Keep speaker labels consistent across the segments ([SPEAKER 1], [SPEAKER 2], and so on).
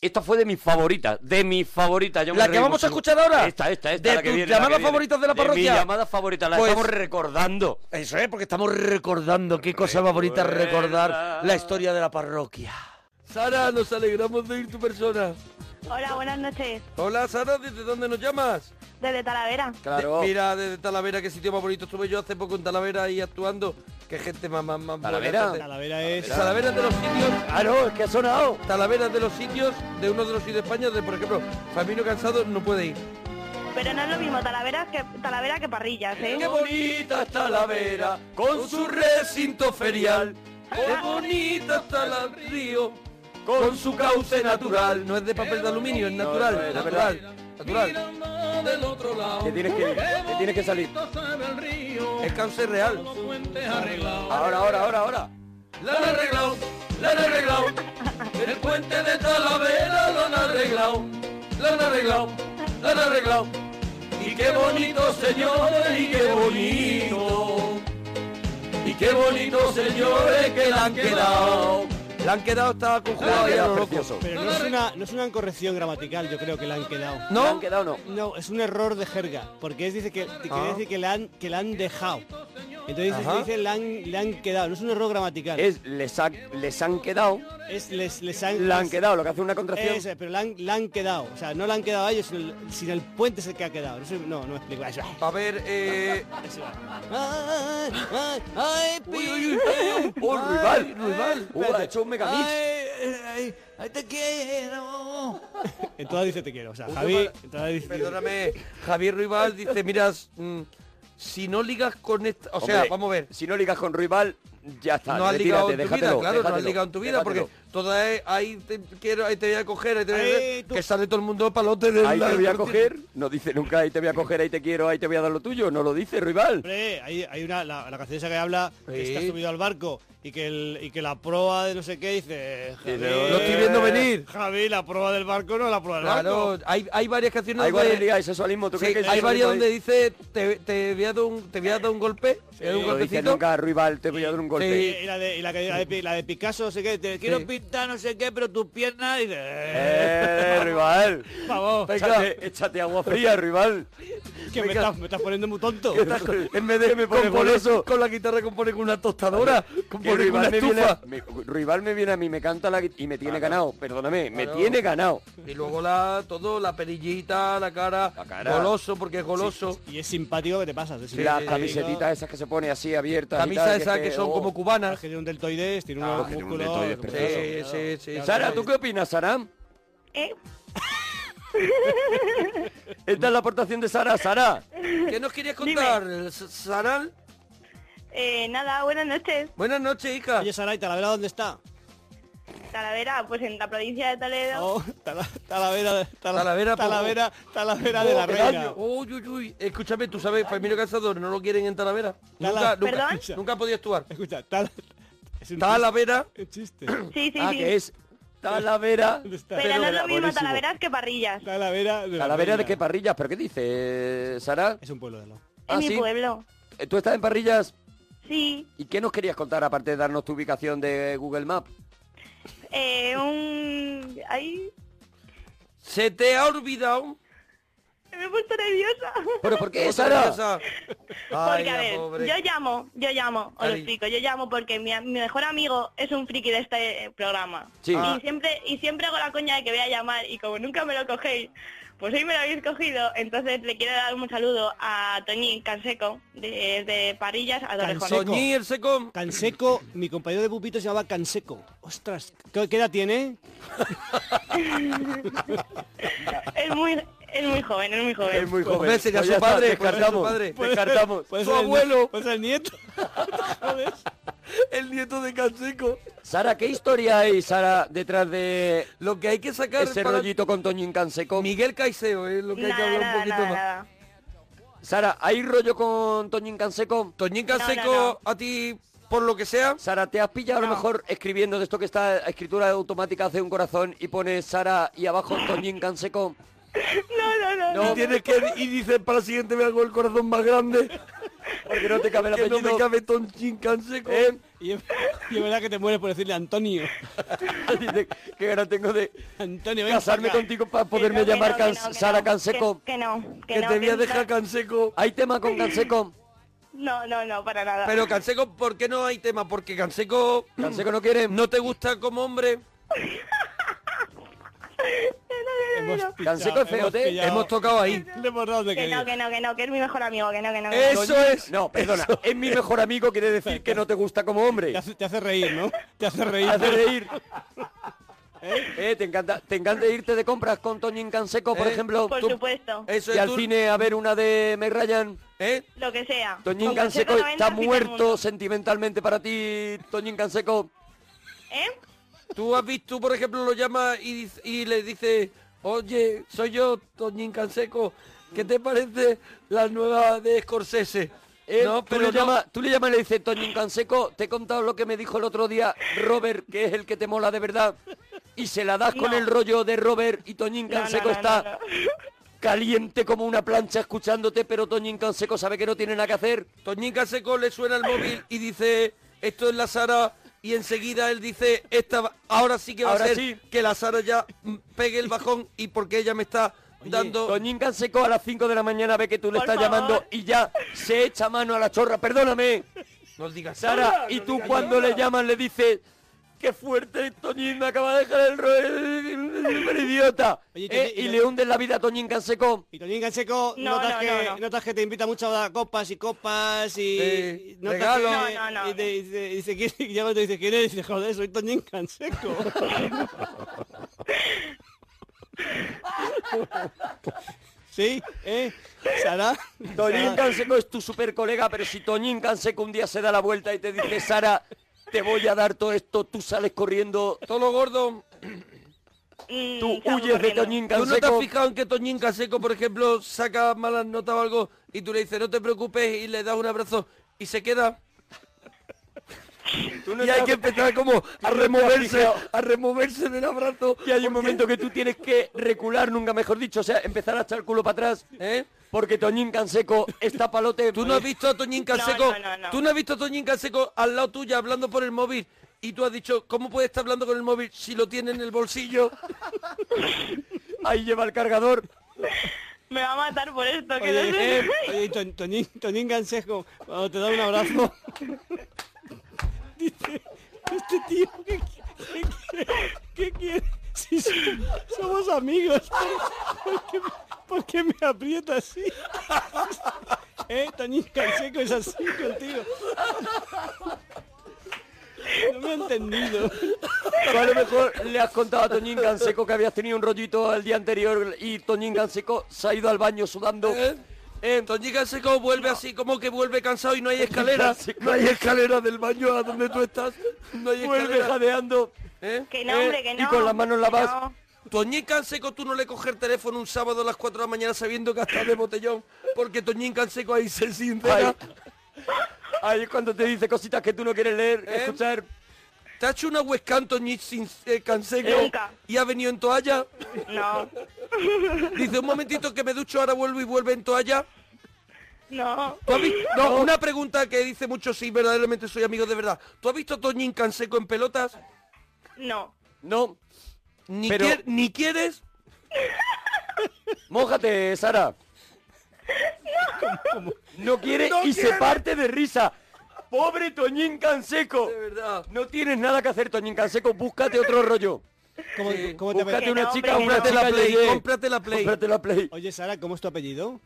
[SPEAKER 1] esta fue de mis favoritas, de mis favoritas. Yo me
[SPEAKER 2] ¿La que
[SPEAKER 1] reí
[SPEAKER 2] vamos
[SPEAKER 1] mucho.
[SPEAKER 2] a escuchar ahora?
[SPEAKER 1] Esta, esta, esta.
[SPEAKER 2] ¿De
[SPEAKER 1] la que
[SPEAKER 2] tus
[SPEAKER 1] viene,
[SPEAKER 2] llamadas
[SPEAKER 1] la que viene.
[SPEAKER 2] favoritas de la parroquia?
[SPEAKER 1] De mis llamadas favoritas, las
[SPEAKER 2] Pues-
[SPEAKER 1] estamos recordando.
[SPEAKER 2] Eso es, porque estamos recordando. Qué cosa más bonita recordar la historia de la parroquia. Sara, nos alegramos de oír tu persona.
[SPEAKER 3] Hola, buenas noches.
[SPEAKER 2] Hola, Sara, ¿desde dónde nos llamas?
[SPEAKER 3] Desde Talavera.
[SPEAKER 2] Claro. mira, desde Talavera, qué sitio más bonito. Estuve yo hace poco en Talavera ahí actuando. Qué gente más, más, más
[SPEAKER 4] Talavera.
[SPEAKER 2] buena.
[SPEAKER 4] Talavera es-
[SPEAKER 2] Talavera es de los sitios... Claro, es que ha sonado. Talavera es de los sitios, de uno de los sitios de España, de, por ejemplo, Famino Cansado no puede ir.
[SPEAKER 3] Pero no es lo mismo Talavera que, Talavera que Parrillas, ¿eh?
[SPEAKER 2] Qué bonita es Talavera, con su recinto ferial. Qué bonita está el río, con su cauce natural. No es de papel de aluminio, es natural,
[SPEAKER 5] no es, la
[SPEAKER 2] natural, natural.
[SPEAKER 5] del otro lado.
[SPEAKER 2] Que tienes que ir, que tienes que salir. Es cauce real. Ahora, ahora, ahora, ahora.
[SPEAKER 5] La han arreglado, la han arreglado. El puente de Talavera lo han arreglado, la han arreglado, la han arreglado. Y qué bonito, señores, y qué bonito.
[SPEAKER 2] Y qué bonito, señores, que la han quedado. La han quedado, está conjugado ya lo loco.
[SPEAKER 4] Pero no es, una, no es una incorrección gramatical, yo creo que la han quedado.
[SPEAKER 2] ¿No? ¿La han quedado no?
[SPEAKER 4] No, es un error de jerga, porque es dice que, que
[SPEAKER 2] Ah.
[SPEAKER 4] quiere decir que la han, que la han dejado. Entonces se
[SPEAKER 1] Ajá.
[SPEAKER 4] dice la han, le han quedado, no es un error gramatical.
[SPEAKER 1] Es, les, ha- les han quedado.
[SPEAKER 4] Es les, les han,
[SPEAKER 1] La han quedado, lo que hace una contracción.
[SPEAKER 4] Eso es, pero la han, la han quedado. O sea, no la han quedado a ellos, sino el, sino el puente es el que ha quedado. No, sé- no, no me explico. Eso. Ah.
[SPEAKER 2] A ver, eh...
[SPEAKER 4] Ay, ay, ay, pi-
[SPEAKER 2] ¡Oh, Ruibal! ¡Ruibal!
[SPEAKER 4] Espérate.
[SPEAKER 2] ha hecho un megamix.
[SPEAKER 4] Ay, ay, te quiero. En todas dice te quiero. O sea, Javi, en todas dice...
[SPEAKER 2] Perdóname, Javier Ruibal dice, mira, mm, si no ligas con esta... O sea,
[SPEAKER 1] Hombre,
[SPEAKER 2] vamos a ver.
[SPEAKER 1] Si no ligas con Rival, ya está.
[SPEAKER 2] no has ligado en tu
[SPEAKER 1] déjatelo,
[SPEAKER 2] vida, claro, no has
[SPEAKER 1] déjatelo,
[SPEAKER 2] ligado en tu vida,
[SPEAKER 1] déjatelo.
[SPEAKER 2] porque toda es- ahí te quiero, ahí te voy a coger, ahí te voy a-
[SPEAKER 1] Ahí tú-
[SPEAKER 2] que sale todo el mundo palote de
[SPEAKER 1] Ahí
[SPEAKER 2] la-
[SPEAKER 1] te voy a coger, no dice nunca ahí te voy a coger, ahí te quiero, ahí te voy a dar lo tuyo, no lo dice Rival.
[SPEAKER 4] Hombre, hay, hay una, la, la canción esa que habla que
[SPEAKER 1] Sí.
[SPEAKER 4] está subido al barco y que, el, y que la proa de no sé qué dice... Javi,
[SPEAKER 2] Lo estoy viendo venir.
[SPEAKER 4] Javi, la proa del barco no es la proa del
[SPEAKER 2] Claro,
[SPEAKER 4] barco.
[SPEAKER 2] hay, hay varias canciones
[SPEAKER 4] Hay
[SPEAKER 2] donde...
[SPEAKER 4] guarrería y sexualismo, ¿tú
[SPEAKER 2] Sí,
[SPEAKER 4] crees que el
[SPEAKER 2] hay varias
[SPEAKER 4] sexualismo
[SPEAKER 2] donde dice, te, te voy a dar un, te voy a dar un golpe, te voy a dar un
[SPEAKER 1] No dice
[SPEAKER 2] golpecito.
[SPEAKER 1] nunca Rival, te voy a dar un golpe.
[SPEAKER 4] Y, y la, de, y la, que- la de, Pi- la de Picasso, no sé qué, te quiero pintar no sé qué, pero tus piernas... dice,
[SPEAKER 1] Eh, rival.
[SPEAKER 4] Vamos,
[SPEAKER 1] échate, échate agua fría, rival.
[SPEAKER 4] Que me estás, me estás poniendo muy tonto.
[SPEAKER 2] En vez de
[SPEAKER 1] pone
[SPEAKER 2] eso, con la guitarra compone con una tostadora,
[SPEAKER 1] Que
[SPEAKER 2] compone con una
[SPEAKER 1] rival, me viene,
[SPEAKER 2] estufa.
[SPEAKER 1] me- rival me viene a mí, me canta la guit- y me tiene ganado, perdóname, me
[SPEAKER 2] Claro.
[SPEAKER 1] tiene ganado.
[SPEAKER 2] Y luego la todo, la perillita, la cara, goloso porque es goloso.
[SPEAKER 4] Y es simpático que te pasas.
[SPEAKER 1] Las
[SPEAKER 4] Es simpático.
[SPEAKER 1] camisetitas esas que se pone así abiertas. y
[SPEAKER 4] Camisas
[SPEAKER 1] tal, este, oh.
[SPEAKER 4] esas
[SPEAKER 1] es
[SPEAKER 4] que son
[SPEAKER 2] como cubanas.
[SPEAKER 4] Que tiene un deltoides, tiene
[SPEAKER 1] Ah,
[SPEAKER 4] unos
[SPEAKER 1] que tiene un
[SPEAKER 4] músculos.
[SPEAKER 1] deltoides precioso.
[SPEAKER 2] Sí, sí, sí.
[SPEAKER 1] Sara, ¿tú qué opinas, Sara?
[SPEAKER 3] ¿Eh?
[SPEAKER 1] Esta es la aportación de Sara, Sara.
[SPEAKER 2] ¿Qué nos querías contar, Saral?
[SPEAKER 3] Eh, nada, buenas noches.
[SPEAKER 2] Buenas noches, hija.
[SPEAKER 4] Oye, Sara, ¿y Talavera dónde está?
[SPEAKER 3] Talavera, pues en la provincia de Toledo.
[SPEAKER 4] Oh, Tala- Talavera, Tala-
[SPEAKER 2] Talavera, po-
[SPEAKER 4] Talavera, Talavera de la
[SPEAKER 2] Oh, qué
[SPEAKER 4] Reina.
[SPEAKER 2] daño. Uy, uy, uy. Escúchame, tú sabes, Familia Cazador, no lo quieren en Talavera. Nunca,
[SPEAKER 4] Tala-
[SPEAKER 2] nunca,
[SPEAKER 4] ¿Perdón?
[SPEAKER 2] nunca podía actuar.
[SPEAKER 4] Escucha, tal, es un
[SPEAKER 2] Talavera.
[SPEAKER 4] chiste- chiste.
[SPEAKER 3] Sí, sí,
[SPEAKER 1] Ah,
[SPEAKER 3] sí.
[SPEAKER 1] que es Talavera.
[SPEAKER 4] ¿Dónde está?
[SPEAKER 3] Pero, no es
[SPEAKER 1] Pero
[SPEAKER 3] lo mismo
[SPEAKER 1] buenísimo.
[SPEAKER 3] Talaveras que Parrillas.
[SPEAKER 4] Talavera de la
[SPEAKER 1] Talavera de
[SPEAKER 4] Reina.
[SPEAKER 1] qué parrillas, pero ¿qué dice, eh, Sara?
[SPEAKER 4] Es un pueblo de lo.
[SPEAKER 3] Es
[SPEAKER 1] Ah,
[SPEAKER 3] mi
[SPEAKER 1] sí.
[SPEAKER 3] pueblo.
[SPEAKER 1] Eh, ¿Tú estás en parrillas?
[SPEAKER 3] Sí.
[SPEAKER 1] ¿Y qué nos querías contar aparte de darnos tu ubicación de Google Maps?
[SPEAKER 3] Eh, un... Ahí...
[SPEAKER 2] Se te ha olvidado.
[SPEAKER 3] Me he puesto nerviosa.
[SPEAKER 1] ¿Pero por qué,
[SPEAKER 2] Otra
[SPEAKER 1] Sara?
[SPEAKER 2] cosa. Ay,
[SPEAKER 3] Porque, a
[SPEAKER 2] la
[SPEAKER 3] ver,
[SPEAKER 2] pobre.
[SPEAKER 3] yo llamo, yo llamo, os lo
[SPEAKER 2] Cari-
[SPEAKER 3] explico, yo llamo porque mi, mi mejor amigo es un friki de este eh, programa.
[SPEAKER 1] Sí.
[SPEAKER 3] Y
[SPEAKER 1] Ah.
[SPEAKER 3] siempre y siempre hago la coña de que voy a llamar y como nunca me lo cogéis, pues hoy me lo habéis cogido, entonces le quiero dar un saludo a Toñín Canseco, de, de Parrillas a Torrejón.
[SPEAKER 4] Canseco.
[SPEAKER 2] Toñi, el seco.
[SPEAKER 4] Canseco, mi compañero de pupito se llamaba Canseco. Ostras, ¿qué, qué edad tiene?
[SPEAKER 3] Es muy, es muy joven, es muy joven.
[SPEAKER 1] Es muy joven.
[SPEAKER 2] Hombre, sería
[SPEAKER 1] Pues
[SPEAKER 2] su
[SPEAKER 1] ya está,
[SPEAKER 2] padre, pues sería su
[SPEAKER 1] descartamos,
[SPEAKER 2] padre.
[SPEAKER 1] descartamos.
[SPEAKER 4] Puede
[SPEAKER 2] Su
[SPEAKER 4] ser el-
[SPEAKER 2] abuelo.
[SPEAKER 4] puede ser el nieto. Joder.
[SPEAKER 2] El nieto de Canseco.
[SPEAKER 1] Sara, ¿qué historia hay, Sara, detrás de
[SPEAKER 2] Lo que hay que sacar
[SPEAKER 1] ese
[SPEAKER 2] para-
[SPEAKER 1] rollito con Toñín Canseco?
[SPEAKER 2] Miguel Caicedo, es lo que hay que
[SPEAKER 3] Nada,
[SPEAKER 2] hablar un
[SPEAKER 3] nada,
[SPEAKER 2] poquito
[SPEAKER 3] nada,
[SPEAKER 2] más.
[SPEAKER 3] nada.
[SPEAKER 1] Sara, ¿hay rollo con Toñín Canseco?
[SPEAKER 2] Toñín
[SPEAKER 3] no,
[SPEAKER 2] Canseco,
[SPEAKER 3] no.
[SPEAKER 2] a ti, por lo que sea.
[SPEAKER 1] Sara, ¿te has pillado a lo
[SPEAKER 3] No.
[SPEAKER 1] mejor escribiendo de esto que está escritura automática hace un corazón y pones Sara y abajo Toñín Canseco?
[SPEAKER 3] No, no, no.
[SPEAKER 2] Y tienes que y dices para la siguiente me hago el corazón más grande.
[SPEAKER 1] Porque porque no te cabe el
[SPEAKER 2] Que
[SPEAKER 1] apellido.
[SPEAKER 2] no me cabe Tonchín Canseco.
[SPEAKER 1] ¿Eh?
[SPEAKER 4] Y es, y es verdad que te mueres por decirle Antonio.
[SPEAKER 1] Dice, qué ganas tengo de
[SPEAKER 4] Antonio, ven
[SPEAKER 1] casarme
[SPEAKER 4] para acá.
[SPEAKER 1] contigo para
[SPEAKER 3] Que
[SPEAKER 1] poderme
[SPEAKER 3] no, que
[SPEAKER 1] llamar
[SPEAKER 3] no, que
[SPEAKER 1] Can-
[SPEAKER 3] no, que
[SPEAKER 1] Sara
[SPEAKER 3] no,
[SPEAKER 1] Canseco.
[SPEAKER 3] Que, que no, que,
[SPEAKER 2] Que
[SPEAKER 3] no.
[SPEAKER 2] te voy a
[SPEAKER 3] no-
[SPEAKER 2] dejar Canseco.
[SPEAKER 1] ¿Hay tema con Canseco?
[SPEAKER 3] No, no, no, para nada.
[SPEAKER 2] Pero Canseco, ¿por qué no hay tema? Porque Canseco
[SPEAKER 1] ¿Canseco no quiere?
[SPEAKER 2] no te gusta como hombre.
[SPEAKER 4] Hemos pichado,
[SPEAKER 1] Canseco es feo,
[SPEAKER 4] hemos
[SPEAKER 1] ¿eh?
[SPEAKER 4] pillado.
[SPEAKER 2] Hemos tocado ahí.
[SPEAKER 4] Le hemos dado de
[SPEAKER 3] que
[SPEAKER 4] querer.
[SPEAKER 3] no, que no, que no, que es mi mejor amigo, que no, que no. que no.
[SPEAKER 2] Eso es.
[SPEAKER 1] No, perdona. Es mi mejor amigo, quiere decir que no te gusta como hombre.
[SPEAKER 4] Te hace, te hace reír, ¿no? Te hace
[SPEAKER 1] Te
[SPEAKER 4] reír.
[SPEAKER 1] hace reír. Eh, te encanta, te encanta irte de compras con Toñín Canseco, por
[SPEAKER 2] Eh,
[SPEAKER 1] ejemplo,
[SPEAKER 3] Por
[SPEAKER 1] tú-
[SPEAKER 3] supuesto,
[SPEAKER 2] Eso
[SPEAKER 1] y
[SPEAKER 2] es
[SPEAKER 1] al
[SPEAKER 2] tú,
[SPEAKER 1] cine a ver una de Meg Ryan.
[SPEAKER 2] ¿eh?
[SPEAKER 3] lo que sea.
[SPEAKER 1] Toñín
[SPEAKER 3] Con
[SPEAKER 1] Canseco
[SPEAKER 3] Canseco
[SPEAKER 1] está
[SPEAKER 3] no entra, fin del
[SPEAKER 1] muerto
[SPEAKER 3] mundo.
[SPEAKER 1] sentimentalmente para ti, Toñín Canseco.
[SPEAKER 3] ¿Eh?
[SPEAKER 2] Tú has visto, tú, por ejemplo, lo llamas y, dice- y le dices, oye, soy yo, Toñín Canseco, ¿qué te parece la nueva de Scorsese?
[SPEAKER 1] Eh,
[SPEAKER 2] no,
[SPEAKER 1] tú, le
[SPEAKER 2] pero
[SPEAKER 1] llamas, tú le llamas y le dices, Toñín Canseco, te he contado lo que me dijo el otro día Robert, que es el que te mola de verdad. Y se la das con
[SPEAKER 3] No.
[SPEAKER 1] el rollo de Robert y Toñín
[SPEAKER 3] No, no,
[SPEAKER 1] Canseco
[SPEAKER 3] no,
[SPEAKER 1] está
[SPEAKER 3] no, no.
[SPEAKER 1] caliente como una plancha escuchándote, pero Toñín Canseco sabe que no tiene nada que hacer.
[SPEAKER 2] Toñín Canseco le suena el móvil y dice, esto es la Sara, y enseguida él dice, esta va- ahora sí que va
[SPEAKER 1] Ahora
[SPEAKER 2] a ser
[SPEAKER 1] sí.
[SPEAKER 2] que la Sara ya mm, pegue el bajón y porque ella me está dando...
[SPEAKER 1] Toñín Canseco a las 5 de la mañana ve que tú le
[SPEAKER 3] Por
[SPEAKER 1] estás
[SPEAKER 3] favor.
[SPEAKER 1] llamando y ya se echa mano a la chorra. Perdóname,
[SPEAKER 2] No digas
[SPEAKER 1] Sara. Y tú cuando le llamas le dices, qué fuerte, Toñín, me acaba de dejar el rollo, súper idiota.
[SPEAKER 4] Oye, que-
[SPEAKER 1] Eh,
[SPEAKER 4] y-
[SPEAKER 1] y le hundes la vida a Toñín Canseco.
[SPEAKER 4] Y también Canseco,
[SPEAKER 3] No,
[SPEAKER 4] notas,
[SPEAKER 3] no,
[SPEAKER 4] que,
[SPEAKER 3] no, no.
[SPEAKER 4] notas que te invita mucho a copas y copas y...
[SPEAKER 2] Eh,
[SPEAKER 4] y notas
[SPEAKER 2] regalo.
[SPEAKER 4] que-
[SPEAKER 3] No, no, no.
[SPEAKER 4] Y te dice, dice, ¿quién- y ya cuando te dice, ¿quién eres? Dice, joder, soy Toñín Canseco. ¿Sí? ¿Eh? ¿Sara?
[SPEAKER 1] Toñín
[SPEAKER 4] Sara,
[SPEAKER 1] Canseco es tu super colega, pero si Toñín Canseco un día se da la vuelta y te dice, Sara, te voy a dar todo esto, tú sales corriendo,
[SPEAKER 2] Todo lo gordo.
[SPEAKER 3] Mm,
[SPEAKER 1] tú
[SPEAKER 3] salgo
[SPEAKER 1] huyes de
[SPEAKER 3] corriendo.
[SPEAKER 1] Toñín
[SPEAKER 2] ¿Tú no te has
[SPEAKER 1] Canseco.
[SPEAKER 2] fijado en que Toñín Canseco, por ejemplo, saca malas notas o algo y tú le dices, no te preocupes, y le das un abrazo y se queda?
[SPEAKER 1] Tú no
[SPEAKER 2] y
[SPEAKER 1] te
[SPEAKER 2] hay
[SPEAKER 1] has-
[SPEAKER 2] que empezar como a
[SPEAKER 1] no te has
[SPEAKER 2] removerse,
[SPEAKER 1] fijado.
[SPEAKER 2] a removerse del abrazo.
[SPEAKER 1] Y hay un momento que tú tienes que recular, nunca mejor dicho, o sea, empezar a echar el culo para atrás,
[SPEAKER 2] ¿Eh?
[SPEAKER 1] porque Toñín Canseco está palote.
[SPEAKER 2] ¿Tú no has visto a Toñín Canseco?
[SPEAKER 3] no, no, no.
[SPEAKER 2] ¿Tú no has visto a Toñín Canseco al lado tuya hablando por el móvil? Y tú has dicho, ¿cómo puede estar hablando con el móvil si lo tiene en el bolsillo?
[SPEAKER 1] Ahí lleva el cargador.
[SPEAKER 3] Me va a matar por esto, que no
[SPEAKER 4] Oye,
[SPEAKER 3] sé.
[SPEAKER 4] eh, oye, To- Toñín, Toñín Canseco, cuando te da un abrazo... Dice, este tío, ¿qué, qué, quiere? ¿Qué quiere? Si so- somos amigos, ¿por qué, por qué me aprieta así? ¿Eh? Toñín Canseco es así contigo. No me ha entendido.
[SPEAKER 1] Tú a lo mejor le has contado a Toñín Canseco que habías tenido un rollito el día anterior y Toñín Canseco se ha ido al baño sudando.
[SPEAKER 2] ¿Eh? Eh, Toñín Canseco vuelve así como que vuelve cansado y no hay escalera. No hay escalera del baño a donde tú estás. No hay
[SPEAKER 1] Vuelve
[SPEAKER 2] escalera.
[SPEAKER 1] jadeando.
[SPEAKER 2] ¿Eh?
[SPEAKER 3] Que no, hombre, que
[SPEAKER 1] y
[SPEAKER 3] no.
[SPEAKER 1] con las manos lavadas.
[SPEAKER 3] Que no.
[SPEAKER 2] Toñín Canseco, tú no le coges el teléfono un sábado a las 4 de la mañana sabiendo que estás de botellón, porque Toñín Canseco ahí se sincera.
[SPEAKER 1] Ahí, ahí es cuando te dice cositas que tú no quieres leer,
[SPEAKER 2] ¿Eh?
[SPEAKER 1] escuchar.
[SPEAKER 2] ¿Te ha hecho una webcam Toñín sin- eh, Canseco
[SPEAKER 3] Nunca.
[SPEAKER 2] y ha venido en toalla?
[SPEAKER 3] No,
[SPEAKER 2] Dice, un momentito que me ducho, ahora vuelvo y vuelve en toalla.
[SPEAKER 3] no.
[SPEAKER 2] ¿Tú has vi- No, una pregunta que dice mucho si verdaderamente soy amigo de verdad. ¿Tú has visto a Toñín Canseco en pelotas?
[SPEAKER 3] No.
[SPEAKER 1] No,
[SPEAKER 2] Ni,
[SPEAKER 1] Pero-
[SPEAKER 2] quier- ni quieres.
[SPEAKER 1] mójate, Sara. No quiere
[SPEAKER 2] No
[SPEAKER 1] y se
[SPEAKER 2] quiere.
[SPEAKER 1] parte de risa. Pobre Toñín Canseco.
[SPEAKER 2] De verdad.
[SPEAKER 1] No tienes nada que hacer, Toñín Canseco. Búscate otro rollo.
[SPEAKER 4] ¿Cómo, cómo
[SPEAKER 1] Búscate
[SPEAKER 4] te apell-
[SPEAKER 3] Que
[SPEAKER 1] una
[SPEAKER 3] no,
[SPEAKER 1] chica,
[SPEAKER 3] hombre,
[SPEAKER 1] una
[SPEAKER 3] que no.
[SPEAKER 1] chica
[SPEAKER 2] Cómprate la Play,
[SPEAKER 1] yeye.
[SPEAKER 2] cómprate la Play.
[SPEAKER 1] Cómprate la Play.
[SPEAKER 4] Oye, Sara, ¿cómo es tu apellido?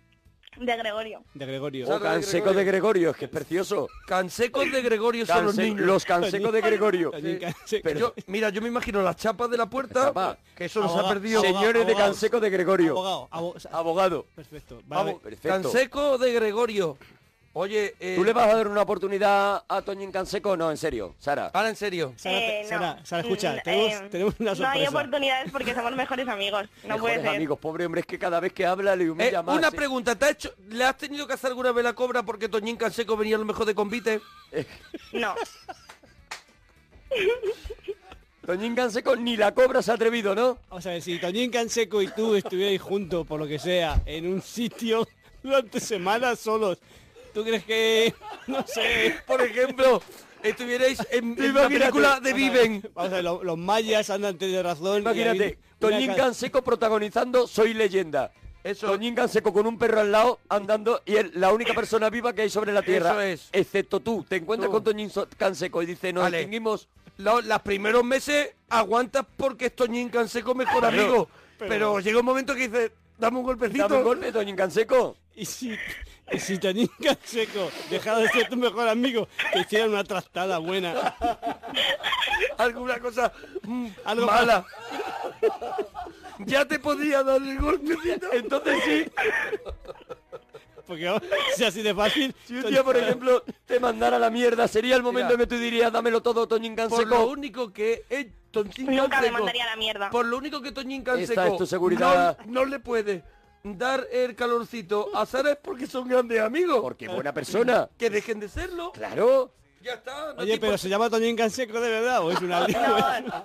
[SPEAKER 3] De Gregorio.
[SPEAKER 4] De Gregorio.
[SPEAKER 1] O Canseco de Gregorio, es que es precioso.
[SPEAKER 2] Cansecos de Gregorio son los
[SPEAKER 1] Canse-
[SPEAKER 2] niños.
[SPEAKER 1] los Cansecos de Gregorio.
[SPEAKER 4] Toñín Canseco.
[SPEAKER 1] Pero-
[SPEAKER 2] Yo- mira, yo me imagino las chapas de la puerta,
[SPEAKER 1] Chapa.
[SPEAKER 2] que eso nos ha
[SPEAKER 4] Abogado.
[SPEAKER 2] perdido.
[SPEAKER 4] Abogado,
[SPEAKER 1] Señores de
[SPEAKER 4] abogados.
[SPEAKER 1] Canseco de Gregorio.
[SPEAKER 4] Abogado, abo- o sea,
[SPEAKER 1] Abogado.
[SPEAKER 4] perfecto. Vale,
[SPEAKER 2] Vamos,
[SPEAKER 4] vale.
[SPEAKER 1] perfecto.
[SPEAKER 2] Canseco de Gregorio. Oye, eh,
[SPEAKER 1] ¿Tú le vas a dar una oportunidad a Toñín Canseco? No, en serio, Sara.
[SPEAKER 2] ahora en serio.
[SPEAKER 4] Sara, te-
[SPEAKER 3] Eh, no.
[SPEAKER 4] Sara, Sara, escucha,
[SPEAKER 3] Mm,
[SPEAKER 4] tenemos,
[SPEAKER 3] eh,
[SPEAKER 4] tenemos una
[SPEAKER 3] No hay
[SPEAKER 4] sorpresa.
[SPEAKER 3] oportunidades porque somos mejores amigos. No
[SPEAKER 1] Mejores
[SPEAKER 3] puede ser.
[SPEAKER 1] amigos, pobre hombre, es que cada vez que habla le humilla
[SPEAKER 2] Eh,
[SPEAKER 1] más.
[SPEAKER 2] una
[SPEAKER 1] eh.
[SPEAKER 2] pregunta, ¿te ha hecho, ¿le has tenido que hacer alguna vez la cobra porque Toñín Canseco venía a lo mejor de convite?
[SPEAKER 3] No.
[SPEAKER 1] Toñín Canseco ni la cobra se ha atrevido, ¿no?
[SPEAKER 4] Vamos a ver, si Toñín Canseco y tú estuvierais juntos, por lo que sea, en un sitio durante semanas solos, ¿Tú crees que.? No sé.
[SPEAKER 2] Por ejemplo, estuvierais en, en la película de Viven.
[SPEAKER 4] Vamos a ver, lo- los mayas andan de razón. y
[SPEAKER 1] Imagínate,
[SPEAKER 4] hay una
[SPEAKER 1] Toñín
[SPEAKER 4] ca-
[SPEAKER 1] Canseco protagonizando Soy Leyenda.
[SPEAKER 2] Eso.
[SPEAKER 1] Toñín Canseco con un perro al lado andando y él, la única persona viva que hay sobre la tierra.
[SPEAKER 2] Eso es.
[SPEAKER 1] Excepto tú. Te encuentras
[SPEAKER 2] Tú.
[SPEAKER 1] con Toñín So- Canseco y dice, nos
[SPEAKER 2] Vale.
[SPEAKER 1] distinguimos.
[SPEAKER 2] Los, primeros meses aguantas porque es Toñín Canseco mejor amigo. Pero, llega un momento que dices, dame un golpecito.
[SPEAKER 1] Dame un golpe, Toñín Canseco.
[SPEAKER 4] Y si, y si Toñín Canseco dejara de ser tu mejor amigo, te hiciera una trastada buena.
[SPEAKER 2] Alguna cosa mm,
[SPEAKER 4] Algo
[SPEAKER 2] mala. ya te podría dar el golpecito.
[SPEAKER 1] Entonces sí,
[SPEAKER 4] Porque ahora, si así de fácil.
[SPEAKER 1] si un día, por ejemplo, te mandara a la mierda, sería el momento
[SPEAKER 2] Mira.
[SPEAKER 1] que tú dirías, dámelo todo, Toñín
[SPEAKER 2] Por lo
[SPEAKER 1] Canseco.
[SPEAKER 2] único que es Toñín
[SPEAKER 3] Nunca me
[SPEAKER 2] Canseco-
[SPEAKER 3] mandaría a la mierda.
[SPEAKER 2] Por lo único que Toñín
[SPEAKER 1] Esta
[SPEAKER 2] Canseco
[SPEAKER 1] es tu seguridad.
[SPEAKER 2] No, no le puede dar el calorcito a Sara es porque son grandes amigos.
[SPEAKER 1] Porque buena persona.
[SPEAKER 2] Que dejen de serlo.
[SPEAKER 1] Claro.
[SPEAKER 2] Ya está. no
[SPEAKER 4] Oye,
[SPEAKER 2] te
[SPEAKER 4] pero ¿se llama Toñín Canseco de verdad o es una
[SPEAKER 3] No,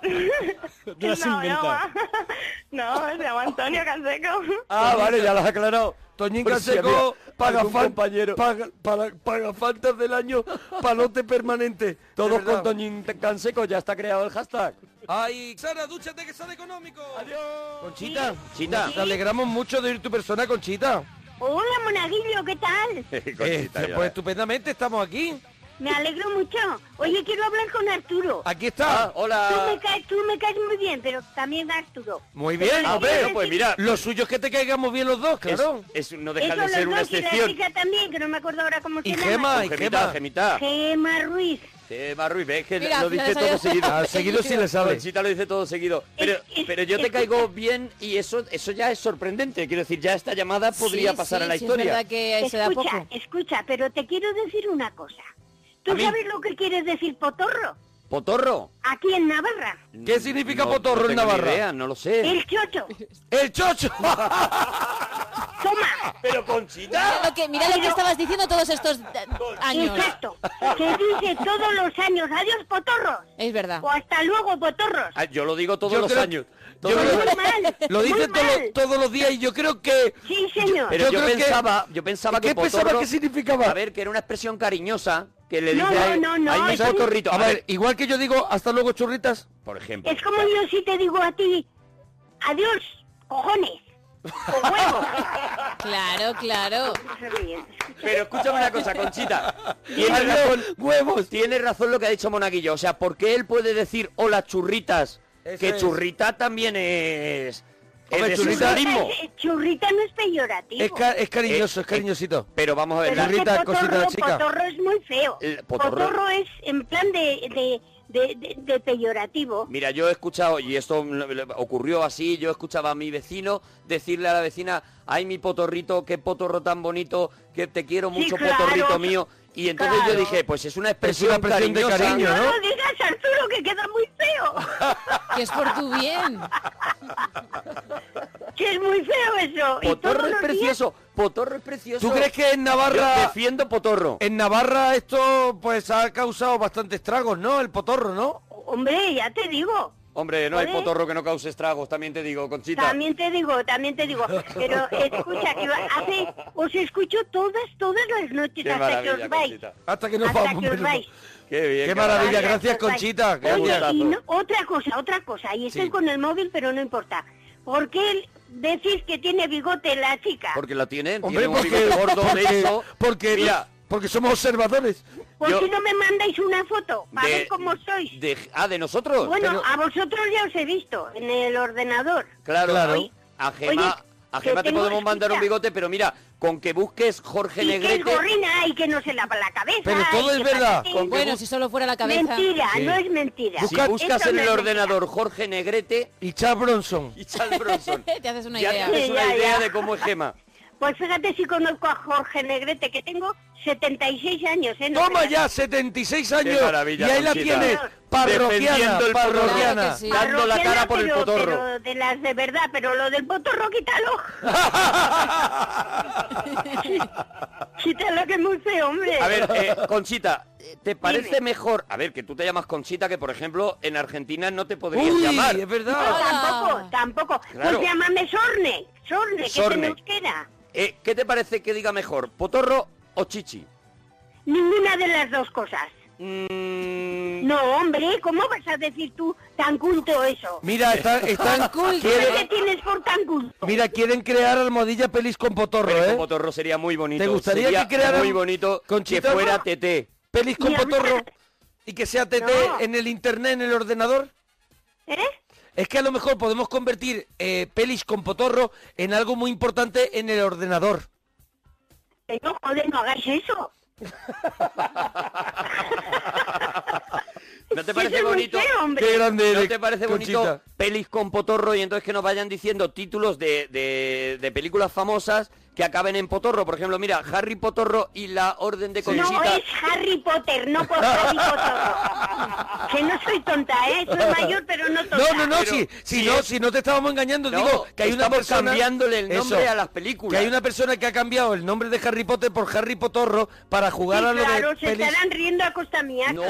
[SPEAKER 4] Te lo has
[SPEAKER 3] no, no,
[SPEAKER 4] inventado.
[SPEAKER 3] va. no, se llama Antonio Canseco.
[SPEAKER 1] Ah, vale, ya lo has aclarado.
[SPEAKER 2] Toñín
[SPEAKER 1] Pero si
[SPEAKER 2] Canseco
[SPEAKER 1] había
[SPEAKER 2] paga,
[SPEAKER 1] Pues algún
[SPEAKER 2] fan-
[SPEAKER 1] compañero.
[SPEAKER 2] paga, para- paga faltas del año, palote permanente.
[SPEAKER 1] Todos
[SPEAKER 2] De verdad.
[SPEAKER 1] con Toñín Canseco, ya está creado el hashtag.
[SPEAKER 2] Ay, Sara, dúchate que sale económico. Adiós. Conchita,
[SPEAKER 1] Chita.
[SPEAKER 2] te alegramos mucho de ir tu persona, Conchita.
[SPEAKER 6] Hola, monaguillo, ¿qué tal?
[SPEAKER 2] Eh, pues estupendamente estamos aquí.
[SPEAKER 6] Me alegro mucho. Oye, quiero hablar con Arturo.
[SPEAKER 2] Aquí está.
[SPEAKER 6] Tú
[SPEAKER 1] Ah, hola.
[SPEAKER 6] me caes, tú me caes muy bien, pero también Arturo.
[SPEAKER 2] Muy bien.
[SPEAKER 1] A ver, pues mira,
[SPEAKER 2] Lo suyo es que te caigamos bien los dos,
[SPEAKER 1] es,
[SPEAKER 2] claro.
[SPEAKER 1] es- no deja
[SPEAKER 6] Eso
[SPEAKER 1] de ser
[SPEAKER 6] los
[SPEAKER 1] una
[SPEAKER 6] dos, Y
[SPEAKER 1] excepción.
[SPEAKER 6] la chica también, que no me acuerdo ahora cómo
[SPEAKER 2] Y
[SPEAKER 6] se
[SPEAKER 2] Gema,
[SPEAKER 6] llama.
[SPEAKER 2] y
[SPEAKER 1] Gemita,
[SPEAKER 2] Gema.
[SPEAKER 1] gemita.
[SPEAKER 6] Gema Ruiz.
[SPEAKER 1] Gema Ruiz, ves que
[SPEAKER 7] Mira,
[SPEAKER 1] lo dice
[SPEAKER 7] ya sabía.
[SPEAKER 1] todo seguido.
[SPEAKER 2] Ah, seguido sí le sabe.
[SPEAKER 1] Conchita lo dice todo seguido. Pero,
[SPEAKER 6] Es- es-
[SPEAKER 1] pero yo te
[SPEAKER 6] escucha.
[SPEAKER 1] caigo bien y eso, eso ya es sorprendente. Quiero decir, ya esta llamada podría
[SPEAKER 7] Sí,
[SPEAKER 1] pasar
[SPEAKER 7] sí,
[SPEAKER 1] a la
[SPEAKER 7] sí, Es
[SPEAKER 1] historia.
[SPEAKER 7] verdad que se da
[SPEAKER 6] Escucha,
[SPEAKER 7] poco.
[SPEAKER 6] escucha, pero te quiero decir una cosa. ¿Tú sabes lo que quieres decir potorro?
[SPEAKER 1] ¿Potorro?
[SPEAKER 6] Aquí en Navarra.
[SPEAKER 2] ¿Qué significa
[SPEAKER 1] No-
[SPEAKER 2] potorro
[SPEAKER 1] no
[SPEAKER 2] en
[SPEAKER 1] tengo ni
[SPEAKER 2] Navarra?
[SPEAKER 1] idea, no lo sé.
[SPEAKER 6] El chocho.
[SPEAKER 2] ¡El chocho!
[SPEAKER 6] Toma.
[SPEAKER 1] Pero
[SPEAKER 7] Mira
[SPEAKER 1] Conchita.
[SPEAKER 7] lo que, mira lo que estabas diciendo todos estos eh, años.
[SPEAKER 6] Exacto. Se dice todos los años. Adiós, potorros.
[SPEAKER 7] Es verdad.
[SPEAKER 6] O hasta luego, potorros.
[SPEAKER 1] Ah, yo lo digo todos
[SPEAKER 2] Yo
[SPEAKER 1] los
[SPEAKER 2] creo-
[SPEAKER 1] años.
[SPEAKER 2] yo
[SPEAKER 1] Todos
[SPEAKER 2] creo-
[SPEAKER 1] los años.
[SPEAKER 6] Muy mal.
[SPEAKER 2] Lo
[SPEAKER 6] muy
[SPEAKER 2] dice
[SPEAKER 6] mal.
[SPEAKER 2] todo- todos los días y yo creo que...
[SPEAKER 6] Sí, señor.
[SPEAKER 1] Pero
[SPEAKER 2] Yo
[SPEAKER 1] yo,
[SPEAKER 2] creo que-
[SPEAKER 1] pensaba, yo pensaba que
[SPEAKER 2] ¿Qué pensaba
[SPEAKER 1] potorro-
[SPEAKER 2] que significaba?
[SPEAKER 1] A ver, que era una expresión cariñosa que le dice
[SPEAKER 6] No,
[SPEAKER 1] ahí-
[SPEAKER 6] no, no, no,
[SPEAKER 1] ahí un
[SPEAKER 6] es un-
[SPEAKER 1] potorrito.
[SPEAKER 2] A ver, igual que yo digo, hasta luego, churritas.
[SPEAKER 1] por ejemplo.
[SPEAKER 6] Es como yo si te digo a ti, adiós, cojones. O huevos.
[SPEAKER 7] Claro, claro.
[SPEAKER 6] Se ríen.
[SPEAKER 1] Pero escúchame una cosa, Conchita. Tiene razón, huevos. Tiene razón lo que ha dicho Monaguillo. O sea, ¿por qué él puede decir hola churritas?
[SPEAKER 2] Eso
[SPEAKER 1] que
[SPEAKER 2] es.
[SPEAKER 1] churrita también es. Es
[SPEAKER 2] Hombre,
[SPEAKER 1] de
[SPEAKER 2] churrita-
[SPEAKER 1] surrealismo.
[SPEAKER 6] Eh, Churrita no es peyorativo.
[SPEAKER 2] Es, ca- es cariñoso,
[SPEAKER 1] Eh,
[SPEAKER 2] es cariñosito.
[SPEAKER 1] Pero vamos a ver.
[SPEAKER 6] Pero
[SPEAKER 1] la-
[SPEAKER 6] es que
[SPEAKER 2] Churrita,
[SPEAKER 6] potorro,
[SPEAKER 2] cosita chica. Eh,
[SPEAKER 6] potorro es muy feo.
[SPEAKER 1] El potorro-
[SPEAKER 6] potorro... es en plan de, de, de, de- de peyorativo.
[SPEAKER 1] Mira, yo he escuchado, y esto mm, le- ocurrió así, yo escuchaba a mi vecino decirle a la vecina, ay mi potorrito, qué potorro tan bonito, que te quiero
[SPEAKER 6] Sí,
[SPEAKER 1] mucho
[SPEAKER 6] claro.
[SPEAKER 1] potorrito mío. Y entonces yo
[SPEAKER 6] Claro.
[SPEAKER 1] dije, pues es una expresión,
[SPEAKER 2] expresión de
[SPEAKER 1] cariñosa.
[SPEAKER 2] cariño,
[SPEAKER 6] No,
[SPEAKER 2] ¿no?
[SPEAKER 6] lo digas, Arturo, que queda muy feo.
[SPEAKER 7] Que es por tu bien.
[SPEAKER 6] que es muy feo eso. Y todos
[SPEAKER 1] Potorro es
[SPEAKER 6] los días-
[SPEAKER 1] precioso, potorro es precioso.
[SPEAKER 2] ¿Tú crees que en
[SPEAKER 1] Yo
[SPEAKER 2] Navarra...
[SPEAKER 1] defiendo potorro.
[SPEAKER 2] En Navarra esto pues ha causado bastantes tragos, ¿no? El potorro, ¿no?
[SPEAKER 6] Hombre, ya te digo.
[SPEAKER 1] Hombre, no hay
[SPEAKER 6] Joder.
[SPEAKER 1] potorro que no cause estragos, también te digo, Conchita.
[SPEAKER 6] También te digo, también te digo, pero escucha, que va- hace, os escucho todas, todas las noches
[SPEAKER 1] Qué
[SPEAKER 6] hasta que
[SPEAKER 1] maravilla,
[SPEAKER 6] os vais.
[SPEAKER 1] Conchita.
[SPEAKER 2] Hasta que nos
[SPEAKER 6] Hasta
[SPEAKER 2] vamos.
[SPEAKER 6] que os
[SPEAKER 2] pero-
[SPEAKER 6] vais.
[SPEAKER 1] Qué bien.
[SPEAKER 2] Qué
[SPEAKER 1] carajo.
[SPEAKER 2] maravilla,
[SPEAKER 6] Hasta
[SPEAKER 2] gracias,
[SPEAKER 6] que os vais.
[SPEAKER 2] Conchita,
[SPEAKER 6] Oye,
[SPEAKER 1] gracias.
[SPEAKER 6] y no- otra cosa, otra cosa, y estoy
[SPEAKER 1] Sí.
[SPEAKER 6] con el móvil, pero no importa. ¿Por qué decís que tiene bigote la chica?
[SPEAKER 1] Porque lo tiene,
[SPEAKER 2] Hombre,
[SPEAKER 1] tiene un
[SPEAKER 2] porque...
[SPEAKER 1] bigote gordo,
[SPEAKER 2] porque,
[SPEAKER 1] liso.
[SPEAKER 2] porque,
[SPEAKER 1] Mira,
[SPEAKER 2] porque somos observadores.
[SPEAKER 6] ¿Por
[SPEAKER 1] yo-
[SPEAKER 6] qué no me mandáis una foto para
[SPEAKER 1] de-
[SPEAKER 6] ver cómo sois?
[SPEAKER 1] de- ah, de nosotros.
[SPEAKER 6] bueno,
[SPEAKER 1] Pero-
[SPEAKER 6] a vosotros ya os he visto en el ordenador.
[SPEAKER 1] claro,
[SPEAKER 2] Claro.
[SPEAKER 1] A Gema,
[SPEAKER 6] Oye,
[SPEAKER 1] a
[SPEAKER 6] que
[SPEAKER 1] Gema te
[SPEAKER 6] tengo-
[SPEAKER 1] podemos mandar un
[SPEAKER 6] escucha.
[SPEAKER 1] bigote, pero mira, con que busques Jorge
[SPEAKER 6] Y que es
[SPEAKER 1] Negrete.
[SPEAKER 6] gorrina y que no se lava la cabeza.
[SPEAKER 2] Pero
[SPEAKER 6] y
[SPEAKER 2] todo es
[SPEAKER 6] que
[SPEAKER 2] verdad.
[SPEAKER 6] parece-
[SPEAKER 1] Con-
[SPEAKER 7] Bueno, si solo fuera la cabeza.
[SPEAKER 6] Mentira,
[SPEAKER 2] Sí.
[SPEAKER 6] no es mentira.
[SPEAKER 1] Si
[SPEAKER 2] Busca-
[SPEAKER 1] buscas
[SPEAKER 6] Eso
[SPEAKER 1] en
[SPEAKER 6] no
[SPEAKER 1] el
[SPEAKER 6] es mentira.
[SPEAKER 1] ordenador Jorge Negrete
[SPEAKER 2] Y Chad Bronson.
[SPEAKER 1] y Charles Bronson.
[SPEAKER 7] Te haces una
[SPEAKER 1] ya
[SPEAKER 7] idea.
[SPEAKER 1] tienes
[SPEAKER 6] Sí,
[SPEAKER 1] una
[SPEAKER 6] ya,
[SPEAKER 1] idea
[SPEAKER 6] ya.
[SPEAKER 1] de cómo es Gema.
[SPEAKER 6] Pues fíjate si conozco a Jorge Negrete, que tengo 76 años, ¿eh? No
[SPEAKER 2] Toma
[SPEAKER 6] te-
[SPEAKER 2] ya, 76 años.
[SPEAKER 1] Qué maravilla,
[SPEAKER 2] y ahí la
[SPEAKER 1] Conchita.
[SPEAKER 2] tienes, parroquiana,
[SPEAKER 1] Defendiendo el potorro.
[SPEAKER 2] parroquiana.
[SPEAKER 7] Claro que sí.
[SPEAKER 1] Dando la cara por el
[SPEAKER 6] pero-
[SPEAKER 1] potorro.
[SPEAKER 6] pero de las de verdad, pero lo del potorro, quítalo. quítalo que es muy feo, hombre.
[SPEAKER 1] A ver, eh, Conchita, ¿te parece
[SPEAKER 6] Dime.
[SPEAKER 1] mejor? A ver, que tú te llamas Conchita, que por ejemplo en Argentina no te podrías
[SPEAKER 2] Uy,
[SPEAKER 1] llamar.
[SPEAKER 2] es
[SPEAKER 6] No,
[SPEAKER 2] verdad.
[SPEAKER 7] Hola.
[SPEAKER 6] tampoco, tampoco.
[SPEAKER 1] Claro.
[SPEAKER 6] Pues llámame Sorne, Sorne, que se
[SPEAKER 1] Sorne.
[SPEAKER 6] me queda.
[SPEAKER 1] Eh, ¿Qué te parece que diga mejor, potorro o chichi?
[SPEAKER 6] Ninguna de las dos cosas.
[SPEAKER 2] Mm,
[SPEAKER 6] No, hombre, ¿cómo vas a decir tú tan culto eso?
[SPEAKER 2] Mira, están... están
[SPEAKER 6] ¿Qué te
[SPEAKER 2] quieren,
[SPEAKER 6] tienes por tan culto?
[SPEAKER 2] mira, quieren crear almohadilla pelis con potorro,
[SPEAKER 1] Pero
[SPEAKER 2] ¿eh?
[SPEAKER 1] con potorro sería muy bonito.
[SPEAKER 2] ¿Te gustaría
[SPEAKER 1] Sería
[SPEAKER 2] que crearan
[SPEAKER 1] muy bonito
[SPEAKER 2] Conchita?
[SPEAKER 1] que fuera TT?
[SPEAKER 2] Pelis con
[SPEAKER 6] Ni hablar.
[SPEAKER 2] potorro y que sea TT
[SPEAKER 6] No.
[SPEAKER 2] en el internet, en el ordenador.
[SPEAKER 6] ¿Eh?
[SPEAKER 2] Es que a lo mejor podemos convertir eh, pelis con potorro en algo muy importante en el ordenador.
[SPEAKER 6] Pero, joder, no hagáis eso.
[SPEAKER 1] ¿No te
[SPEAKER 6] Eso
[SPEAKER 1] parece
[SPEAKER 6] es muy
[SPEAKER 1] bonito?
[SPEAKER 6] feo, hombre.
[SPEAKER 2] Qué grande
[SPEAKER 1] ¿No
[SPEAKER 2] eres,
[SPEAKER 1] te parece bonito
[SPEAKER 2] Conchita.
[SPEAKER 1] pelis con potorro y entonces que nos vayan diciendo títulos de, de- de películas famosas que acaben en potorro? Por ejemplo, mira, Harry Potorro y la Orden de
[SPEAKER 6] No
[SPEAKER 1] Conchita.
[SPEAKER 6] es Harry Potter, no por Harry Potter. Que no soy tonta, ¿eh? Soy mayor, pero no tonta.
[SPEAKER 2] No, no, no,
[SPEAKER 1] Pero
[SPEAKER 2] si, si
[SPEAKER 1] si
[SPEAKER 2] no,
[SPEAKER 1] es-
[SPEAKER 2] si no te estábamos engañando,
[SPEAKER 1] No,
[SPEAKER 2] digo que hay una
[SPEAKER 1] estamos
[SPEAKER 2] persona
[SPEAKER 1] cambiándole el nombre
[SPEAKER 2] Eso,
[SPEAKER 1] a las películas.
[SPEAKER 2] Que hay una persona que ha cambiado el nombre de Harry Potter por Harry Potorro para
[SPEAKER 6] Sí,
[SPEAKER 2] jugar a lo
[SPEAKER 6] claro,
[SPEAKER 2] de
[SPEAKER 6] se
[SPEAKER 2] pelis.
[SPEAKER 6] estarán riendo a costa mía.
[SPEAKER 1] No,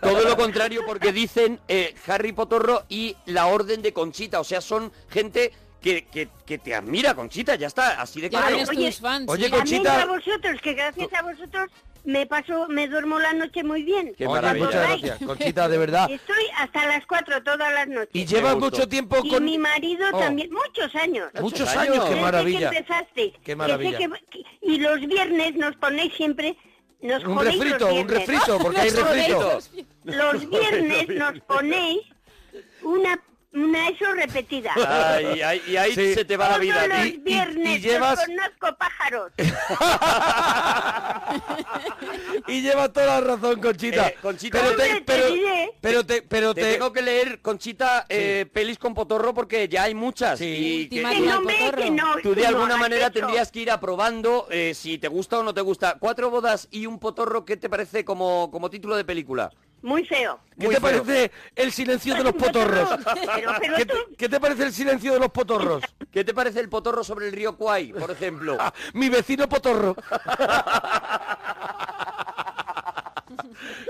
[SPEAKER 1] todo lo contrario, porque dicen eh, Harry Potorro y la Orden de Conchita. O sea, son gente que, que- que te admira, Conchita, ya está, así de
[SPEAKER 7] Ya
[SPEAKER 1] claro.
[SPEAKER 7] tienes
[SPEAKER 6] Oye,
[SPEAKER 7] tus fans. ¿eh?
[SPEAKER 2] oye,
[SPEAKER 7] sí.
[SPEAKER 2] con-
[SPEAKER 6] También
[SPEAKER 2] Conchita-
[SPEAKER 6] a vosotros, que gracias a vosotros me paso, me duermo la noche muy bien.
[SPEAKER 1] Qué
[SPEAKER 6] ¿Os
[SPEAKER 2] Oye,
[SPEAKER 1] maravilla.
[SPEAKER 2] muchas
[SPEAKER 6] acordáis?
[SPEAKER 2] gracias, Conchita, de verdad.
[SPEAKER 6] Estoy hasta las 4 todas las noches.
[SPEAKER 2] Y llevas
[SPEAKER 1] gustó.
[SPEAKER 2] mucho tiempo
[SPEAKER 6] Y
[SPEAKER 2] con...
[SPEAKER 6] mi marido
[SPEAKER 2] Oh.
[SPEAKER 6] también, muchos años.
[SPEAKER 2] Muchos
[SPEAKER 1] Muchos
[SPEAKER 2] años,
[SPEAKER 1] años.
[SPEAKER 2] qué
[SPEAKER 6] Desde
[SPEAKER 2] maravilla.
[SPEAKER 6] que empezasteis.
[SPEAKER 2] Qué
[SPEAKER 6] Que sé
[SPEAKER 2] maravilla.
[SPEAKER 6] que- y los viernes nos ponéis siempre, nos
[SPEAKER 2] Un
[SPEAKER 6] jodéis los
[SPEAKER 2] refrito, un
[SPEAKER 6] viernes.
[SPEAKER 2] refrito, porque hay
[SPEAKER 7] Los jodéis,
[SPEAKER 2] refrito.
[SPEAKER 7] los-
[SPEAKER 6] Los viernes nos ponéis una, una eso repetida.
[SPEAKER 1] Ay, ay, y ahí
[SPEAKER 2] Sí.
[SPEAKER 1] se te va la vida.
[SPEAKER 6] Todos
[SPEAKER 1] a
[SPEAKER 6] los
[SPEAKER 1] ti.
[SPEAKER 2] y- y
[SPEAKER 6] viernes
[SPEAKER 2] llevas-
[SPEAKER 6] los conozco pájaros.
[SPEAKER 1] Eh,
[SPEAKER 2] Y llevas toda la razón, Conchita.
[SPEAKER 1] Eh, Conchita,
[SPEAKER 2] pero te,
[SPEAKER 6] Hombre, te
[SPEAKER 2] pero,
[SPEAKER 6] diré.
[SPEAKER 2] pero te, pero
[SPEAKER 1] Te
[SPEAKER 2] te-
[SPEAKER 1] tengo que leer, Conchita, eh, pelis con potorro porque ya hay muchas.
[SPEAKER 2] Sí.
[SPEAKER 1] Y que
[SPEAKER 6] Que
[SPEAKER 7] Ultimátum.
[SPEAKER 6] no me- que no,
[SPEAKER 1] tú de
[SPEAKER 6] no
[SPEAKER 1] alguna
[SPEAKER 6] hagas
[SPEAKER 1] manera
[SPEAKER 6] eso.
[SPEAKER 1] tendrías que ir aprobando eh, si te gusta o no te gusta. Cuatro bodas y un potorro, ¿qué te parece como, como título de película?
[SPEAKER 6] Muy feo.
[SPEAKER 2] ¿Qué
[SPEAKER 1] Muy
[SPEAKER 2] te
[SPEAKER 1] feo.
[SPEAKER 2] parece el silencio de los potorros?
[SPEAKER 6] Pero, pero
[SPEAKER 2] ¿Qué
[SPEAKER 6] tú,
[SPEAKER 2] te, qué te parece el silencio de los potorros?
[SPEAKER 1] ¿Qué te parece el potorro sobre el río Kwai, por ejemplo?
[SPEAKER 2] Ah, Mi vecino potorro.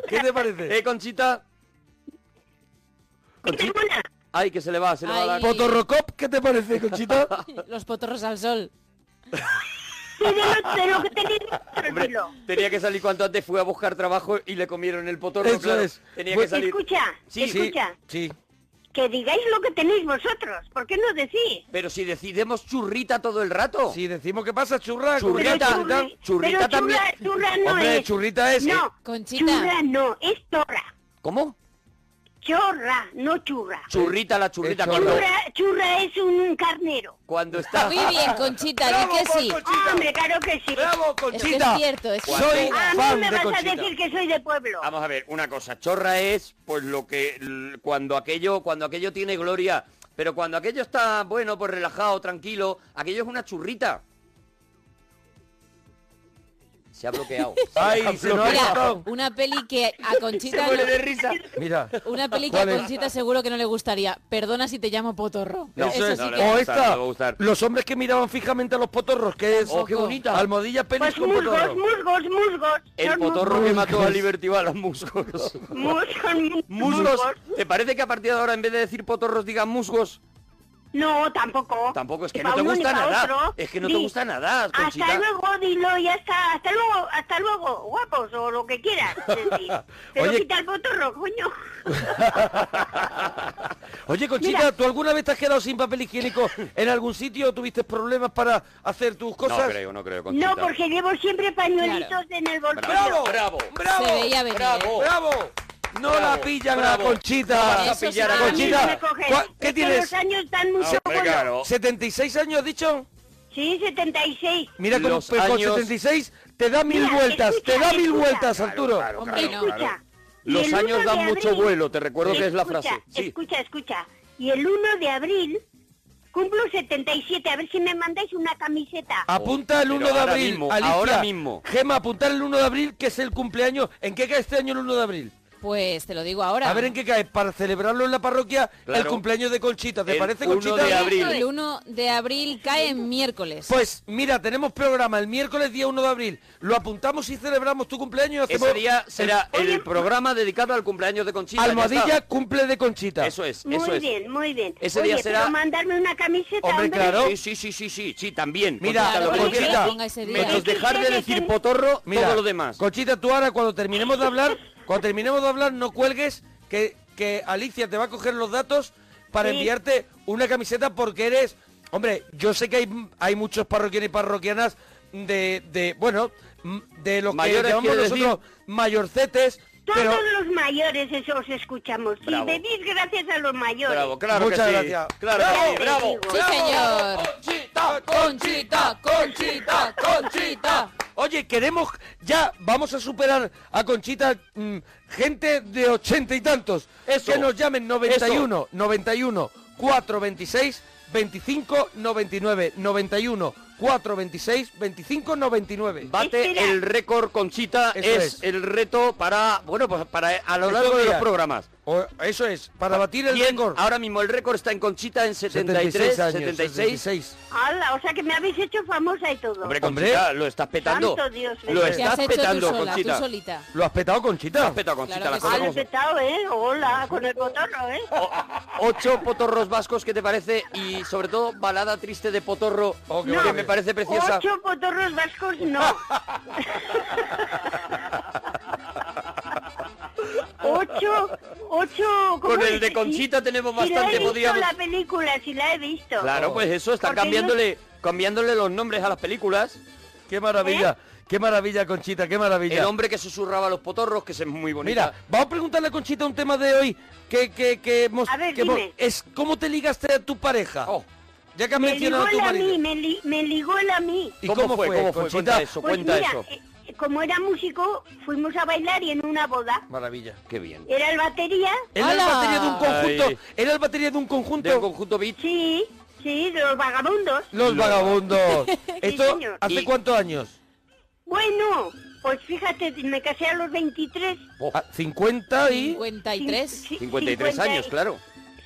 [SPEAKER 2] ¿Qué te parece?
[SPEAKER 1] ¿Eh, Conchita?
[SPEAKER 6] ¿qué
[SPEAKER 1] Conchita.
[SPEAKER 6] buena?
[SPEAKER 1] Ay, que se le va, se le va a dar.
[SPEAKER 7] Ay.
[SPEAKER 2] ¿Potorrocop? ¿Qué te parece, Conchita?
[SPEAKER 7] Los potorros al sol.
[SPEAKER 6] Sí, de lo, de lo que tenéis vosotros,
[SPEAKER 1] Hombre,
[SPEAKER 6] dilo.
[SPEAKER 1] tenía que salir cuanto antes, fue a buscar trabajo y le comieron el potorro,
[SPEAKER 2] Eso
[SPEAKER 1] claro.
[SPEAKER 2] es.
[SPEAKER 1] Tenía
[SPEAKER 2] Bueno,
[SPEAKER 1] que salir.
[SPEAKER 6] Escucha,
[SPEAKER 1] Sí,
[SPEAKER 6] escucha,
[SPEAKER 2] Sí.
[SPEAKER 6] que digáis lo que tenéis vosotros. ¿Por qué no decís?
[SPEAKER 1] Pero si decidimos churrita todo el rato.
[SPEAKER 2] Si decimos que pasa, churra.
[SPEAKER 1] Churri- Churrieta,
[SPEAKER 6] pero churri-
[SPEAKER 1] Ah, churrita
[SPEAKER 6] pero
[SPEAKER 1] también.
[SPEAKER 6] churra- churra no
[SPEAKER 2] Hombre,
[SPEAKER 6] es.
[SPEAKER 2] churrita es,
[SPEAKER 6] No,
[SPEAKER 2] eh,
[SPEAKER 7] Conchita.
[SPEAKER 6] churra no, es torra.
[SPEAKER 1] ¿Cómo?
[SPEAKER 6] Chorra, no churra.
[SPEAKER 1] Churrita la churrita
[SPEAKER 2] Eh,
[SPEAKER 1] cuando,
[SPEAKER 6] Churra, churra es un carnero.
[SPEAKER 1] cuando
[SPEAKER 7] Ah,
[SPEAKER 1] está.
[SPEAKER 7] Muy bien, Conchita, di
[SPEAKER 2] Bravo,
[SPEAKER 7] que sí.
[SPEAKER 2] Conchita.
[SPEAKER 6] Hombre, claro que sí.
[SPEAKER 2] ¡Bravo,
[SPEAKER 7] Es que es cierto, es que es
[SPEAKER 2] Soy
[SPEAKER 7] verdad.
[SPEAKER 6] A mí
[SPEAKER 2] fan
[SPEAKER 6] me
[SPEAKER 2] de
[SPEAKER 6] vas
[SPEAKER 2] Conchita.
[SPEAKER 6] a decir que soy de pueblo.
[SPEAKER 1] Vamos a ver, una cosa, chorra es pues lo que l- cuando aquello, cuando aquello tiene gloria, pero cuando aquello está bueno, pues relajado, tranquilo, aquello es una churrita. Se ha bloqueado.
[SPEAKER 2] Ay, se nos ha
[SPEAKER 7] Mira,
[SPEAKER 2] cortado.
[SPEAKER 7] una peli que a
[SPEAKER 1] Se
[SPEAKER 7] Conchita...
[SPEAKER 1] muere
[SPEAKER 7] no-
[SPEAKER 1] de risa.
[SPEAKER 2] Mira.
[SPEAKER 7] Una peli que
[SPEAKER 2] ¿Cuál
[SPEAKER 7] a
[SPEAKER 2] es?
[SPEAKER 7] Conchita seguro que no le gustaría. Perdona si te llamo potorro.
[SPEAKER 1] No,
[SPEAKER 2] Eso es.
[SPEAKER 1] no
[SPEAKER 7] sí
[SPEAKER 1] le
[SPEAKER 7] que...
[SPEAKER 1] va
[SPEAKER 2] o
[SPEAKER 1] a gustar, no
[SPEAKER 2] esta,
[SPEAKER 1] le va a gustar.
[SPEAKER 2] los hombres que miraban fijamente a los potorros, que es
[SPEAKER 1] Oh, qué bonita.
[SPEAKER 2] almohadilla pelis
[SPEAKER 6] Pues
[SPEAKER 2] con
[SPEAKER 6] musgos,
[SPEAKER 2] potorros.
[SPEAKER 6] musgos, musgos.
[SPEAKER 1] El
[SPEAKER 6] Son
[SPEAKER 1] potorro que mató a
[SPEAKER 2] musgos.
[SPEAKER 1] Liberty Ball, los musgos.
[SPEAKER 6] Musgos, mu-
[SPEAKER 1] Musgos. ¿Te parece que a partir de ahora en vez de decir potorros digan musgos?
[SPEAKER 6] No, tampoco.
[SPEAKER 1] Tampoco es
[SPEAKER 6] Ni
[SPEAKER 1] que no
[SPEAKER 6] pa'
[SPEAKER 1] te
[SPEAKER 6] uno ni
[SPEAKER 1] gusta
[SPEAKER 6] pa'
[SPEAKER 1] nada.
[SPEAKER 6] otro.
[SPEAKER 1] Es que no te
[SPEAKER 6] Di,
[SPEAKER 1] gusta nada,
[SPEAKER 6] Hasta
[SPEAKER 1] Conchita.
[SPEAKER 6] luego, dilo, ya está. Hasta luego, hasta luego, guapos o lo que quieras. decir. Pero
[SPEAKER 2] Oye-
[SPEAKER 6] quita el potorro, coño.
[SPEAKER 2] Oye, Conchita,
[SPEAKER 6] Mira.
[SPEAKER 2] ¿tú alguna vez te has quedado sin papel higiénico en algún sitio? ¿Tuviste problemas para hacer tus cosas?
[SPEAKER 1] No creo, no creo, Conchita.
[SPEAKER 6] No, porque llevo siempre pañuelitos en el bolsillo.
[SPEAKER 2] ¡Bravo!
[SPEAKER 1] Bravo.
[SPEAKER 2] ¡Bravo!
[SPEAKER 7] Se veía venir,
[SPEAKER 2] ¡Bravo!
[SPEAKER 1] ¿eh?
[SPEAKER 2] ¡Bravo! No
[SPEAKER 1] Bravo,
[SPEAKER 2] la pillan
[SPEAKER 1] bravo.
[SPEAKER 2] a Conchita.
[SPEAKER 7] No vas a Eso pillar
[SPEAKER 6] A
[SPEAKER 7] a
[SPEAKER 6] mí no me
[SPEAKER 2] Conchita.
[SPEAKER 6] cogen.
[SPEAKER 2] ¿cuá-
[SPEAKER 6] Es
[SPEAKER 2] ¿Qué
[SPEAKER 6] que
[SPEAKER 2] tienes?
[SPEAKER 6] los años dan mucho
[SPEAKER 1] Ah, Hombre,
[SPEAKER 6] vuelo.
[SPEAKER 1] claro.
[SPEAKER 2] ¿76 años, has dicho?
[SPEAKER 6] Sí, 76.
[SPEAKER 2] Mira, con,
[SPEAKER 1] Los
[SPEAKER 2] pues con
[SPEAKER 1] años-
[SPEAKER 2] 76 te da mil
[SPEAKER 6] Mira,
[SPEAKER 2] vueltas, te da
[SPEAKER 6] escucha,
[SPEAKER 2] mil
[SPEAKER 6] escucha.
[SPEAKER 2] vueltas,
[SPEAKER 1] Claro,
[SPEAKER 2] Arturo.
[SPEAKER 1] claro,
[SPEAKER 7] Hombre,
[SPEAKER 1] claro,
[SPEAKER 7] no.
[SPEAKER 1] claro.
[SPEAKER 6] Escucha. y
[SPEAKER 1] Los
[SPEAKER 6] el 1
[SPEAKER 1] años
[SPEAKER 6] de
[SPEAKER 1] dan mucho
[SPEAKER 6] abril-
[SPEAKER 1] vuelo, te recuerdo que es la frase.
[SPEAKER 6] Escucha,
[SPEAKER 1] Sí.
[SPEAKER 6] escucha, escucha. Y el 1 de abril cumplo 77. A ver si me mandáis una camiseta.
[SPEAKER 2] Apunta el
[SPEAKER 1] Oh, Pero
[SPEAKER 2] 1 de
[SPEAKER 1] ahora
[SPEAKER 2] abril,
[SPEAKER 1] mismo,
[SPEAKER 2] Alicia.
[SPEAKER 1] ahora mismo.
[SPEAKER 2] Gema, apuntar el 1 de abril, que es el cumpleaños. ¿En qué cae este año el 1 de abril?
[SPEAKER 7] Pues te lo digo ahora.
[SPEAKER 2] A ver en qué cae, para celebrarlo en la parroquia el
[SPEAKER 1] Claro.
[SPEAKER 2] cumpleaños de Conchita. ¿Te
[SPEAKER 1] El
[SPEAKER 2] parece
[SPEAKER 1] 1
[SPEAKER 2] Conchita?
[SPEAKER 1] de abril.
[SPEAKER 7] El 1 de abril cae en miércoles.
[SPEAKER 2] Pues mira, tenemos programa el miércoles día 1 de abril. Lo apuntamos y celebramos tu cumpleaños. y hacemos
[SPEAKER 1] Ese día será el programa dedicado al cumpleaños de Conchita. ya
[SPEAKER 2] Almohadilla
[SPEAKER 1] está.
[SPEAKER 2] cumple de Conchita.
[SPEAKER 1] Eso es,
[SPEAKER 6] Muy
[SPEAKER 1] eso es.
[SPEAKER 6] bien, muy bien.
[SPEAKER 1] Ese día
[SPEAKER 6] Oye,
[SPEAKER 1] será-
[SPEAKER 6] pero mandarme una camiseta,
[SPEAKER 2] Hombre,
[SPEAKER 6] hombre.
[SPEAKER 2] claro.
[SPEAKER 1] Sí, sí, sí, sí, sí, sí, también.
[SPEAKER 2] Mira,
[SPEAKER 1] Conchita, lo
[SPEAKER 7] Claro,
[SPEAKER 1] que
[SPEAKER 7] porque
[SPEAKER 1] quieras.
[SPEAKER 7] lo ponga ese día.
[SPEAKER 1] Menos dejar de decir potorro,
[SPEAKER 2] Mira,
[SPEAKER 1] todo lo demás.
[SPEAKER 2] Conchita, tú ahora cuando terminemos de hablar, cuando terminemos de hablar, no cuelgues que, que Alicia te va a coger los datos para
[SPEAKER 6] Sí.
[SPEAKER 2] enviarte una camiseta porque eres. Hombre, yo sé que hay, hay muchos parroquianos y parroquianas de, de bueno, m- de los que
[SPEAKER 1] Mayores,
[SPEAKER 2] llamamos
[SPEAKER 1] quiere
[SPEAKER 2] nosotros mayorcetes,
[SPEAKER 6] Todos
[SPEAKER 2] pero
[SPEAKER 6] los mayores eso os escuchamos.
[SPEAKER 1] Bravo.
[SPEAKER 6] Y venís gracias a los mayores.
[SPEAKER 1] Bravo, claro que
[SPEAKER 2] Muchas
[SPEAKER 1] sí.
[SPEAKER 2] gracias.
[SPEAKER 1] Claro
[SPEAKER 6] Bravo.
[SPEAKER 1] que sí, bravo.
[SPEAKER 7] Sí, señor.
[SPEAKER 2] Conchita,
[SPEAKER 7] Conchita, Conchita, Conchita.
[SPEAKER 2] Oye, queremos, ya vamos a superar a Conchita mm, gente de ochenta y tantos.
[SPEAKER 1] Eso.
[SPEAKER 2] Que nos llamen 91, 91, 426, 25, 99, 91, 426, 25, 99.
[SPEAKER 1] Bate
[SPEAKER 6] Espera.
[SPEAKER 1] el récord, Conchita,
[SPEAKER 2] Eso
[SPEAKER 1] es,
[SPEAKER 2] es.
[SPEAKER 1] el reto para, bueno, pues para a lo largo de los
[SPEAKER 2] días.
[SPEAKER 1] programas.
[SPEAKER 2] O- eso es, para batir el
[SPEAKER 1] ¿Quién?
[SPEAKER 2] récord.
[SPEAKER 1] Ahora mismo el récord está en Conchita en 73,
[SPEAKER 2] 76 años,
[SPEAKER 1] 76.
[SPEAKER 2] 76.
[SPEAKER 6] Hala, o sea que me habéis hecho famosa y todo.
[SPEAKER 1] Hombre,
[SPEAKER 2] Hombre.
[SPEAKER 1] Conchita, lo estás petando.
[SPEAKER 6] Santo Dios,
[SPEAKER 1] lo
[SPEAKER 6] hombre.
[SPEAKER 7] ¿Qué has
[SPEAKER 1] estás
[SPEAKER 7] hecho
[SPEAKER 1] petando,
[SPEAKER 7] tú sola,
[SPEAKER 1] Conchita.
[SPEAKER 7] tú solita?
[SPEAKER 2] Lo has petado, Conchita.
[SPEAKER 1] Has petado, Conchita,
[SPEAKER 7] Claro
[SPEAKER 1] las
[SPEAKER 7] que
[SPEAKER 1] cosas
[SPEAKER 6] Ah,
[SPEAKER 7] sí.
[SPEAKER 6] lo he
[SPEAKER 1] como son.
[SPEAKER 6] petado, ¿eh? Hola, con el botorro, ¿eh?
[SPEAKER 1] O- Ocho potorros vascos, ¿qué te parece? Y sobre todo, balada triste de potorro,
[SPEAKER 2] Oh, qué
[SPEAKER 1] que
[SPEAKER 2] bonito.
[SPEAKER 1] me parece preciosa.
[SPEAKER 6] Ocho potorros vascos no. ocho, ocho... ¿cómo
[SPEAKER 1] Con el
[SPEAKER 6] es?
[SPEAKER 1] de Conchita tenemos
[SPEAKER 6] Si la he
[SPEAKER 1] bastante,
[SPEAKER 6] visto
[SPEAKER 1] podríamos...
[SPEAKER 6] la película, si la he visto.
[SPEAKER 1] Claro, pues eso, están
[SPEAKER 6] Porque
[SPEAKER 1] cambiándole, cambiándole los nombres a las películas.
[SPEAKER 2] Qué maravilla, qué maravilla, Conchita, qué maravilla.
[SPEAKER 1] El hombre que susurraba a los potorros, que ese es muy bonito.
[SPEAKER 2] Mira, vamos a preguntarle a Conchita un tema de hoy que, que, que hemos...
[SPEAKER 6] A ver,
[SPEAKER 2] que hemos-
[SPEAKER 6] dime.
[SPEAKER 2] es ¿Cómo te ligaste a tu pareja?
[SPEAKER 1] Oh.
[SPEAKER 2] Ya que has
[SPEAKER 6] Me
[SPEAKER 2] mencionado
[SPEAKER 6] ligó él
[SPEAKER 2] a tu
[SPEAKER 6] a mí,
[SPEAKER 2] marido.
[SPEAKER 6] me, li- me ligó él a mí.
[SPEAKER 2] ¿Y
[SPEAKER 1] ¿Cómo, fue? ¿Cómo fue? Cuenta eso,
[SPEAKER 6] Pues
[SPEAKER 1] cuenta
[SPEAKER 6] mira,
[SPEAKER 1] eso.
[SPEAKER 6] eh, como era músico, fuimos a bailar y en una boda.
[SPEAKER 2] Maravilla.
[SPEAKER 1] Qué bien.
[SPEAKER 6] Era el batería,
[SPEAKER 2] Era el
[SPEAKER 7] ¡Hala!
[SPEAKER 2] batería de un conjunto.
[SPEAKER 1] Ay.
[SPEAKER 2] Era el batería de un conjunto.
[SPEAKER 1] Del conjunto Beat.
[SPEAKER 6] sí, sí, de los vagabundos.
[SPEAKER 2] Los vagabundos. Esto
[SPEAKER 6] señor.
[SPEAKER 2] hace
[SPEAKER 1] Y-
[SPEAKER 2] cuántos años?
[SPEAKER 6] Bueno, pues fíjate, me casé a los 23.
[SPEAKER 1] Oh.
[SPEAKER 2] Ah, 50 y
[SPEAKER 7] 53.
[SPEAKER 6] Sí,
[SPEAKER 1] 53
[SPEAKER 6] 50
[SPEAKER 1] años, claro.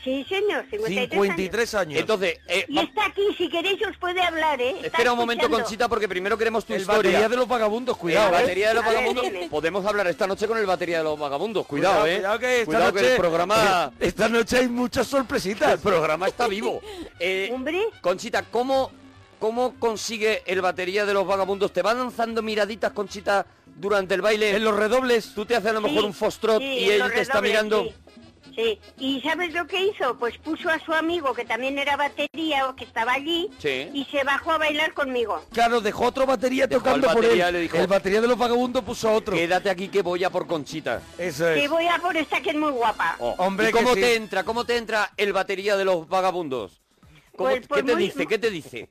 [SPEAKER 6] Sí, señor, 53,
[SPEAKER 2] 53 años.
[SPEAKER 1] Entonces, eh,
[SPEAKER 6] años. Y
[SPEAKER 1] va-
[SPEAKER 6] está aquí, si queréis os puede hablar, ¿eh? Está
[SPEAKER 1] espera un momento,
[SPEAKER 6] escuchando.
[SPEAKER 1] Conchita, porque primero queremos tu
[SPEAKER 2] el
[SPEAKER 1] historia.
[SPEAKER 2] batería de los vagabundos, cuidado.
[SPEAKER 1] el
[SPEAKER 2] ¿eh?
[SPEAKER 1] batería de los
[SPEAKER 6] A ver,
[SPEAKER 1] vagabundos.
[SPEAKER 6] dime.
[SPEAKER 1] Podemos hablar esta noche con el batería de los vagabundos. Cuidado, eh.
[SPEAKER 2] Cuidado que esta
[SPEAKER 1] Cuidado
[SPEAKER 2] noche...
[SPEAKER 1] el programa,
[SPEAKER 2] Esta noche hay muchas sorpresitas.
[SPEAKER 1] el programa está vivo. Eh,
[SPEAKER 6] Hombre,
[SPEAKER 1] Conchita, ¿cómo, ¿cómo consigue el batería de los vagabundos? ¿Te va lanzando miraditas, Conchita, durante el baile?
[SPEAKER 2] En los redobles...
[SPEAKER 1] Tú te haces a lo
[SPEAKER 6] Sí,
[SPEAKER 1] mejor un fostrot
[SPEAKER 6] sí,
[SPEAKER 1] y
[SPEAKER 6] en
[SPEAKER 1] él
[SPEAKER 6] los
[SPEAKER 1] te está
[SPEAKER 6] redobles,
[SPEAKER 1] mirando.
[SPEAKER 6] Sí. sí. ¿y sabes lo que hizo? Pues puso a su amigo, que también era batería o que estaba allí,
[SPEAKER 1] Sí.
[SPEAKER 6] y se bajó a bailar conmigo.
[SPEAKER 2] Claro, dejó otro batería
[SPEAKER 1] Dejó
[SPEAKER 2] tocando
[SPEAKER 1] al
[SPEAKER 2] por
[SPEAKER 1] batería,
[SPEAKER 2] él.
[SPEAKER 1] le dijo-
[SPEAKER 2] el batería de los vagabundos puso a otro.
[SPEAKER 1] Quédate aquí que voy a por Conchita.
[SPEAKER 2] Eso
[SPEAKER 6] Que voy a por esta que es muy guapa.
[SPEAKER 1] Oh.
[SPEAKER 2] Hombre,
[SPEAKER 1] ¿Y cómo
[SPEAKER 2] que sí.
[SPEAKER 1] te entra? ¿Cómo te entra el batería de los vagabundos? ¿Cómo-
[SPEAKER 6] Pues- pues
[SPEAKER 1] ¿Qué te
[SPEAKER 6] muy-
[SPEAKER 1] dice? ¿Qué te dice?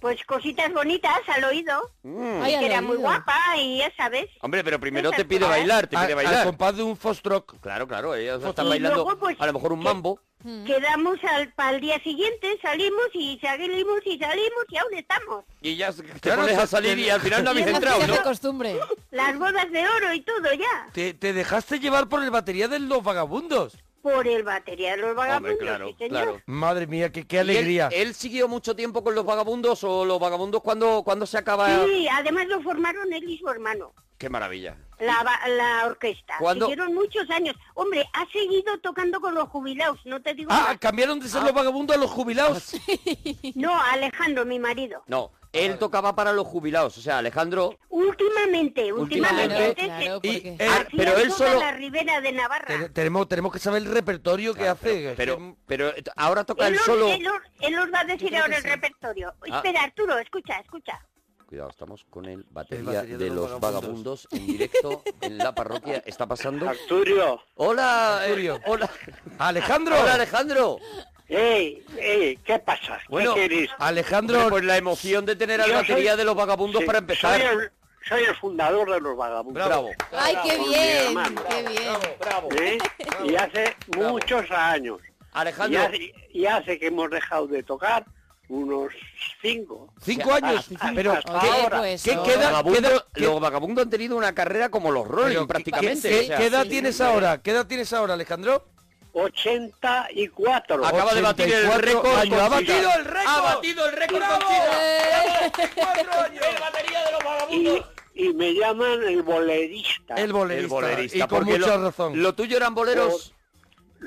[SPEAKER 6] Pues cositas bonitas al oído,
[SPEAKER 1] Mm.
[SPEAKER 7] Ay,
[SPEAKER 6] que
[SPEAKER 7] al
[SPEAKER 6] era muy
[SPEAKER 7] oído.
[SPEAKER 6] guapa y ya sabes.
[SPEAKER 1] Hombre, pero primero
[SPEAKER 6] Esas
[SPEAKER 1] te pide
[SPEAKER 6] cosas.
[SPEAKER 1] bailar, te
[SPEAKER 2] A-
[SPEAKER 1] pide
[SPEAKER 2] Al
[SPEAKER 1] bailar.
[SPEAKER 2] compás de un fostrock.
[SPEAKER 1] Claro, claro, ellos están
[SPEAKER 6] Y
[SPEAKER 1] bailando
[SPEAKER 6] luego, ¿eh? pues,
[SPEAKER 1] a lo mejor un
[SPEAKER 6] ¿qué?
[SPEAKER 1] mambo.
[SPEAKER 6] Quedamos al, para el día siguiente, salimos y salimos y salimos y aún estamos.
[SPEAKER 1] Y ya te
[SPEAKER 2] Claro,
[SPEAKER 1] pones
[SPEAKER 2] se-
[SPEAKER 1] a salir y al final no habéis
[SPEAKER 7] Tienes
[SPEAKER 1] entrado,
[SPEAKER 7] que
[SPEAKER 1] ¿no?
[SPEAKER 7] de costumbre.
[SPEAKER 6] Las bodas de oro y todo ya.
[SPEAKER 2] Te, te dejaste llevar por el batería de los vagabundos.
[SPEAKER 6] Por el batería de los vagabundos,
[SPEAKER 1] claro,
[SPEAKER 6] sí, señor.
[SPEAKER 1] claro.
[SPEAKER 2] Madre mía, qué, qué
[SPEAKER 1] ¿Y
[SPEAKER 2] alegría.
[SPEAKER 1] Él, él siguió mucho tiempo con los vagabundos o los vagabundos cuando, cuando se acaba...
[SPEAKER 6] Sí, además lo formaron él y su hermano,
[SPEAKER 1] ¡Qué maravilla!
[SPEAKER 6] la, ba- la orquesta.
[SPEAKER 1] ¿Cuándo?
[SPEAKER 6] Hicieron muchos años. Hombre, ha seguido tocando con los jubilados, no te digo
[SPEAKER 2] Ah,
[SPEAKER 6] más.
[SPEAKER 2] cambiaron de ser los vagabundos a los jubilados.
[SPEAKER 6] No, Alejandro, mi marido.
[SPEAKER 1] No,
[SPEAKER 2] Ah.
[SPEAKER 1] él tocaba para los jubilados, o sea, Alejandro...
[SPEAKER 6] Últimamente,
[SPEAKER 1] Últimamente.
[SPEAKER 6] últimamente.
[SPEAKER 7] Claro, claro,
[SPEAKER 6] se-
[SPEAKER 2] Y
[SPEAKER 7] porque-
[SPEAKER 2] eh,
[SPEAKER 1] Ah, pero él
[SPEAKER 6] toda
[SPEAKER 1] solo-
[SPEAKER 6] la ribera de Navarra.
[SPEAKER 2] te- tenemos, tenemos que saber el repertorio que
[SPEAKER 1] eh, Claro,
[SPEAKER 2] hace.
[SPEAKER 1] Pero, pero, pero ahora toca
[SPEAKER 6] Él
[SPEAKER 1] él
[SPEAKER 6] os,
[SPEAKER 1] solo...
[SPEAKER 6] él os- él os va a decir ahora el repertorio.
[SPEAKER 2] Ah.
[SPEAKER 6] Espera, Arturo, escucha, escucha.
[SPEAKER 1] Cuidado, estamos con el
[SPEAKER 2] El
[SPEAKER 1] batería,
[SPEAKER 2] batería
[SPEAKER 1] de, los vagabundos. en directo en la parroquia. ¿Está pasando?
[SPEAKER 8] Arturio,
[SPEAKER 1] Hola, eh,
[SPEAKER 2] Arturio.
[SPEAKER 1] hola,
[SPEAKER 2] Alejandro.
[SPEAKER 1] hola Alejandro.
[SPEAKER 8] ey, ey, ¿qué pasa? ¿Qué
[SPEAKER 1] Bueno,
[SPEAKER 8] queréis?
[SPEAKER 2] Alejandro.
[SPEAKER 1] pues la emoción de tener al
[SPEAKER 8] Yo soy-
[SPEAKER 1] batería de los vagabundos
[SPEAKER 8] Sí,
[SPEAKER 1] para empezar.
[SPEAKER 8] Soy el, soy el fundador de los vagabundos.
[SPEAKER 1] Bravo.
[SPEAKER 9] ¿Eh?
[SPEAKER 7] Ay, qué
[SPEAKER 8] Bravo, mi
[SPEAKER 7] bien,
[SPEAKER 8] hermano.
[SPEAKER 7] qué bien.
[SPEAKER 1] Bravo.
[SPEAKER 8] ¿Eh? Y hace muchos años. Y
[SPEAKER 1] Alejandro,
[SPEAKER 8] hace, y hace que hemos dejado de tocar
[SPEAKER 9] unos cinco.
[SPEAKER 2] Cinco años.
[SPEAKER 8] ah,
[SPEAKER 9] hasta
[SPEAKER 2] Pero,
[SPEAKER 9] hasta
[SPEAKER 2] ¿qué-
[SPEAKER 9] ahora.
[SPEAKER 10] pues,
[SPEAKER 2] ¿Qué
[SPEAKER 10] no.
[SPEAKER 2] queda?
[SPEAKER 1] Vagabundo-
[SPEAKER 2] queda-
[SPEAKER 1] Los vagabundos han tenido una carrera como los Rolling
[SPEAKER 2] Pero, ¿qué-
[SPEAKER 1] prácticamente.
[SPEAKER 2] ¿Qué,
[SPEAKER 1] o sea,
[SPEAKER 2] qué edad
[SPEAKER 10] sí.
[SPEAKER 2] tienes ahora? ¿Qué edad tienes ahora, Alejandro?
[SPEAKER 9] 84.
[SPEAKER 1] Acaba de batir el
[SPEAKER 2] 84
[SPEAKER 1] récord.
[SPEAKER 2] años.
[SPEAKER 1] Conchita.
[SPEAKER 2] ¡Ha batido el récord!
[SPEAKER 1] Ha batido el récord.
[SPEAKER 2] ¡Bravo!
[SPEAKER 1] Conchita.
[SPEAKER 2] ¡Cuatro años!
[SPEAKER 9] y, y me llaman el bolerista.
[SPEAKER 2] El bolerista.
[SPEAKER 1] El bolerista.
[SPEAKER 2] y con
[SPEAKER 1] porque
[SPEAKER 2] mucha
[SPEAKER 1] lo,
[SPEAKER 2] razón.
[SPEAKER 1] Lo tuyo eran boleros.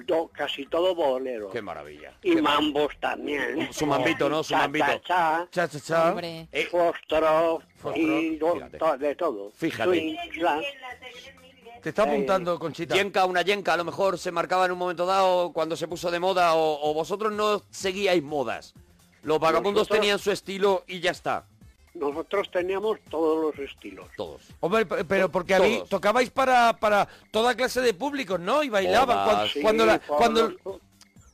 [SPEAKER 9] Do- casi todo bolero.
[SPEAKER 1] Qué maravilla.
[SPEAKER 9] Y mambos también.
[SPEAKER 1] Su mambito, ¿no? Su mambito.
[SPEAKER 9] Cha-cha-cha,
[SPEAKER 2] Cha, cha, cha.
[SPEAKER 10] Hombre.
[SPEAKER 1] Eh,
[SPEAKER 9] foxtrot y do-
[SPEAKER 1] fíjate.
[SPEAKER 9] to- de todo.
[SPEAKER 1] Fíjate.
[SPEAKER 9] Swing, slam.
[SPEAKER 2] Te está
[SPEAKER 9] Eh,
[SPEAKER 2] apuntando, Conchita.
[SPEAKER 1] Yenka, una yenka, a lo mejor se marcaba en un momento dado cuando se puso de moda o, o vosotros no seguíais modas. Los vagabundos
[SPEAKER 9] Nosotros-
[SPEAKER 1] tenían su estilo y ya está.
[SPEAKER 9] Nosotros teníamos todos los estilos.
[SPEAKER 1] Todos.
[SPEAKER 2] Hombre, pe- pero porque a mí
[SPEAKER 1] Todos.
[SPEAKER 2] tocabais para, para toda clase de públicos, ¿no? Y bailaban.
[SPEAKER 1] Todas,
[SPEAKER 2] cuando,
[SPEAKER 1] sí,
[SPEAKER 2] cuando la-
[SPEAKER 9] por,
[SPEAKER 2] cuando-
[SPEAKER 9] los-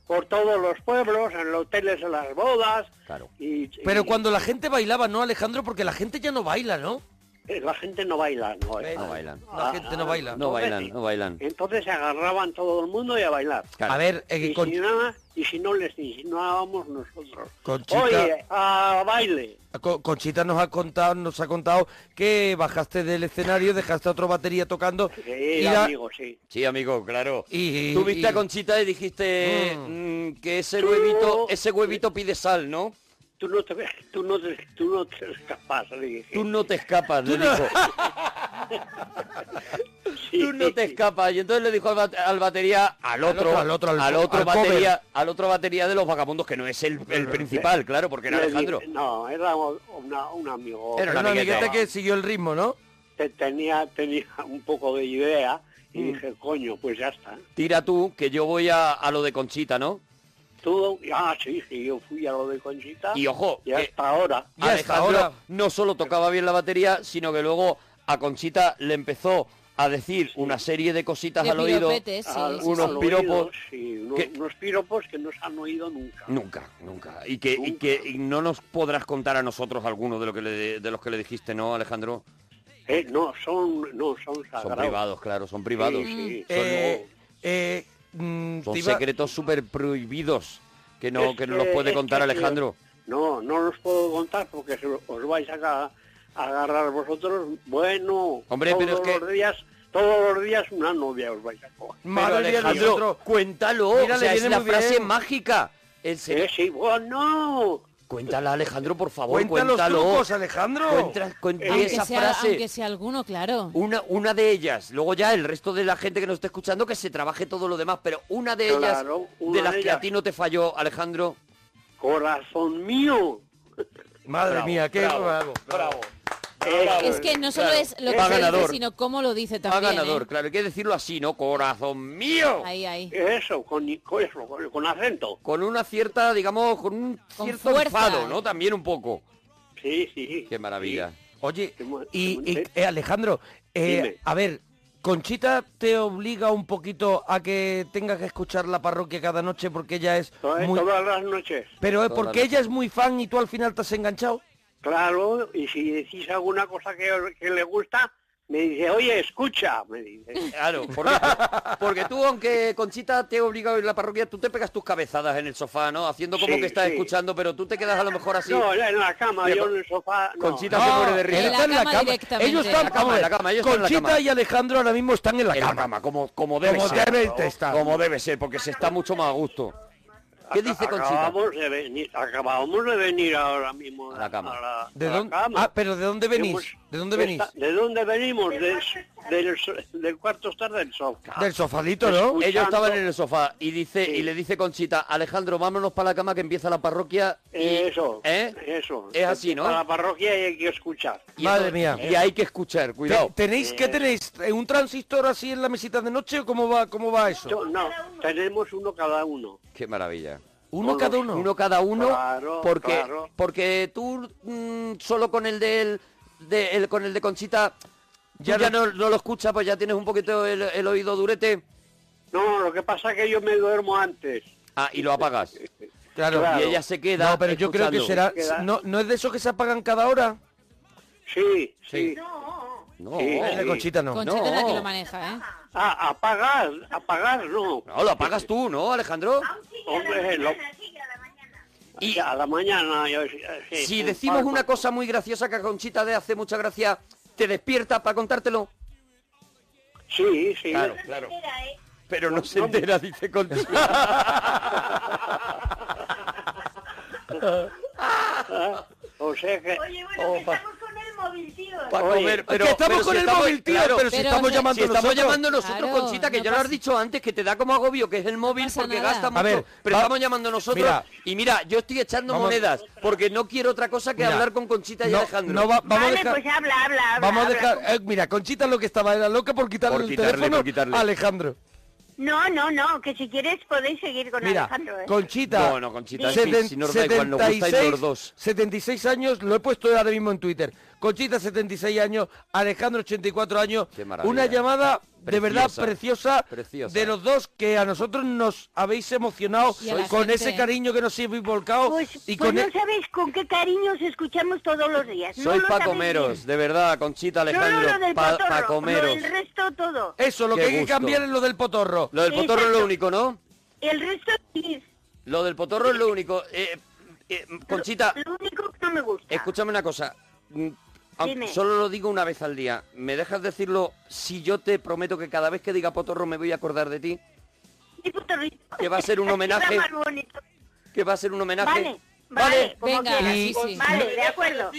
[SPEAKER 9] por todos los pueblos, en los hoteles, en las bodas.
[SPEAKER 1] Claro.
[SPEAKER 9] Y,
[SPEAKER 2] pero
[SPEAKER 9] y
[SPEAKER 2] cuando la gente bailaba, ¿no, Alejandro? Porque la gente ya no baila, ¿no?
[SPEAKER 9] eh, La gente no baila. No,
[SPEAKER 1] No bailan.
[SPEAKER 2] La gente no baila.
[SPEAKER 1] No bailan, no bailan.
[SPEAKER 9] Entonces se agarraban todo el mundo y a bailar.
[SPEAKER 1] Claro.
[SPEAKER 2] A ver, eh,
[SPEAKER 9] Y,
[SPEAKER 2] Con-
[SPEAKER 9] si nada, y si no les insinuábamos nosotros.
[SPEAKER 2] Conchita.
[SPEAKER 9] Oye, a baile.
[SPEAKER 2] Co- Conchita nos ha contado, nos ha contado que bajaste del escenario, dejaste a otro batería tocando
[SPEAKER 9] Sí,
[SPEAKER 2] y, la-
[SPEAKER 9] amigo, sí.
[SPEAKER 1] Sí, amigo, claro.
[SPEAKER 2] y-
[SPEAKER 1] Tú viste
[SPEAKER 2] y-
[SPEAKER 1] a Conchita y dijiste mm, que ese huevito, ese huevito pide sal, ¿no?
[SPEAKER 9] Tú no te, tú no te, tú no te escapas, le dije.
[SPEAKER 1] Tú no te escapas, le dijo.
[SPEAKER 9] Sí.
[SPEAKER 1] Tú no te escapas. Y entonces le dijo al, bate- al batería, al otro,
[SPEAKER 2] al otro, al-
[SPEAKER 1] otro
[SPEAKER 2] al cover.
[SPEAKER 1] batería, al otro batería de los vagabundos, que no es el, el principal, claro, porque era
[SPEAKER 9] Le dije-
[SPEAKER 1] Alejandro.
[SPEAKER 9] No, era una- un amigo.
[SPEAKER 1] Era
[SPEAKER 2] Era una amigueta
[SPEAKER 1] amigueta.
[SPEAKER 2] que siguió el ritmo, ¿no?
[SPEAKER 9] Te- tenía, tenía un poco de idea y
[SPEAKER 1] Mm.
[SPEAKER 9] dije, coño, pues ya está.
[SPEAKER 1] Tira tú, que yo voy a, a lo de Conchita, ¿no?
[SPEAKER 9] Tú, ah, sí, sí, yo fui a lo de Conchita
[SPEAKER 1] Y ojo, eh,
[SPEAKER 9] y
[SPEAKER 1] que-
[SPEAKER 9] hasta ahora.
[SPEAKER 2] Y hasta
[SPEAKER 1] Alejandro
[SPEAKER 2] ahora.
[SPEAKER 1] no solo tocaba bien la batería, sino que luego a Conchita le empezó a decir una serie de cositas
[SPEAKER 10] De
[SPEAKER 1] al oído.
[SPEAKER 10] piropetes, sí,
[SPEAKER 9] al-
[SPEAKER 10] sí,
[SPEAKER 1] unos
[SPEAKER 9] al
[SPEAKER 10] sí.
[SPEAKER 1] piropos
[SPEAKER 9] oído, sí, uno-
[SPEAKER 1] que-
[SPEAKER 9] unos piropos que no se han oído nunca.
[SPEAKER 1] Nunca, nunca. Y que, y
[SPEAKER 9] Nunca.
[SPEAKER 1] que y no nos podrás contar a nosotros alguno de, lo que le- de los que le dijiste, ¿no, Alejandro?
[SPEAKER 9] Eh, no, son, no, son sagrados.
[SPEAKER 1] Son privados, claro, son
[SPEAKER 9] Ah, Sí,
[SPEAKER 1] privados.
[SPEAKER 9] sí, son-
[SPEAKER 2] Eh, eh, mm,
[SPEAKER 1] Son
[SPEAKER 2] te iba-
[SPEAKER 1] secretos súper prohibidos que no,
[SPEAKER 9] Es
[SPEAKER 1] que no los puede
[SPEAKER 9] es
[SPEAKER 1] contar
[SPEAKER 9] que-
[SPEAKER 1] Alejandro.
[SPEAKER 9] No, no los puedo contar porque se- os vais a, ca- a agarrar vosotros. Bueno,
[SPEAKER 1] Hombre,
[SPEAKER 9] todos
[SPEAKER 1] pero es que-
[SPEAKER 9] los días, todos los días una novia os vais a coger.
[SPEAKER 1] Pero
[SPEAKER 2] Madre mía,
[SPEAKER 1] Alejandro,
[SPEAKER 2] nosotros-
[SPEAKER 1] cuéntalo.
[SPEAKER 2] Mira,
[SPEAKER 1] Oh, o
[SPEAKER 2] le
[SPEAKER 1] sea, es
[SPEAKER 2] viene
[SPEAKER 1] la
[SPEAKER 2] muy bien.
[SPEAKER 1] frase mágica. El se-
[SPEAKER 9] Eh, sí, bueno,
[SPEAKER 1] Cuéntala, Alejandro, por favor,
[SPEAKER 2] Cuenta los
[SPEAKER 1] cuéntalo.
[SPEAKER 2] trucos, Alejandro.
[SPEAKER 1] Cuenta- cuenta
[SPEAKER 10] Aunque
[SPEAKER 1] esa
[SPEAKER 10] sea,
[SPEAKER 1] frase.
[SPEAKER 10] aunque sea alguno, claro.
[SPEAKER 1] Una, una de ellas, luego ya el resto de la gente que nos está escuchando que se trabaje todo lo demás, pero una de ellas,
[SPEAKER 9] Claro, una
[SPEAKER 1] de las
[SPEAKER 9] de
[SPEAKER 1] que a
[SPEAKER 9] ellas.
[SPEAKER 1] ti no te falló, Alejandro.
[SPEAKER 9] corazón mío.
[SPEAKER 2] Madre
[SPEAKER 1] Bravo,
[SPEAKER 2] mía, qué
[SPEAKER 1] bravo,
[SPEAKER 2] bravo.
[SPEAKER 9] Eh,
[SPEAKER 10] Es que no solo
[SPEAKER 9] claro.
[SPEAKER 10] es lo
[SPEAKER 1] Va
[SPEAKER 10] que se dice,
[SPEAKER 1] ganador.
[SPEAKER 10] sino cómo lo dice
[SPEAKER 1] Va
[SPEAKER 10] también.
[SPEAKER 1] ganador,
[SPEAKER 7] ¿eh?
[SPEAKER 1] claro, hay que decirlo así, ¿no? Corazón mío.
[SPEAKER 10] ¿eh? Ahí, ahí.
[SPEAKER 9] Eso, con, con eso, con- con acento.
[SPEAKER 1] Con una cierta, digamos, con un
[SPEAKER 10] Con
[SPEAKER 1] cierto
[SPEAKER 10] fuerza.
[SPEAKER 1] enfado, ¿no? También un poco.
[SPEAKER 9] Sí, sí.
[SPEAKER 1] Qué maravilla.
[SPEAKER 9] sí.
[SPEAKER 2] Oye,
[SPEAKER 9] Qué mu-
[SPEAKER 2] y,
[SPEAKER 9] qué
[SPEAKER 2] y-
[SPEAKER 9] mu-
[SPEAKER 2] eh, Alejandro, eh,
[SPEAKER 9] Dime.
[SPEAKER 2] a ver, Conchita te obliga un poquito a que tengas que escuchar la parroquia cada noche porque ella es
[SPEAKER 9] Todas-
[SPEAKER 2] muy...
[SPEAKER 9] ¿eh? Todas las noches.
[SPEAKER 2] Pero es
[SPEAKER 1] Toda
[SPEAKER 2] porque
[SPEAKER 1] la-
[SPEAKER 2] ella es muy fan y tú al final te has enganchado.
[SPEAKER 9] Claro, y si decís alguna cosa que, que le gusta, me dice, oye, escucha, me dice. Pues
[SPEAKER 1] Claro, porque, porque tú, aunque Conchita te obliga a oír la parroquia, tú te pegas tus cabezadas en el sofá, ¿no? Haciendo como
[SPEAKER 9] Sí,
[SPEAKER 1] que estás
[SPEAKER 9] sí.
[SPEAKER 1] escuchando, pero tú te quedas a lo mejor así.
[SPEAKER 9] No, en la cama,
[SPEAKER 1] Mira,
[SPEAKER 9] yo en el sofá. no.
[SPEAKER 1] Conchita se muere de
[SPEAKER 2] él
[SPEAKER 1] risa.
[SPEAKER 10] En la
[SPEAKER 2] está en la
[SPEAKER 10] cama
[SPEAKER 2] cama.
[SPEAKER 10] directamente.
[SPEAKER 2] Ellos
[SPEAKER 10] En
[SPEAKER 2] están
[SPEAKER 10] la
[SPEAKER 1] cama, en la cama, ellos están en la
[SPEAKER 2] Conchita
[SPEAKER 1] cama.
[SPEAKER 2] y Alejandro ahora mismo están en la
[SPEAKER 1] En la
[SPEAKER 2] cama.
[SPEAKER 1] cama, como, como debe
[SPEAKER 2] Como
[SPEAKER 1] ser.
[SPEAKER 2] deben estar.
[SPEAKER 1] Como debe ser, porque se está mucho más a gusto. ¿Qué dice Conchita?
[SPEAKER 9] Acabamos de venir, acabamos de venir ahora mismo
[SPEAKER 1] A la cama.
[SPEAKER 9] a la-
[SPEAKER 2] ¿De
[SPEAKER 9] a la
[SPEAKER 2] dónde?
[SPEAKER 9] cama.
[SPEAKER 2] Ah, pero ¿de dónde venís?
[SPEAKER 9] Hemos-
[SPEAKER 2] ¿De dónde venís?
[SPEAKER 9] esta- ¿De dónde venimos? De- del, so- del cuarto estar del sofá.
[SPEAKER 2] Del sofadito, ¿no?
[SPEAKER 9] Escuchando-
[SPEAKER 1] Ellos estaban en el sofá y dice
[SPEAKER 9] pues, Sí.
[SPEAKER 1] y le dice Conchita, Alejandro, vámonos para la cama que empieza la parroquia. Y,
[SPEAKER 9] Eso,
[SPEAKER 1] ¿eh?
[SPEAKER 9] eso.
[SPEAKER 1] Es así, ¿no?
[SPEAKER 9] Para la parroquia y hay que escuchar.
[SPEAKER 1] Y
[SPEAKER 2] Madre
[SPEAKER 1] entonces-
[SPEAKER 2] mía.
[SPEAKER 1] Y hay que escuchar, cuidado.
[SPEAKER 2] Te- ¿Tenéis, ¿Qué tenéis? Eh, ¿Un transistor así en la mesita de noche o cómo va, cómo va eso?
[SPEAKER 9] Yo- no, tenemos uno cada uno.
[SPEAKER 1] Qué maravilla.
[SPEAKER 2] ¿Uno cada uno?
[SPEAKER 1] Uno cada uno,
[SPEAKER 9] Claro,
[SPEAKER 1] porque
[SPEAKER 9] claro.
[SPEAKER 1] porque tú mm, solo con el del de, el- con el de Conchita ya, ya no, no lo escuchas, pues ya tienes un poquito el, el oído durete.
[SPEAKER 9] No, lo que pasa es que yo me duermo antes.
[SPEAKER 1] Ah, y lo apagas.
[SPEAKER 2] Claro.
[SPEAKER 1] Y ella se queda.
[SPEAKER 2] No, pero yo creo que
[SPEAKER 1] escuchando.
[SPEAKER 2] será... ¿No, ¿No es de esos que se apagan cada hora?
[SPEAKER 9] Sí, sí.
[SPEAKER 1] No,
[SPEAKER 9] Sí.
[SPEAKER 2] El de Conchita no.
[SPEAKER 10] Conchita es la que
[SPEAKER 1] No.
[SPEAKER 10] lo maneja, ¿eh?
[SPEAKER 9] Ah, apagar, apagar no.
[SPEAKER 1] No, lo apagas tú, ¿no, Alejandro?
[SPEAKER 9] Hombre, lo-
[SPEAKER 1] Y-
[SPEAKER 8] a la mañana. yo-
[SPEAKER 9] eh,
[SPEAKER 8] sí,
[SPEAKER 1] Si
[SPEAKER 8] un
[SPEAKER 1] decimos
[SPEAKER 8] palmo.
[SPEAKER 1] una cosa muy graciosa que a Conchita de hace mucha gracia, ¿te despierta para contártelo?
[SPEAKER 8] Sí, sí.
[SPEAKER 1] Claro, claro. Pero no se entera, dice Conchita.
[SPEAKER 8] O sea que...
[SPEAKER 6] Oye, bueno, que estamos con el móvil, tío.
[SPEAKER 1] Para
[SPEAKER 8] Oye,
[SPEAKER 1] comer,
[SPEAKER 8] es
[SPEAKER 1] pero,
[SPEAKER 2] que estamos
[SPEAKER 1] pero
[SPEAKER 2] con
[SPEAKER 1] si
[SPEAKER 2] el
[SPEAKER 1] estamos-
[SPEAKER 2] móvil, tío,
[SPEAKER 1] claro,
[SPEAKER 2] pero si
[SPEAKER 7] Pero
[SPEAKER 2] estamos
[SPEAKER 7] no-
[SPEAKER 2] llamando
[SPEAKER 1] si estamos
[SPEAKER 2] nosotros.
[SPEAKER 1] llamando nosotros,
[SPEAKER 7] Claro,
[SPEAKER 1] Conchita, que
[SPEAKER 7] no
[SPEAKER 1] ya lo has
[SPEAKER 7] pasa-
[SPEAKER 1] dicho antes, que te da como agobio, que es el móvil
[SPEAKER 7] pasa
[SPEAKER 1] porque
[SPEAKER 7] nada.
[SPEAKER 1] gasta
[SPEAKER 7] A
[SPEAKER 1] mucho.
[SPEAKER 2] ver,
[SPEAKER 1] pero
[SPEAKER 2] va-
[SPEAKER 1] estamos llamando nosotros
[SPEAKER 2] Mira.
[SPEAKER 1] y mira, yo estoy echando
[SPEAKER 2] Vamos-
[SPEAKER 1] monedas porque no quiero otra cosa que
[SPEAKER 2] Mira,
[SPEAKER 1] hablar con Conchita y
[SPEAKER 2] no,
[SPEAKER 1] Alejandro.
[SPEAKER 2] no va- vamos
[SPEAKER 6] vale,
[SPEAKER 2] a dejar...
[SPEAKER 6] pues habla, habla, habla.
[SPEAKER 2] Vamos a
[SPEAKER 6] habla.
[SPEAKER 2] dejar... eh, mira, Conchita lo que estaba era loca por quitarle
[SPEAKER 1] Por
[SPEAKER 2] el
[SPEAKER 1] quitarle,
[SPEAKER 2] teléfono
[SPEAKER 1] por quitarle.
[SPEAKER 2] a Alejandro.
[SPEAKER 6] No, no, no, que si quieres podéis seguir con
[SPEAKER 2] Mira,
[SPEAKER 6] Alejandro, ¿eh?
[SPEAKER 2] Conchita...
[SPEAKER 1] No, no, Conchita, en
[SPEAKER 2] seten-
[SPEAKER 1] fin, si nos da igual, nos gustáis los dos.
[SPEAKER 2] 76 años, lo he puesto ahora mismo en Twitter. Conchita, 76 años, Alejandro, 84 años.
[SPEAKER 1] Qué maravilla.
[SPEAKER 2] Una llamada de
[SPEAKER 1] Preciosa,
[SPEAKER 2] verdad preciosa,
[SPEAKER 1] preciosa.
[SPEAKER 2] de los dos que a nosotros nos habéis emocionado
[SPEAKER 7] Y a la
[SPEAKER 2] con
[SPEAKER 7] gente. ¿eh?
[SPEAKER 2] ese cariño que nos habéis volcado
[SPEAKER 6] Pues,
[SPEAKER 2] y
[SPEAKER 6] pues
[SPEAKER 2] con
[SPEAKER 6] no
[SPEAKER 2] e-
[SPEAKER 6] sabéis con qué cariño os escuchamos todos los días. No
[SPEAKER 1] Sois
[SPEAKER 6] lo
[SPEAKER 1] pa'
[SPEAKER 6] sabéis
[SPEAKER 1] comeros,
[SPEAKER 6] bien.
[SPEAKER 1] de verdad, Conchita, Alejandro,
[SPEAKER 6] Solo lo del
[SPEAKER 1] pa,
[SPEAKER 6] potorro,
[SPEAKER 1] pa'
[SPEAKER 6] lo
[SPEAKER 1] comeros.
[SPEAKER 6] del resto todo.
[SPEAKER 2] eso, lo
[SPEAKER 1] Qué
[SPEAKER 2] que hay que
[SPEAKER 1] gusto.
[SPEAKER 2] cambiar es lo del potorro.
[SPEAKER 1] Lo del potorro es lo
[SPEAKER 6] Exacto.
[SPEAKER 1] único, ¿no?
[SPEAKER 6] El resto sí,
[SPEAKER 1] Lo del potorro es lo único. Eh, eh, Conchita,
[SPEAKER 6] lo único que no me gusta.
[SPEAKER 1] Escúchame una cosa. mm, aun-
[SPEAKER 6] Dime.
[SPEAKER 1] Solo lo digo una vez al día. ¿Me dejas decirlo si yo te prometo que cada vez que diga potorro me voy a acordar de ti?
[SPEAKER 6] Sí, potorrito.
[SPEAKER 1] que va a ser un homenaje.
[SPEAKER 6] Era más bonito.
[SPEAKER 1] Que va a ser un homenaje.
[SPEAKER 6] Vale, vale, como
[SPEAKER 7] Venga,
[SPEAKER 6] quieras.
[SPEAKER 7] sí, sí.
[SPEAKER 6] Vale, de acuerdo.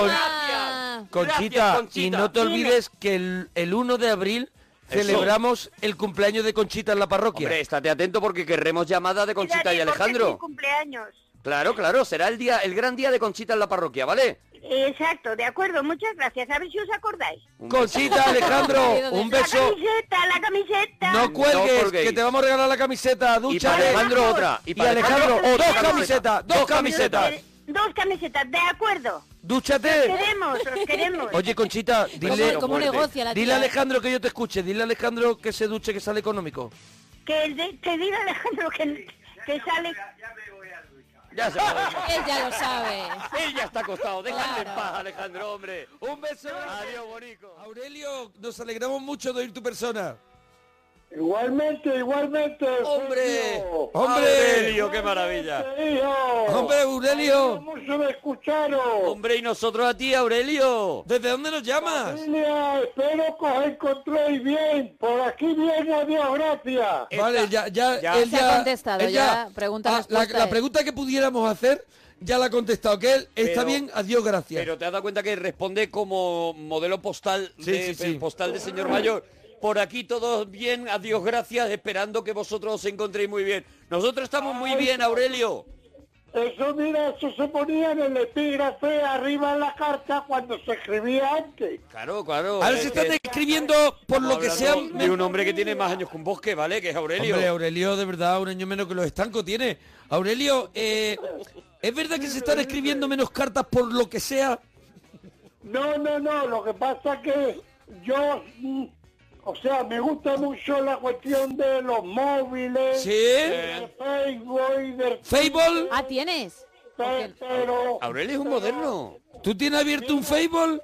[SPEAKER 7] Toma.
[SPEAKER 2] Conchita,
[SPEAKER 1] Gracias, Conchita.
[SPEAKER 2] y no te
[SPEAKER 6] Dime.
[SPEAKER 2] olvides que el, el 1 de abril
[SPEAKER 1] Eso.
[SPEAKER 2] celebramos el cumpleaños de Conchita en la parroquia.
[SPEAKER 1] Hombre, estate atento porque querremos llamada de Conchita y
[SPEAKER 6] Dani, porque es mi
[SPEAKER 1] Alejandro.
[SPEAKER 6] cumpleaños.
[SPEAKER 1] Claro, claro, será el día, el gran día de Conchita en la parroquia, ¿vale?
[SPEAKER 6] Exacto, de acuerdo, muchas gracias. A ver si os acordáis.
[SPEAKER 1] Un
[SPEAKER 2] Conchita, Alejandro, un
[SPEAKER 6] La
[SPEAKER 2] beso.
[SPEAKER 6] camiseta, la camiseta.
[SPEAKER 2] No cuelgues,
[SPEAKER 1] colguéis.
[SPEAKER 2] que te vamos a regalar la camiseta,
[SPEAKER 1] Y para
[SPEAKER 2] dúchate.
[SPEAKER 1] Alejandro otra.
[SPEAKER 2] Y Alejandro,
[SPEAKER 6] Alejandro,
[SPEAKER 2] dos
[SPEAKER 6] otra
[SPEAKER 2] camisetas, dos camisetas.
[SPEAKER 6] Dos camisetas, de acuerdo.
[SPEAKER 2] Dúchate.
[SPEAKER 6] Queremos, os queremos.
[SPEAKER 2] Oye, Conchita, dile,
[SPEAKER 1] Pero
[SPEAKER 7] ¿Cómo, cómo
[SPEAKER 1] fuerte.
[SPEAKER 7] negocia la tía?
[SPEAKER 2] dile a
[SPEAKER 7] eh?
[SPEAKER 2] Alejandro que yo te escuche, dile a Alejandro que se duche, que sale económico.
[SPEAKER 6] Que el de- te diga Alejandro que, que sale...
[SPEAKER 1] Ya se va.
[SPEAKER 7] Él ya lo sabe.
[SPEAKER 1] Él ya está acostado. Déjale en
[SPEAKER 7] Claro.
[SPEAKER 1] paz, Alejandro, hombre.
[SPEAKER 2] Un beso.
[SPEAKER 1] Adiós, bonico.
[SPEAKER 2] Aurelio, nos alegramos mucho de oír tu persona.
[SPEAKER 8] Igualmente, igualmente.
[SPEAKER 1] ¡Hombre!
[SPEAKER 8] Sergio.
[SPEAKER 2] Hombre,
[SPEAKER 1] Aurelio, qué maravilla!
[SPEAKER 8] Querido.
[SPEAKER 2] hombre, Aurelio,
[SPEAKER 8] Mucho me escucharon.
[SPEAKER 1] ¡Hombre, y nosotros a ti, Aurelio!
[SPEAKER 2] ¿desde dónde nos llamas?
[SPEAKER 8] Familia, espero que os encontréis bien. Por aquí bien, adiós, gracias.
[SPEAKER 2] Vale, ya, ya,
[SPEAKER 1] Ya.
[SPEAKER 2] él
[SPEAKER 7] Se ha contestado,
[SPEAKER 2] él
[SPEAKER 7] ya, pregunta,
[SPEAKER 2] la,
[SPEAKER 7] respuesta
[SPEAKER 2] la
[SPEAKER 7] es.
[SPEAKER 2] pregunta que pudiéramos hacer ya la ha contestado, que él está
[SPEAKER 1] Pero-
[SPEAKER 2] bien, adiós, gracias.
[SPEAKER 1] Pero te has dado cuenta que responde como modelo postal
[SPEAKER 2] Sí,
[SPEAKER 1] de, eh,
[SPEAKER 2] sí, sí.
[SPEAKER 1] postal de señor mayor. Por aquí todos bien, adiós, gracias, esperando que vosotros os encontréis muy bien. Nosotros estamos muy bien, Aurelio.
[SPEAKER 8] Eso, mira, eso se ponía en el epígrafe arriba en la carta cuando se escribía antes.
[SPEAKER 1] Claro, claro.
[SPEAKER 2] Ahora
[SPEAKER 1] es
[SPEAKER 2] se
[SPEAKER 1] que
[SPEAKER 2] están escribiendo por
[SPEAKER 1] estamos
[SPEAKER 2] lo que sea.
[SPEAKER 1] hablando De un hombre que tiene más años que un bosque, ¿vale? Que es Aurelio.
[SPEAKER 2] Hombre, Aurelio, de verdad, un año menos que los estancos tiene. Aurelio, eh, ¿es verdad que se están escribiendo menos cartas por lo que sea?
[SPEAKER 8] No, no, no, lo que pasa es que yo, mm, o sea, me gusta mucho la cuestión de los móviles,
[SPEAKER 2] Sí.
[SPEAKER 8] de Facebook y del...
[SPEAKER 2] ¿Fable?
[SPEAKER 7] Ah, ¿tienes?
[SPEAKER 8] pe- Pero,
[SPEAKER 1] Aurelio es un moderno.
[SPEAKER 2] ¿Tú tienes abierto un Fable?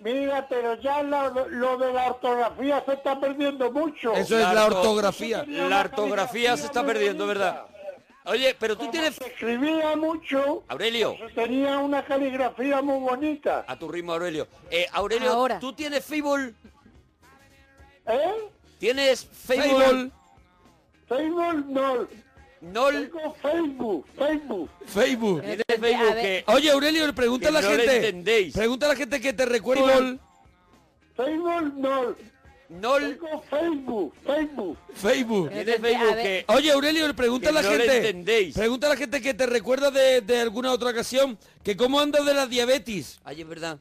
[SPEAKER 8] mira, pero ya la- lo de la ortografía se está perdiendo mucho.
[SPEAKER 2] Eso es
[SPEAKER 1] La
[SPEAKER 2] la
[SPEAKER 1] orto-
[SPEAKER 2] ortografía.
[SPEAKER 1] La ortografía se está perdiendo, ¿verdad? Oye, pero tú
[SPEAKER 8] Como
[SPEAKER 1] tienes...
[SPEAKER 8] se escribía mucho,
[SPEAKER 1] Aurelio.
[SPEAKER 8] se tenía una caligrafía muy bonita.
[SPEAKER 1] A tu ritmo, Aurelio. Eh, Aurelio,
[SPEAKER 7] Ahora.
[SPEAKER 1] ¿tú tienes Facebook?
[SPEAKER 8] ¿Eh?
[SPEAKER 1] ¿Tienes Facebook?
[SPEAKER 2] Fable.
[SPEAKER 8] Facebook no,
[SPEAKER 1] ¿Nol?
[SPEAKER 8] tengo Facebook, Facebook.
[SPEAKER 2] Facebook.
[SPEAKER 1] ¿Tienes
[SPEAKER 7] A
[SPEAKER 1] Facebook?
[SPEAKER 7] ver.
[SPEAKER 1] que-
[SPEAKER 2] Eh, Oye, Aurelio, pregunta a la
[SPEAKER 1] Que no lo
[SPEAKER 2] gente.
[SPEAKER 1] entendéis.
[SPEAKER 2] Pregunta a la gente que te recuerde.
[SPEAKER 8] Facebook no,
[SPEAKER 1] ¿Nol?
[SPEAKER 8] tengo Facebook, Facebook.
[SPEAKER 2] Facebook.
[SPEAKER 1] ¿Tienes
[SPEAKER 7] A
[SPEAKER 1] Facebook?
[SPEAKER 7] ver.
[SPEAKER 1] que-
[SPEAKER 2] Oye, Aurelio, pregunta a la
[SPEAKER 1] Que no lo
[SPEAKER 2] gente.
[SPEAKER 1] entendéis.
[SPEAKER 2] Pregunta a la gente que te recuerda de, de alguna otra ocasión. Que cómo andas de la diabetes.
[SPEAKER 1] Ay, es verdad.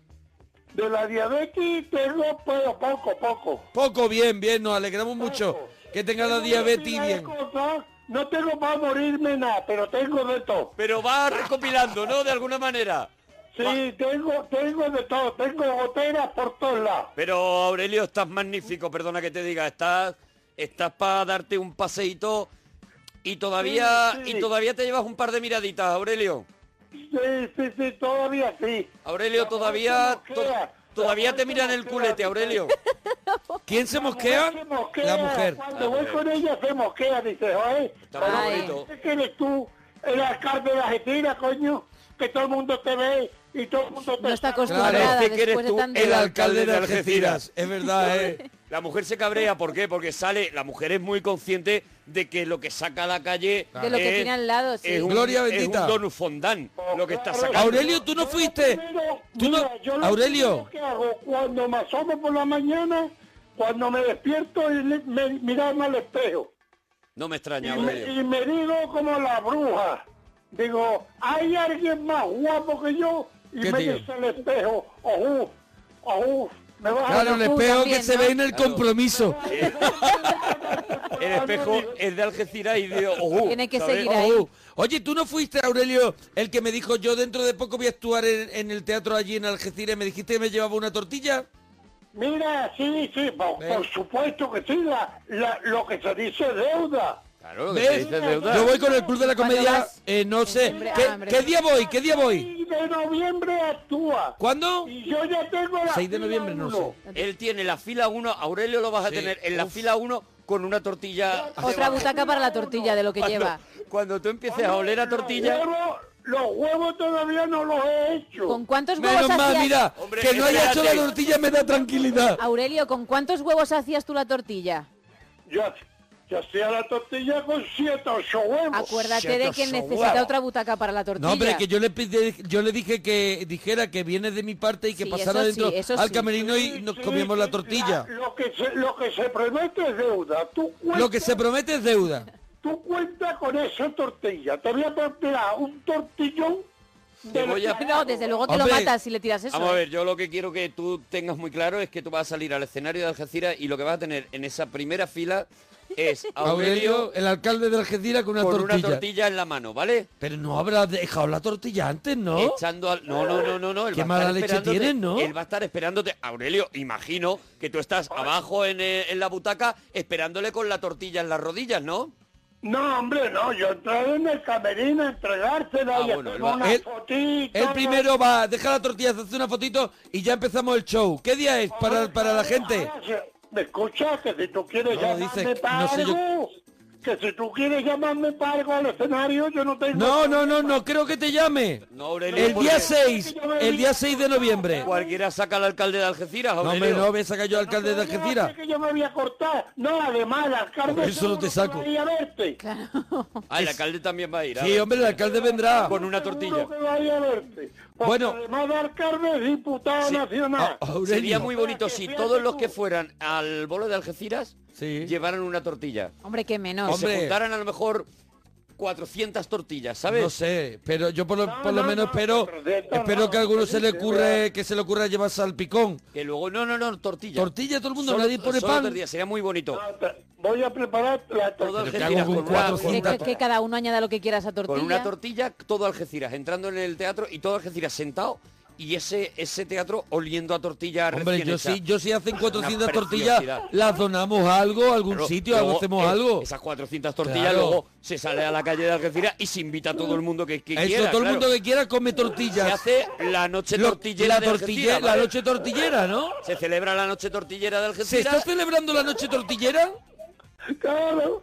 [SPEAKER 8] De la diabetes tengo pero poco, poco.
[SPEAKER 2] Poco, bien, bien, nos alegramos mucho. Que tengas la diabetes
[SPEAKER 8] Tengo
[SPEAKER 2] bien.
[SPEAKER 8] una cosa, no tengo para morirme nada, pero tengo de todo.
[SPEAKER 1] Pero va recopilando, ¿no? De alguna manera.
[SPEAKER 8] Sí, tengo, tengo de todo, tengo goteras por todos lados.
[SPEAKER 1] Pero, Aurelio, estás magnífico, perdona que te diga. Estás, estás para darte un paseíto y todavía,
[SPEAKER 8] Sí, sí.
[SPEAKER 1] y todavía te llevas un par de miraditas, Aurelio.
[SPEAKER 8] Sí, sí, sí, todavía sí.
[SPEAKER 1] Aurelio,
[SPEAKER 8] La
[SPEAKER 1] todavía,
[SPEAKER 8] mujer se mosquea.
[SPEAKER 1] to- todavía
[SPEAKER 8] La
[SPEAKER 1] te
[SPEAKER 8] mujer
[SPEAKER 1] miran
[SPEAKER 8] se
[SPEAKER 1] el
[SPEAKER 8] mosquea,
[SPEAKER 1] culete,
[SPEAKER 8] dice.
[SPEAKER 1] Aurelio.
[SPEAKER 2] ¿Quién se
[SPEAKER 8] La
[SPEAKER 2] mosquea?
[SPEAKER 8] mujer se mosquea,
[SPEAKER 2] La mujer.
[SPEAKER 8] Cuando voy con ella se mosquea, dice, oye,
[SPEAKER 1] Está muy
[SPEAKER 8] pero
[SPEAKER 7] bonito.
[SPEAKER 8] ¿qué eres tú? el alcalde de Argentina, coño, que todo el mundo te ve y todo el mundo te
[SPEAKER 7] No está
[SPEAKER 8] sabe.
[SPEAKER 7] acostumbrada
[SPEAKER 2] Claro,
[SPEAKER 1] es que eres
[SPEAKER 7] después de
[SPEAKER 1] tú
[SPEAKER 7] tanto.
[SPEAKER 2] El
[SPEAKER 1] al-
[SPEAKER 2] alcalde de Algeciras, es verdad, ¿eh?
[SPEAKER 1] La mujer se cabrea, ¿por qué? Porque sale, la mujer es muy consciente de que lo que saca a la calle
[SPEAKER 7] De lo que tiene al lado, sí.
[SPEAKER 1] es un,
[SPEAKER 2] Gloria
[SPEAKER 1] es un
[SPEAKER 2] bendita.
[SPEAKER 1] donut fondant, lo que está sacando.
[SPEAKER 2] Aurelio, tú no
[SPEAKER 8] Yo lo
[SPEAKER 2] fuiste.
[SPEAKER 8] primero-
[SPEAKER 2] Tú no-
[SPEAKER 8] mira, yo lo
[SPEAKER 2] Aurelio.
[SPEAKER 8] primero que hago cuando me asomo por la mañana, cuando me despierto y le- me, mirarme al espejo.
[SPEAKER 1] No me
[SPEAKER 8] Y
[SPEAKER 1] extraña,
[SPEAKER 8] me,
[SPEAKER 1] Aurelio.
[SPEAKER 8] y me digo como la bruja. Digo, ¿hay alguien más guapo que yo? Y
[SPEAKER 2] ¿Qué
[SPEAKER 8] me
[SPEAKER 2] digo?
[SPEAKER 8] dice el espejo, ojú, ojú, me vas
[SPEAKER 2] Claro,
[SPEAKER 8] a
[SPEAKER 2] el
[SPEAKER 8] la
[SPEAKER 2] espejo
[SPEAKER 7] también,
[SPEAKER 2] que se
[SPEAKER 7] ¿no?
[SPEAKER 2] ve en el
[SPEAKER 1] Claro.
[SPEAKER 2] compromiso.
[SPEAKER 1] El espejo es de Algeciras y de ojo.
[SPEAKER 7] Oh, Tiene que
[SPEAKER 1] ¿sabes?
[SPEAKER 7] seguir ahí.
[SPEAKER 2] Oh, oye, tú no fuiste, Aurelio, el que me dijo yo dentro de poco voy a actuar en, en el teatro allí en Algeciras. ¿Me dijiste que me llevaba una tortilla?
[SPEAKER 8] Mira, sí, sí, por,
[SPEAKER 2] Ven.
[SPEAKER 8] por supuesto que sí, la, la- lo que se dice deuda.
[SPEAKER 1] Claro, lo que
[SPEAKER 2] ¿Ves?
[SPEAKER 1] te dices, deuda.
[SPEAKER 2] Yo voy con el Club de la
[SPEAKER 7] ¿Cuándo
[SPEAKER 2] Comedia,
[SPEAKER 7] vas?
[SPEAKER 2] eh, no sé.
[SPEAKER 7] Hombre,
[SPEAKER 2] ¿Qué,
[SPEAKER 7] ah, hombre.
[SPEAKER 2] qué día voy? ¿Qué día voy?
[SPEAKER 8] 6 de noviembre actúa.
[SPEAKER 2] ¿Cuándo?
[SPEAKER 8] Y yo ya tengo la
[SPEAKER 2] 6 de
[SPEAKER 8] fila
[SPEAKER 2] noviembre, no
[SPEAKER 8] uno.
[SPEAKER 2] sé.
[SPEAKER 1] Él tiene la fila 1, Aurelio lo vas a
[SPEAKER 2] Sí.
[SPEAKER 1] tener en la fila 1 con una tortilla.
[SPEAKER 7] Otra butaca para la tortilla de lo que lleva.
[SPEAKER 1] Cuando tú empieces a oler a tortilla,
[SPEAKER 8] Los huevos, los huevos todavía no los he hecho.
[SPEAKER 7] ¿Con cuántos huevos
[SPEAKER 2] Menos mal,
[SPEAKER 7] Pues hacías?
[SPEAKER 2] mira,
[SPEAKER 1] Hombre, eh,
[SPEAKER 2] que no haya hecho la
[SPEAKER 1] espérate.
[SPEAKER 2] tortilla me da tranquilidad.
[SPEAKER 7] Aurelio, ¿con cuántos huevos hacías tú la tortilla?
[SPEAKER 8] Yo, yo hacía la tortilla con siete ocho huevos.
[SPEAKER 7] Acuérdate de que
[SPEAKER 1] Siete
[SPEAKER 7] necesita
[SPEAKER 1] huevos.
[SPEAKER 7] otra butaca para la tortilla.
[SPEAKER 2] No, hombre, que yo le pide- yo le dije que dijera que viene de mi parte y que
[SPEAKER 7] Sí,
[SPEAKER 2] pasara
[SPEAKER 7] eso sí,
[SPEAKER 2] dentro
[SPEAKER 7] eso
[SPEAKER 2] al
[SPEAKER 7] sí.
[SPEAKER 2] camerino y
[SPEAKER 8] Sí,
[SPEAKER 2] nos
[SPEAKER 8] sí,
[SPEAKER 2] comíamos
[SPEAKER 8] sí,
[SPEAKER 2] la
[SPEAKER 8] sí.
[SPEAKER 2] tortilla.
[SPEAKER 8] Ah, Lo que se, lo que se promete es deuda. Tú cuentas,
[SPEAKER 2] Lo que se promete es deuda.
[SPEAKER 8] tú cuenta con esa tortilla. Te voy a preparar un tortillón
[SPEAKER 1] te
[SPEAKER 8] de
[SPEAKER 1] voy a.
[SPEAKER 7] No, desde luego te
[SPEAKER 2] Hombre.
[SPEAKER 7] lo matas si le tiras eso.
[SPEAKER 1] Vamos a
[SPEAKER 7] ¿eh?
[SPEAKER 1] ver, yo lo que quiero que tú tengas muy claro es que tú vas a salir al escenario de Algeciras y lo que vas a tener en esa primera fila es
[SPEAKER 2] Aurelio,
[SPEAKER 1] Aurelio
[SPEAKER 2] el alcalde de Algeciras, con una
[SPEAKER 1] con
[SPEAKER 2] tortilla.
[SPEAKER 1] una tortilla en la mano, ¿vale?
[SPEAKER 2] Pero no habrá dejado la tortilla antes, ¿no?
[SPEAKER 1] Echando al... No, no, no, no, no. él
[SPEAKER 2] Qué
[SPEAKER 1] va a
[SPEAKER 2] mala
[SPEAKER 1] estar
[SPEAKER 2] leche
[SPEAKER 1] esperándote,
[SPEAKER 2] tienes, ¿no?
[SPEAKER 1] Él va a estar esperándote. Aurelio, imagino que tú estás abajo en, eh, en la butaca esperándole con la tortilla en las rodillas, ¿no?
[SPEAKER 8] No, hombre, no, yo entré en el camerino a entregársela
[SPEAKER 1] Ah,
[SPEAKER 8] y
[SPEAKER 1] bueno,
[SPEAKER 8] hacer
[SPEAKER 1] él va-
[SPEAKER 8] una
[SPEAKER 2] él-
[SPEAKER 8] fotito.
[SPEAKER 2] El primero va, deja la tortilla, hace una fotito y ya empezamos el show. ¿Qué día es para, para la gente?
[SPEAKER 8] Ahora se- Me escucha que si tú quieres
[SPEAKER 2] No,
[SPEAKER 8] llamarme
[SPEAKER 2] dice que-
[SPEAKER 8] para
[SPEAKER 2] no sé yo-
[SPEAKER 8] algo, que si tú quieres llamarme para algo al escenario, yo no tengo...
[SPEAKER 2] No, no, no, no creo que te llame.
[SPEAKER 1] No, Aurelio.
[SPEAKER 2] El
[SPEAKER 1] porque
[SPEAKER 2] día 6, el día 6 de noviembre.
[SPEAKER 1] Cualquiera saca al alcalde de Algeciras,
[SPEAKER 2] No
[SPEAKER 1] Aurelio.
[SPEAKER 2] me no voy a sacar yo al alcalde de
[SPEAKER 8] Pero yo sé
[SPEAKER 2] Algeciras.
[SPEAKER 8] que yo me voy a cortar. No, además, el alcalde...
[SPEAKER 2] Por eso no te
[SPEAKER 8] seguro
[SPEAKER 2] saco.
[SPEAKER 8] que va a ir a verte.
[SPEAKER 1] Ah, el alcalde también va a ir. a
[SPEAKER 2] Sí,
[SPEAKER 1] ver.
[SPEAKER 2] hombre, el alcalde vendrá.
[SPEAKER 1] Con una tortilla.
[SPEAKER 8] Seguro que va a ir a verte. Porque
[SPEAKER 2] Bueno.
[SPEAKER 8] además de alcalde es diputado nacional.
[SPEAKER 2] Ah, Aurelio.
[SPEAKER 1] Sería muy bonito si
[SPEAKER 8] Fíjate
[SPEAKER 1] todos los
[SPEAKER 8] tú.
[SPEAKER 1] que fueran al bolo de Algeciras
[SPEAKER 2] Sí.
[SPEAKER 1] llevaran una tortilla.
[SPEAKER 7] Hombre, qué menos.
[SPEAKER 1] Que
[SPEAKER 2] Hombre.
[SPEAKER 1] Se juntaran a lo mejor 400 tortillas, ¿sabes?
[SPEAKER 2] No sé, pero yo por lo,
[SPEAKER 8] No,
[SPEAKER 2] por lo
[SPEAKER 8] no,
[SPEAKER 2] menos
[SPEAKER 8] no,
[SPEAKER 2] espero
[SPEAKER 8] pero de esto
[SPEAKER 2] espero
[SPEAKER 8] no,
[SPEAKER 2] que a alguno se le
[SPEAKER 8] sí,
[SPEAKER 2] ocurre que se le ocurra llevar salpicón.
[SPEAKER 1] Que luego, no, no, no, tortilla.
[SPEAKER 2] Tortilla todo el mundo,
[SPEAKER 1] Solo-
[SPEAKER 2] nadie pone
[SPEAKER 1] solo
[SPEAKER 2] pan.
[SPEAKER 1] tortilla, sería muy bonito.
[SPEAKER 8] Ah, te- Voy a preparar la
[SPEAKER 1] Todo
[SPEAKER 8] tortilla.
[SPEAKER 2] ¿qué
[SPEAKER 1] Algeciras
[SPEAKER 2] hago
[SPEAKER 1] con,
[SPEAKER 2] con
[SPEAKER 1] una,
[SPEAKER 2] 400?
[SPEAKER 7] Que, que- que cada uno añada lo que quiera a esa tortilla.
[SPEAKER 1] con una tortilla, todo Algeciras, entrando en el teatro y todo Algeciras sentado y ese ese teatro oliendo a tortilla
[SPEAKER 2] Hombre,
[SPEAKER 1] recién
[SPEAKER 2] yo
[SPEAKER 1] hecha.
[SPEAKER 2] sí, yo sí hacen 400
[SPEAKER 1] Una
[SPEAKER 2] tortillas,
[SPEAKER 1] preciosidad.
[SPEAKER 2] las donamos a algo, a algún
[SPEAKER 1] Claro,
[SPEAKER 2] sitio,
[SPEAKER 1] luego,
[SPEAKER 2] algo, hacemos
[SPEAKER 1] eh,
[SPEAKER 2] algo.
[SPEAKER 1] Esas 400 tortillas
[SPEAKER 2] Claro.
[SPEAKER 1] luego se sale a la calle de Algeciras y se invita a todo el mundo que, que
[SPEAKER 2] Eso,
[SPEAKER 1] quiera.
[SPEAKER 2] todo el
[SPEAKER 1] claro.
[SPEAKER 2] mundo que quiera come tortillas.
[SPEAKER 1] Se hace la noche
[SPEAKER 2] Lo-
[SPEAKER 1] tortillera
[SPEAKER 2] la,
[SPEAKER 1] de
[SPEAKER 2] tortille-
[SPEAKER 1] Algeciras,
[SPEAKER 2] la
[SPEAKER 1] ¿vale?
[SPEAKER 2] noche tortillera, ¿no?
[SPEAKER 1] Se celebra la noche tortillera de
[SPEAKER 2] ¿Se está
[SPEAKER 1] Algeciras.
[SPEAKER 2] celebrando la noche tortillera?
[SPEAKER 8] Claro.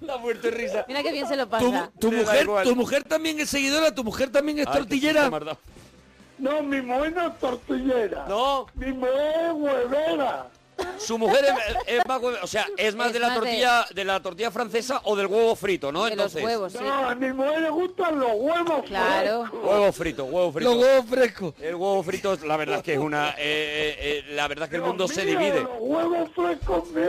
[SPEAKER 1] La muerte risa.
[SPEAKER 7] Mira qué bien se lo
[SPEAKER 2] Tu,
[SPEAKER 7] pasa.
[SPEAKER 2] tu
[SPEAKER 1] Me da
[SPEAKER 2] mujer,
[SPEAKER 1] igual.
[SPEAKER 2] tu mujer también es seguidora, tu mujer también es
[SPEAKER 1] Ay, qué
[SPEAKER 2] tortillera.
[SPEAKER 1] susto me has dado.
[SPEAKER 8] No, mi mujer no es tortillera.
[SPEAKER 1] No,
[SPEAKER 8] Mi mujer es huevera.
[SPEAKER 1] su mujer es, es más hue- o sea, es más
[SPEAKER 7] Es
[SPEAKER 1] de la
[SPEAKER 7] más de-
[SPEAKER 1] tortilla de... la tortilla francesa o del huevo frito, ¿no?
[SPEAKER 7] de los
[SPEAKER 1] Entonces,
[SPEAKER 7] huevos, sí.
[SPEAKER 8] No, a mi mujer le gustan los huevos.
[SPEAKER 7] Claro.
[SPEAKER 1] huevo frito, huevo frito.
[SPEAKER 2] Los huevos frescos.
[SPEAKER 1] El huevo frito, la verdad es que es una, eh, eh, eh, la verdad es que el
[SPEAKER 8] Dios
[SPEAKER 1] mundo se
[SPEAKER 8] mío,
[SPEAKER 1] divide.
[SPEAKER 8] Los huevos frescos míos.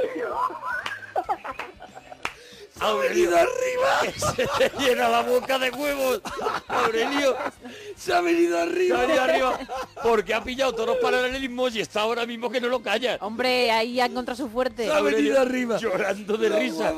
[SPEAKER 1] Aurelio arriba, se te llena la boca de huevos. Aurelio
[SPEAKER 2] Se ha venido
[SPEAKER 1] se
[SPEAKER 2] arriba.
[SPEAKER 1] ha venido arriba porque ha pillado todos los paralelismos y está ahora mismo que no lo calla.
[SPEAKER 7] Hombre, ahí ha encontrado su fuerte.
[SPEAKER 2] Se ha venido arriba.
[SPEAKER 1] llorando de risa.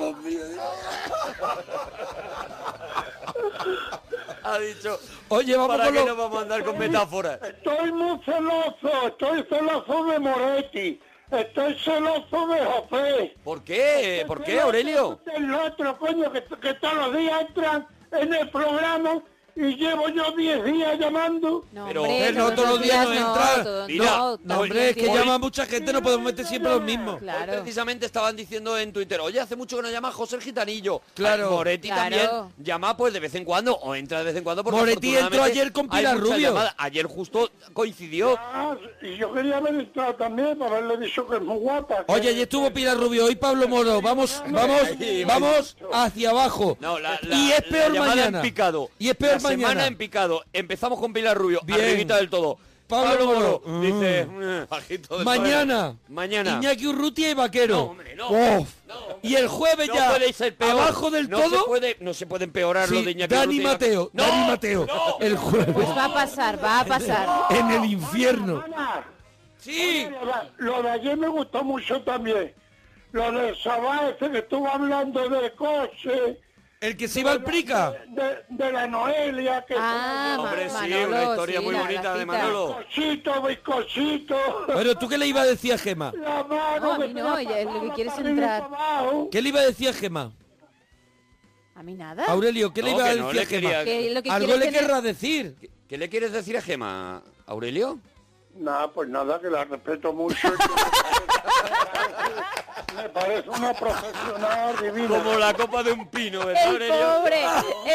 [SPEAKER 1] Ha dicho,
[SPEAKER 2] Oye, vamos
[SPEAKER 1] ¿para
[SPEAKER 2] con
[SPEAKER 1] qué
[SPEAKER 2] lo-
[SPEAKER 1] nos vamos a andar con metáforas?
[SPEAKER 8] Estoy muy celoso. Estoy celoso de Moretti. Estoy celoso de José.
[SPEAKER 1] ¿Por qué? ¿Por qué, Aurelio?
[SPEAKER 8] El otro, coño, que, que todos los días entran en el programa y llevo yo 10 días llamando.
[SPEAKER 7] No,
[SPEAKER 2] Pero
[SPEAKER 7] hombre,
[SPEAKER 2] Fer, no,
[SPEAKER 7] todos
[SPEAKER 2] todos los días no entras.
[SPEAKER 7] todos-
[SPEAKER 1] Mira,
[SPEAKER 7] no,
[SPEAKER 2] No,
[SPEAKER 7] todos
[SPEAKER 2] hombre,
[SPEAKER 7] los
[SPEAKER 2] es que
[SPEAKER 7] días.
[SPEAKER 2] llama mucha gente, no podemos meter siempre los mismos.
[SPEAKER 1] Hoy
[SPEAKER 7] Claro.
[SPEAKER 1] precisamente estaban diciendo en Twitter, oye, hace mucho que no llama José el Gitanillo.
[SPEAKER 2] Claro.
[SPEAKER 1] Ay, Moretti
[SPEAKER 7] Claro.
[SPEAKER 1] también llama pues de vez en cuando, o entra de vez en cuando. porque
[SPEAKER 2] Moretti entró
[SPEAKER 1] afortunadamente
[SPEAKER 2] ayer con
[SPEAKER 1] hay
[SPEAKER 2] Pilar
[SPEAKER 1] muchas
[SPEAKER 2] Rubio.
[SPEAKER 1] llamadas. Ayer justo coincidió.
[SPEAKER 8] Ah, y yo quería haber entrado también para haberle dicho que es muy guapa. que-
[SPEAKER 2] Oye, allí estuvo Pilar Rubio, hoy Pablo Moro. Vamos, vamos, vamos hacia abajo.
[SPEAKER 1] No, la- la-
[SPEAKER 2] y es
[SPEAKER 1] la
[SPEAKER 2] peor
[SPEAKER 1] llamada
[SPEAKER 2] mañana.
[SPEAKER 1] en picado.
[SPEAKER 2] Y es peor
[SPEAKER 1] La semana
[SPEAKER 2] mañana.
[SPEAKER 1] en picado. Empezamos con Pilar Rubio,
[SPEAKER 2] Bien.
[SPEAKER 1] arribita del todo.
[SPEAKER 2] Pablo Moro. Mm.
[SPEAKER 1] dice, "Mm", bajito del
[SPEAKER 2] Mañana.
[SPEAKER 1] todo. Mañana.
[SPEAKER 2] Iñaki Urrutia y Vaquero.
[SPEAKER 1] No, hombre, no.
[SPEAKER 2] Uf.
[SPEAKER 1] No.
[SPEAKER 2] Y el jueves
[SPEAKER 1] No
[SPEAKER 2] ya,
[SPEAKER 1] puede ser peor.
[SPEAKER 2] abajo del
[SPEAKER 1] no
[SPEAKER 2] todo,
[SPEAKER 1] Se puede, no se puede empeorar
[SPEAKER 2] sí,
[SPEAKER 1] lo de Iñaki
[SPEAKER 2] Dani
[SPEAKER 1] Urrutia.
[SPEAKER 2] Mateo.
[SPEAKER 1] ¡No!
[SPEAKER 2] Dani Mateo.
[SPEAKER 1] ¡No!
[SPEAKER 2] El jueves.
[SPEAKER 7] Pues va a pasar, va a pasar.
[SPEAKER 2] En el infierno.
[SPEAKER 8] Ana,
[SPEAKER 2] Sí.
[SPEAKER 8] Ana, Lo de ayer me gustó mucho también. Lo del Sabá este que estuvo hablando del coche,
[SPEAKER 2] El que se iba al prica.
[SPEAKER 8] de, de la Noelia, que...
[SPEAKER 7] Ah, Ma-
[SPEAKER 1] Hombre, sí, una
[SPEAKER 7] Manolo,
[SPEAKER 1] historia
[SPEAKER 7] sí,
[SPEAKER 1] muy
[SPEAKER 7] la
[SPEAKER 1] bonita de
[SPEAKER 7] gacita.
[SPEAKER 1] Manolo.
[SPEAKER 8] Bizcochito, bizcochito,
[SPEAKER 2] Bueno, ¿tú qué le iba a decir a Gema?
[SPEAKER 8] la mano...
[SPEAKER 7] No, a
[SPEAKER 8] que
[SPEAKER 7] mí
[SPEAKER 8] te
[SPEAKER 7] no,
[SPEAKER 8] la
[SPEAKER 7] ya es lo que
[SPEAKER 8] pasaba
[SPEAKER 7] quieres
[SPEAKER 8] para arriba y
[SPEAKER 7] entrar.
[SPEAKER 8] para abajo.
[SPEAKER 2] ¿Qué le iba a decir a Gema?
[SPEAKER 7] ¿A mí nada?
[SPEAKER 2] Aurelio, ¿qué le
[SPEAKER 1] No,
[SPEAKER 2] iba a
[SPEAKER 1] que no
[SPEAKER 2] decir
[SPEAKER 1] le
[SPEAKER 2] a Gema?
[SPEAKER 1] quería-
[SPEAKER 7] Que lo que
[SPEAKER 2] Algo
[SPEAKER 7] quieres
[SPEAKER 2] le
[SPEAKER 7] tener-
[SPEAKER 2] querrá decir.
[SPEAKER 1] ¿Qué le quieres decir a Gema, Aurelio?
[SPEAKER 8] Nada, pues nada, que la respeto mucho. y que me parece una profesional divina.
[SPEAKER 1] Como la copa de un pino, ¿verdad,
[SPEAKER 7] El
[SPEAKER 1] Aurelio?
[SPEAKER 7] pobre,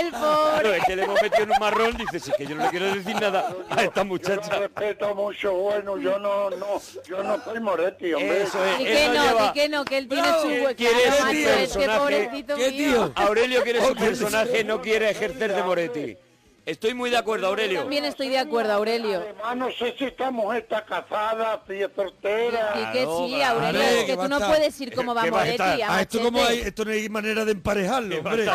[SPEAKER 7] el pobre.
[SPEAKER 1] Claro, es que le hemos metido en un marrón, dices, es que yo no le quiero decir nada a esta
[SPEAKER 8] Yo la
[SPEAKER 1] muchacha.
[SPEAKER 8] respeto mucho, bueno, yo no, no, yo no soy Moretti, hombre.
[SPEAKER 1] Eso es,
[SPEAKER 7] Di que
[SPEAKER 1] eso
[SPEAKER 7] no,
[SPEAKER 1] lleva-
[SPEAKER 7] di que no, que él tiene
[SPEAKER 2] Bravo.
[SPEAKER 7] su
[SPEAKER 2] ¿Qué
[SPEAKER 7] hueco.
[SPEAKER 1] quiere
[SPEAKER 7] Claro,
[SPEAKER 2] ese
[SPEAKER 7] macho,
[SPEAKER 2] tío?
[SPEAKER 7] es que
[SPEAKER 1] Personaje.
[SPEAKER 7] pobrecito
[SPEAKER 2] ¿Qué
[SPEAKER 7] mío.
[SPEAKER 2] tío?
[SPEAKER 1] Aurelio quiere
[SPEAKER 2] Oh,
[SPEAKER 1] su
[SPEAKER 2] qué
[SPEAKER 1] personaje, no quiere ejercer de Moretti. Estoy muy de acuerdo, Aurelio.
[SPEAKER 7] También estoy de acuerdo, Aurelio.
[SPEAKER 8] Además, no sé si esta mujer está casada, si es
[SPEAKER 7] Di
[SPEAKER 8] soltera.
[SPEAKER 7] que
[SPEAKER 1] Claro,
[SPEAKER 7] sí,
[SPEAKER 1] claro.
[SPEAKER 7] Aurelio,
[SPEAKER 2] Hombre,
[SPEAKER 7] es
[SPEAKER 2] que
[SPEAKER 7] que
[SPEAKER 2] va
[SPEAKER 7] tú no
[SPEAKER 2] a estar-
[SPEAKER 7] puedes ir como va
[SPEAKER 1] que va a
[SPEAKER 7] Moretti,
[SPEAKER 1] estar-
[SPEAKER 7] a
[SPEAKER 2] Ah, esto como
[SPEAKER 7] machete.
[SPEAKER 2] hay, esto no hay manera de emparejarlo, hombre.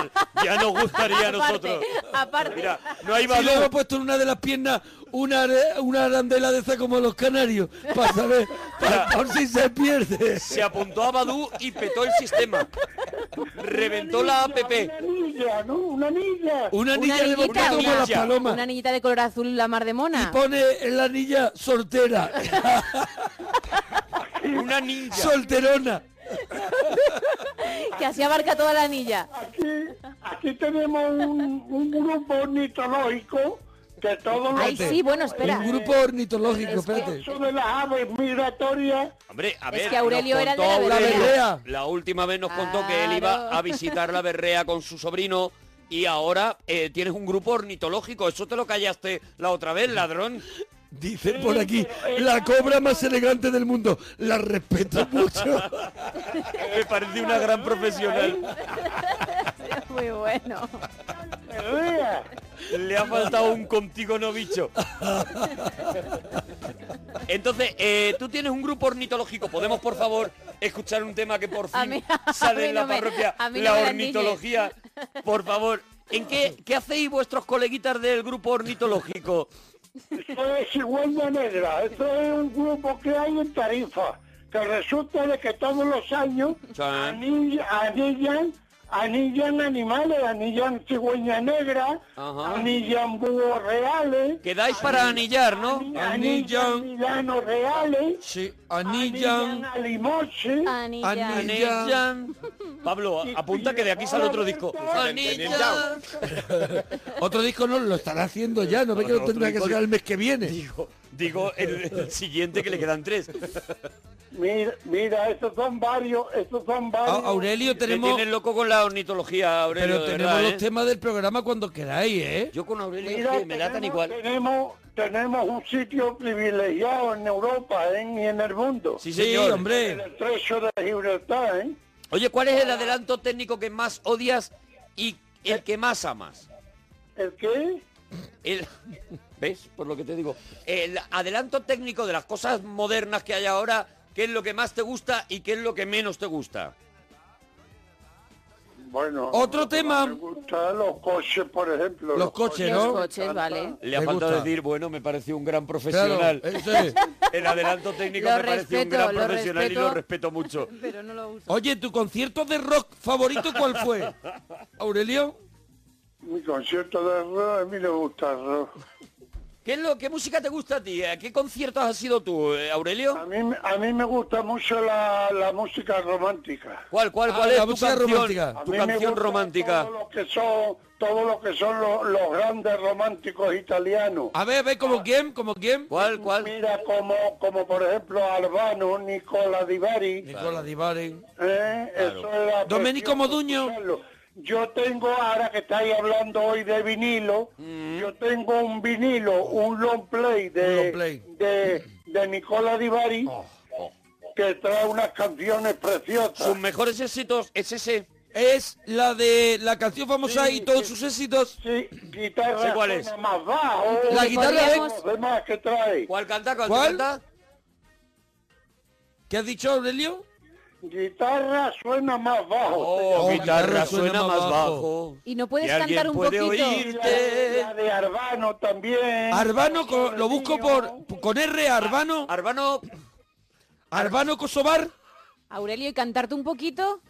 [SPEAKER 1] Ya nos gustaría a nosotros.
[SPEAKER 7] Aparte, aparte.
[SPEAKER 1] Mira, no hay
[SPEAKER 2] Si le hemos
[SPEAKER 1] valor.
[SPEAKER 2] puesto en una de las piernas una, are- una arandela de esa como los canarios, para saber, para, por si se pierde.
[SPEAKER 1] Se apuntó a Badu y petó el sistema. Reventó la
[SPEAKER 8] Una
[SPEAKER 1] APP.
[SPEAKER 8] anilla, ¿no? Una anilla.
[SPEAKER 2] Una
[SPEAKER 7] Una
[SPEAKER 2] anilla le hemos
[SPEAKER 7] niñita,
[SPEAKER 2] puesto como
[SPEAKER 7] una,
[SPEAKER 2] las palomas.
[SPEAKER 7] una niñita de color azul, la mar de
[SPEAKER 2] Y
[SPEAKER 7] mona.
[SPEAKER 2] pone en la anilla soltera,
[SPEAKER 1] Una ninja.
[SPEAKER 2] solterona.
[SPEAKER 7] Que así abarca toda la anilla.
[SPEAKER 8] Aquí, aquí tenemos un, un grupo ornitológico de todos los...
[SPEAKER 7] Ay, sí, bueno, espera.
[SPEAKER 2] Un grupo ornitológico,
[SPEAKER 7] Es que-
[SPEAKER 2] espérate.
[SPEAKER 8] Eso de las aves migratorias,
[SPEAKER 1] Hombre, a
[SPEAKER 7] Es
[SPEAKER 1] ver,
[SPEAKER 7] que Aurelio
[SPEAKER 1] nos
[SPEAKER 7] era el de
[SPEAKER 1] contó
[SPEAKER 7] la
[SPEAKER 1] Aurelio-
[SPEAKER 2] berrea.
[SPEAKER 1] La última vez nos contó que él
[SPEAKER 7] Claro.
[SPEAKER 1] iba a visitar la berrea con su sobrino y ahora eh, tienes un grupo ornitológico. Eso te lo callaste la otra vez, ladrón.
[SPEAKER 2] Dicen por aquí, la cobra más elegante del mundo. La respeto mucho.
[SPEAKER 1] Me parece una gran profesional.
[SPEAKER 7] Muy bueno.
[SPEAKER 8] berrea.
[SPEAKER 1] Le ha faltado un contigo no bicho. Entonces, eh, tú tienes un grupo ornitológico. ¿Podemos, por favor, escuchar un tema que por
[SPEAKER 7] A
[SPEAKER 1] fin
[SPEAKER 7] mí- a
[SPEAKER 1] sale
[SPEAKER 7] mí
[SPEAKER 1] en la
[SPEAKER 7] no me-
[SPEAKER 1] parroquia?
[SPEAKER 7] a mí no
[SPEAKER 1] la
[SPEAKER 7] me la
[SPEAKER 1] ornitología. Por favor. ¿En qué, qué hacéis vuestros coleguitas del grupo ornitológico?
[SPEAKER 8] Eso es Cigüeña Negra, eso es un grupo que hay en Tarifa, que resulta de que todos los años
[SPEAKER 1] Sí.
[SPEAKER 8] anilla- anillan, anillan animales, anillan cigüeña negra,
[SPEAKER 1] Ajá.
[SPEAKER 8] anillan búhos reales,
[SPEAKER 1] Quedáis para anillar, ¿no?
[SPEAKER 8] anillan, milanos reales,
[SPEAKER 2] Sí,
[SPEAKER 8] anillan
[SPEAKER 2] anillan,
[SPEAKER 8] alimoche,
[SPEAKER 7] Anilla.
[SPEAKER 2] Ani-
[SPEAKER 1] Anillan. Pablo, a- apunta que de aquí sale otro disco. Anillan.
[SPEAKER 2] Otro disco no lo estará haciendo ya, no ve que lo
[SPEAKER 1] Otro
[SPEAKER 2] tendrá que
[SPEAKER 1] disco-
[SPEAKER 2] sacar el mes que viene.
[SPEAKER 1] Digo, digo el, el siguiente que le quedan tres.
[SPEAKER 8] mira, mira, estos son varios, estos
[SPEAKER 1] Ah,
[SPEAKER 8] son
[SPEAKER 2] A-
[SPEAKER 8] varios.
[SPEAKER 2] Aurelio,
[SPEAKER 1] Te
[SPEAKER 2] tenemos,
[SPEAKER 1] tienes loco con la ornitología, Aurelio,
[SPEAKER 2] pero
[SPEAKER 1] de
[SPEAKER 2] tenemos
[SPEAKER 1] verdad,
[SPEAKER 2] los
[SPEAKER 1] ¿eh?
[SPEAKER 2] temas del programa cuando queráis, ¿eh?
[SPEAKER 1] Yo con Aurelio
[SPEAKER 8] Mira,
[SPEAKER 1] es que me latan igual.
[SPEAKER 8] Tenemos, tenemos un sitio privilegiado en Europa ¿eh? y en el mundo.
[SPEAKER 1] Sí,
[SPEAKER 2] Sí,
[SPEAKER 1] señor.
[SPEAKER 8] El
[SPEAKER 2] hombre.
[SPEAKER 8] estrecho de Gibraltar, ¿eh?
[SPEAKER 1] Oye, ¿cuál es el adelanto técnico que más odias y el que más amas?
[SPEAKER 8] Eh. ¿El qué?
[SPEAKER 1] El- ¿Ves? Por lo que te digo. El adelanto técnico de las cosas modernas que hay ahora, ¿qué es lo que más te gusta y qué es lo que menos te gusta?
[SPEAKER 8] Bueno.
[SPEAKER 2] Otro tema.
[SPEAKER 8] Me gustan los coches, por ejemplo.
[SPEAKER 2] Los coches,
[SPEAKER 7] Los
[SPEAKER 2] ¿no?
[SPEAKER 7] coches, vale.
[SPEAKER 1] Le ha
[SPEAKER 2] Me
[SPEAKER 1] faltado
[SPEAKER 2] gusta.
[SPEAKER 1] decir, bueno, me pareció un gran
[SPEAKER 2] Claro,
[SPEAKER 1] profesional.
[SPEAKER 2] eso es.
[SPEAKER 1] El adelanto técnico
[SPEAKER 7] Lo
[SPEAKER 1] me pareció un
[SPEAKER 7] respeto,
[SPEAKER 1] gran
[SPEAKER 7] lo
[SPEAKER 1] profesional y lo
[SPEAKER 7] respeto.
[SPEAKER 1] respeto mucho.
[SPEAKER 7] Pero no lo uso.
[SPEAKER 2] Oye, ¿tu concierto de rock favorito cuál fue? Aurelio.
[SPEAKER 8] Mi concierto de rock, a mí me gusta el rock.
[SPEAKER 1] ¿Qué, es lo, ¿Qué música te gusta a ti? ¿A qué conciertos has sido tú, eh,
[SPEAKER 8] A
[SPEAKER 1] Aurelio?
[SPEAKER 8] mí, a mí me gusta mucho la, la música romántica.
[SPEAKER 1] ¿Cuál, cuál,
[SPEAKER 2] Ah,
[SPEAKER 1] cuál es
[SPEAKER 2] la
[SPEAKER 1] tu
[SPEAKER 2] música
[SPEAKER 1] canción,
[SPEAKER 2] romántica.
[SPEAKER 8] A
[SPEAKER 1] tu
[SPEAKER 8] mí me
[SPEAKER 1] canción
[SPEAKER 8] gusta
[SPEAKER 1] romántica?
[SPEAKER 8] Todo lo que son, todo lo que son lo- los grandes románticos italianos. Ah.
[SPEAKER 2] A ver, a ver, ¿como quién? ¿Como quién?
[SPEAKER 1] ¿Cuál, cuál?
[SPEAKER 8] Mira, como, como por ejemplo Albano, Nicola Di Bari,
[SPEAKER 2] Nicola Di Bari.
[SPEAKER 8] ¿eh? Eso era
[SPEAKER 2] Domenico
[SPEAKER 8] precioso
[SPEAKER 2] Moduño.
[SPEAKER 8] escucharlo. Yo tengo, ahora que estáis hablando hoy de vinilo,
[SPEAKER 1] Mm.
[SPEAKER 8] yo tengo un vinilo, un long play de,
[SPEAKER 2] Un long play.
[SPEAKER 8] de, de Nicola Di Bari,
[SPEAKER 1] Oh.
[SPEAKER 8] que trae unas canciones preciosas.
[SPEAKER 1] Sus mejores éxitos es ese.
[SPEAKER 2] Es la de la canción famosa
[SPEAKER 8] Sí,
[SPEAKER 2] y todos
[SPEAKER 8] sí.
[SPEAKER 2] sus éxitos.
[SPEAKER 8] Sí, guitarra
[SPEAKER 1] Sé cuál es.
[SPEAKER 8] suena más bajo.
[SPEAKER 2] La guitarra de-
[SPEAKER 8] Los demás que trae.
[SPEAKER 1] ¿Cuál canta? ¿Cuál,
[SPEAKER 2] ¿Cuál?
[SPEAKER 1] canta?
[SPEAKER 2] ¿Qué has dicho, Aurelio?
[SPEAKER 8] Guitarra suena más bajo.
[SPEAKER 1] Oh,
[SPEAKER 2] Oh,
[SPEAKER 1] guitarra suena más bajo.
[SPEAKER 7] Y no puedes
[SPEAKER 1] ¿Y alguien
[SPEAKER 7] cantar un
[SPEAKER 1] puede
[SPEAKER 7] poquito.
[SPEAKER 8] Y
[SPEAKER 1] oír?
[SPEAKER 8] la, de- la de Arbano también. Ah,
[SPEAKER 2] Arbano, co- lo busco por con R, Arbano,
[SPEAKER 1] Arbano,
[SPEAKER 2] Arbano Kosovar.
[SPEAKER 7] Aurelio, ¿y cantarte un poquito?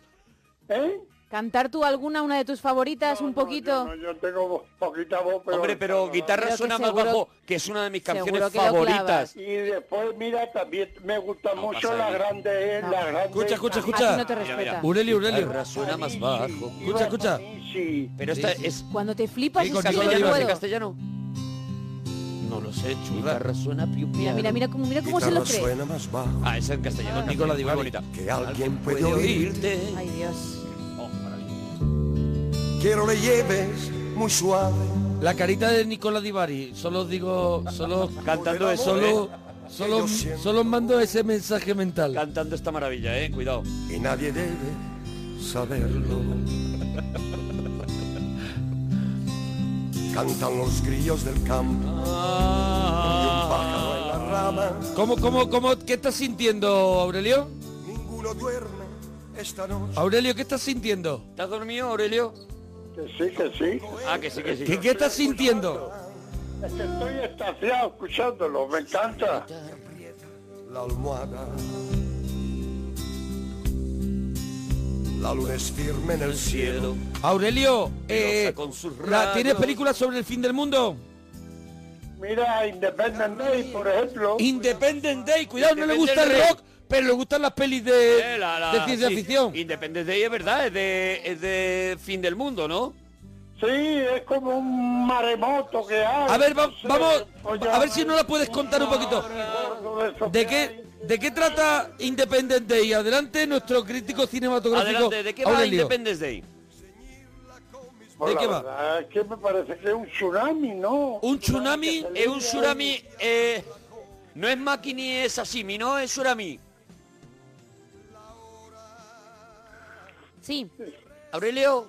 [SPEAKER 8] ¿Eh?
[SPEAKER 7] ¿Cantar tú alguna, una de tus favoritas, un
[SPEAKER 8] No,
[SPEAKER 7] poquito?
[SPEAKER 8] Yo, no, yo tengo vo- poquita voz, pero...
[SPEAKER 1] hombre, pero guitarra
[SPEAKER 7] Creo que
[SPEAKER 1] suena más
[SPEAKER 7] seguro-
[SPEAKER 1] bajo, que es una de mis canciones
[SPEAKER 7] seguro que lo
[SPEAKER 1] favoritas.
[SPEAKER 7] clavas.
[SPEAKER 8] Y después, mira, también me gusta mucho
[SPEAKER 1] pasa
[SPEAKER 8] la
[SPEAKER 1] nada.
[SPEAKER 8] grande, eh, la grande...
[SPEAKER 2] Escucha, escucha,
[SPEAKER 7] A ti
[SPEAKER 2] escucha.
[SPEAKER 7] no te
[SPEAKER 1] mira.
[SPEAKER 7] respeta.
[SPEAKER 2] Aurelio,
[SPEAKER 1] Guitarra
[SPEAKER 2] Aurelio.
[SPEAKER 1] suena más bajo.
[SPEAKER 2] Escucha, escucha.
[SPEAKER 8] Sí.
[SPEAKER 1] Pero esta es...
[SPEAKER 7] Cuando te flipas
[SPEAKER 2] Sí,
[SPEAKER 7] es
[SPEAKER 2] con
[SPEAKER 7] que yo
[SPEAKER 2] Nicola
[SPEAKER 7] no
[SPEAKER 2] Di
[SPEAKER 1] castellano,
[SPEAKER 2] Bari,
[SPEAKER 1] ¿en
[SPEAKER 7] puedo.
[SPEAKER 1] castellano? No lo sé, churra. Guitarra suena piu
[SPEAKER 7] Mira, mira, mira cómo, mira cómo se lo cree.
[SPEAKER 5] más bajo
[SPEAKER 1] Ah, esa en castellano. Nicola Di bonita.
[SPEAKER 5] que alguien
[SPEAKER 1] Puede oírte.
[SPEAKER 7] Ay, Dios.
[SPEAKER 5] Quiero le lleves muy suave.
[SPEAKER 2] La carita de Nicola Di Bari. Solo digo, solo
[SPEAKER 1] Cantando eso,
[SPEAKER 2] solo
[SPEAKER 1] ¿eh?
[SPEAKER 2] solo solo mando ese mensaje mental.
[SPEAKER 1] Cantando esta maravilla, eh. Cuidado.
[SPEAKER 5] y nadie debe saberlo. Cantan los grillos del campo y un pájaro en la rama.
[SPEAKER 2] ¿Cómo cómo cómo qué estás sintiendo, Aurelio?
[SPEAKER 5] Ninguno duerme esta noche.
[SPEAKER 2] Aurelio, ¿qué estás sintiendo?
[SPEAKER 1] ¿Estás dormido, Aurelio?
[SPEAKER 8] Que sí, que sí.
[SPEAKER 1] Ah, que sí, que sí.
[SPEAKER 2] ¿Qué, qué estás sintiendo?
[SPEAKER 8] Es que estoy estaciado escuchándolo, me encanta.
[SPEAKER 5] La almohada. La luna es firme en el cielo.
[SPEAKER 2] Aurelio, eh,
[SPEAKER 1] Rosa con sus
[SPEAKER 2] la- ¿tienes
[SPEAKER 1] rayos.
[SPEAKER 2] películas sobre el fin del mundo?
[SPEAKER 8] Mira, Independent Day, por ejemplo.
[SPEAKER 2] Independent Day, cuidado, no le gusta
[SPEAKER 1] Independent
[SPEAKER 2] el
[SPEAKER 1] Day.
[SPEAKER 2] rock, pero le gustan las pelis de,
[SPEAKER 1] Eh, la- la-
[SPEAKER 2] de ciencia
[SPEAKER 1] sí.
[SPEAKER 2] ficción.
[SPEAKER 1] Independence Day es verdad, es de, es de fin del mundo, ¿no?
[SPEAKER 8] Sí, es como un maremoto que hay.
[SPEAKER 2] A ver, va-
[SPEAKER 8] no sé,
[SPEAKER 2] vamos,
[SPEAKER 8] pues ya
[SPEAKER 2] a ver si
[SPEAKER 8] hay
[SPEAKER 2] no la puedes contar un poquito.
[SPEAKER 8] gordo de esos
[SPEAKER 2] ¿De
[SPEAKER 8] que
[SPEAKER 2] qué,
[SPEAKER 8] hay.
[SPEAKER 2] de qué trata Independent Day? Adelante, nuestro crítico cinematográfico.
[SPEAKER 1] Adelante, ¿de qué va
[SPEAKER 2] Aurelio.
[SPEAKER 1] Independence Day?
[SPEAKER 8] Pues
[SPEAKER 2] ¿de
[SPEAKER 8] la
[SPEAKER 2] qué va?
[SPEAKER 8] verdad Es que me parece que es un tsunami, ¿no?
[SPEAKER 2] Un tsunami.
[SPEAKER 1] Es un tsunami, eh, no es Maki ni es Sashimi, no es tsunami.
[SPEAKER 7] Sí,
[SPEAKER 1] Aurelio,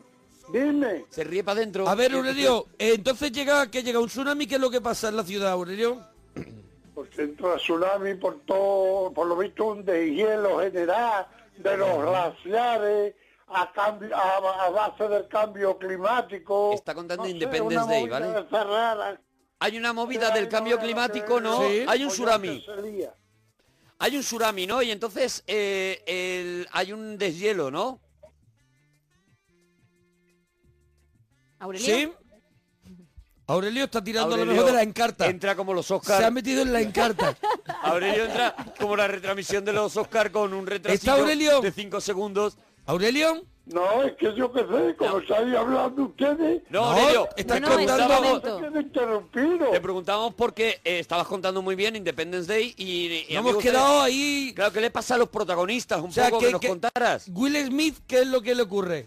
[SPEAKER 8] Dime,
[SPEAKER 1] se ríe para adentro.
[SPEAKER 2] A ver, Aurelio, eh, entonces llega que llega un tsunami, ¿qué es lo que pasa en la ciudad, Aurelio?
[SPEAKER 8] porque entra Pues tsunami por todo, por lo visto un deshielo general de los glaciares a, cambio, a, a base del cambio climático.
[SPEAKER 1] Está contando
[SPEAKER 8] sé,
[SPEAKER 1] Independence
[SPEAKER 8] una
[SPEAKER 1] Day,
[SPEAKER 8] movida
[SPEAKER 1] ¿vale?
[SPEAKER 8] de esas raras.
[SPEAKER 1] Hay una movida
[SPEAKER 8] Ay,
[SPEAKER 1] del
[SPEAKER 8] no
[SPEAKER 1] cambio
[SPEAKER 8] veo
[SPEAKER 1] climático,
[SPEAKER 8] que-
[SPEAKER 1] ¿no?
[SPEAKER 2] Sí.
[SPEAKER 1] Hay un
[SPEAKER 8] Oye,
[SPEAKER 1] tsunami.
[SPEAKER 8] que se lía.
[SPEAKER 1] Hay un tsunami, ¿no? Y entonces eh, el- hay un deshielo, ¿no?
[SPEAKER 7] Aurelio.
[SPEAKER 2] ¿Sí? Aurelio está tirando
[SPEAKER 1] Aurelio
[SPEAKER 2] lo mejor de la encarta.
[SPEAKER 1] Entra como los
[SPEAKER 2] Se ha
[SPEAKER 1] Oscars.
[SPEAKER 2] metido en la encarta.
[SPEAKER 1] Aurelio entra como la retransmisión de los Oscar con un retraso
[SPEAKER 2] ¿Está Aurelio?
[SPEAKER 1] de 5 segundos.
[SPEAKER 2] ¿Aurelio?
[SPEAKER 8] No, es que yo qué sé, como estáis hablando ustedes,
[SPEAKER 1] No,
[SPEAKER 2] No,
[SPEAKER 1] Aurelio,
[SPEAKER 2] estás
[SPEAKER 1] te
[SPEAKER 7] No, no, es
[SPEAKER 1] preguntábamos-
[SPEAKER 7] un momento.
[SPEAKER 8] no se quede interrumpido.
[SPEAKER 1] te preguntábamos porque eh, estabas contando muy bien Independence Day y, y a mí
[SPEAKER 2] Nos
[SPEAKER 1] me
[SPEAKER 2] hemos
[SPEAKER 1] gustaría-
[SPEAKER 2] quedado ahí.
[SPEAKER 1] Claro, ¿qué le pasa a los protagonistas? Un
[SPEAKER 2] O sea,
[SPEAKER 1] poco que,
[SPEAKER 2] que-
[SPEAKER 1] nos
[SPEAKER 2] que-
[SPEAKER 1] contaras.
[SPEAKER 2] Will Smith, ¿qué es lo que le ocurre?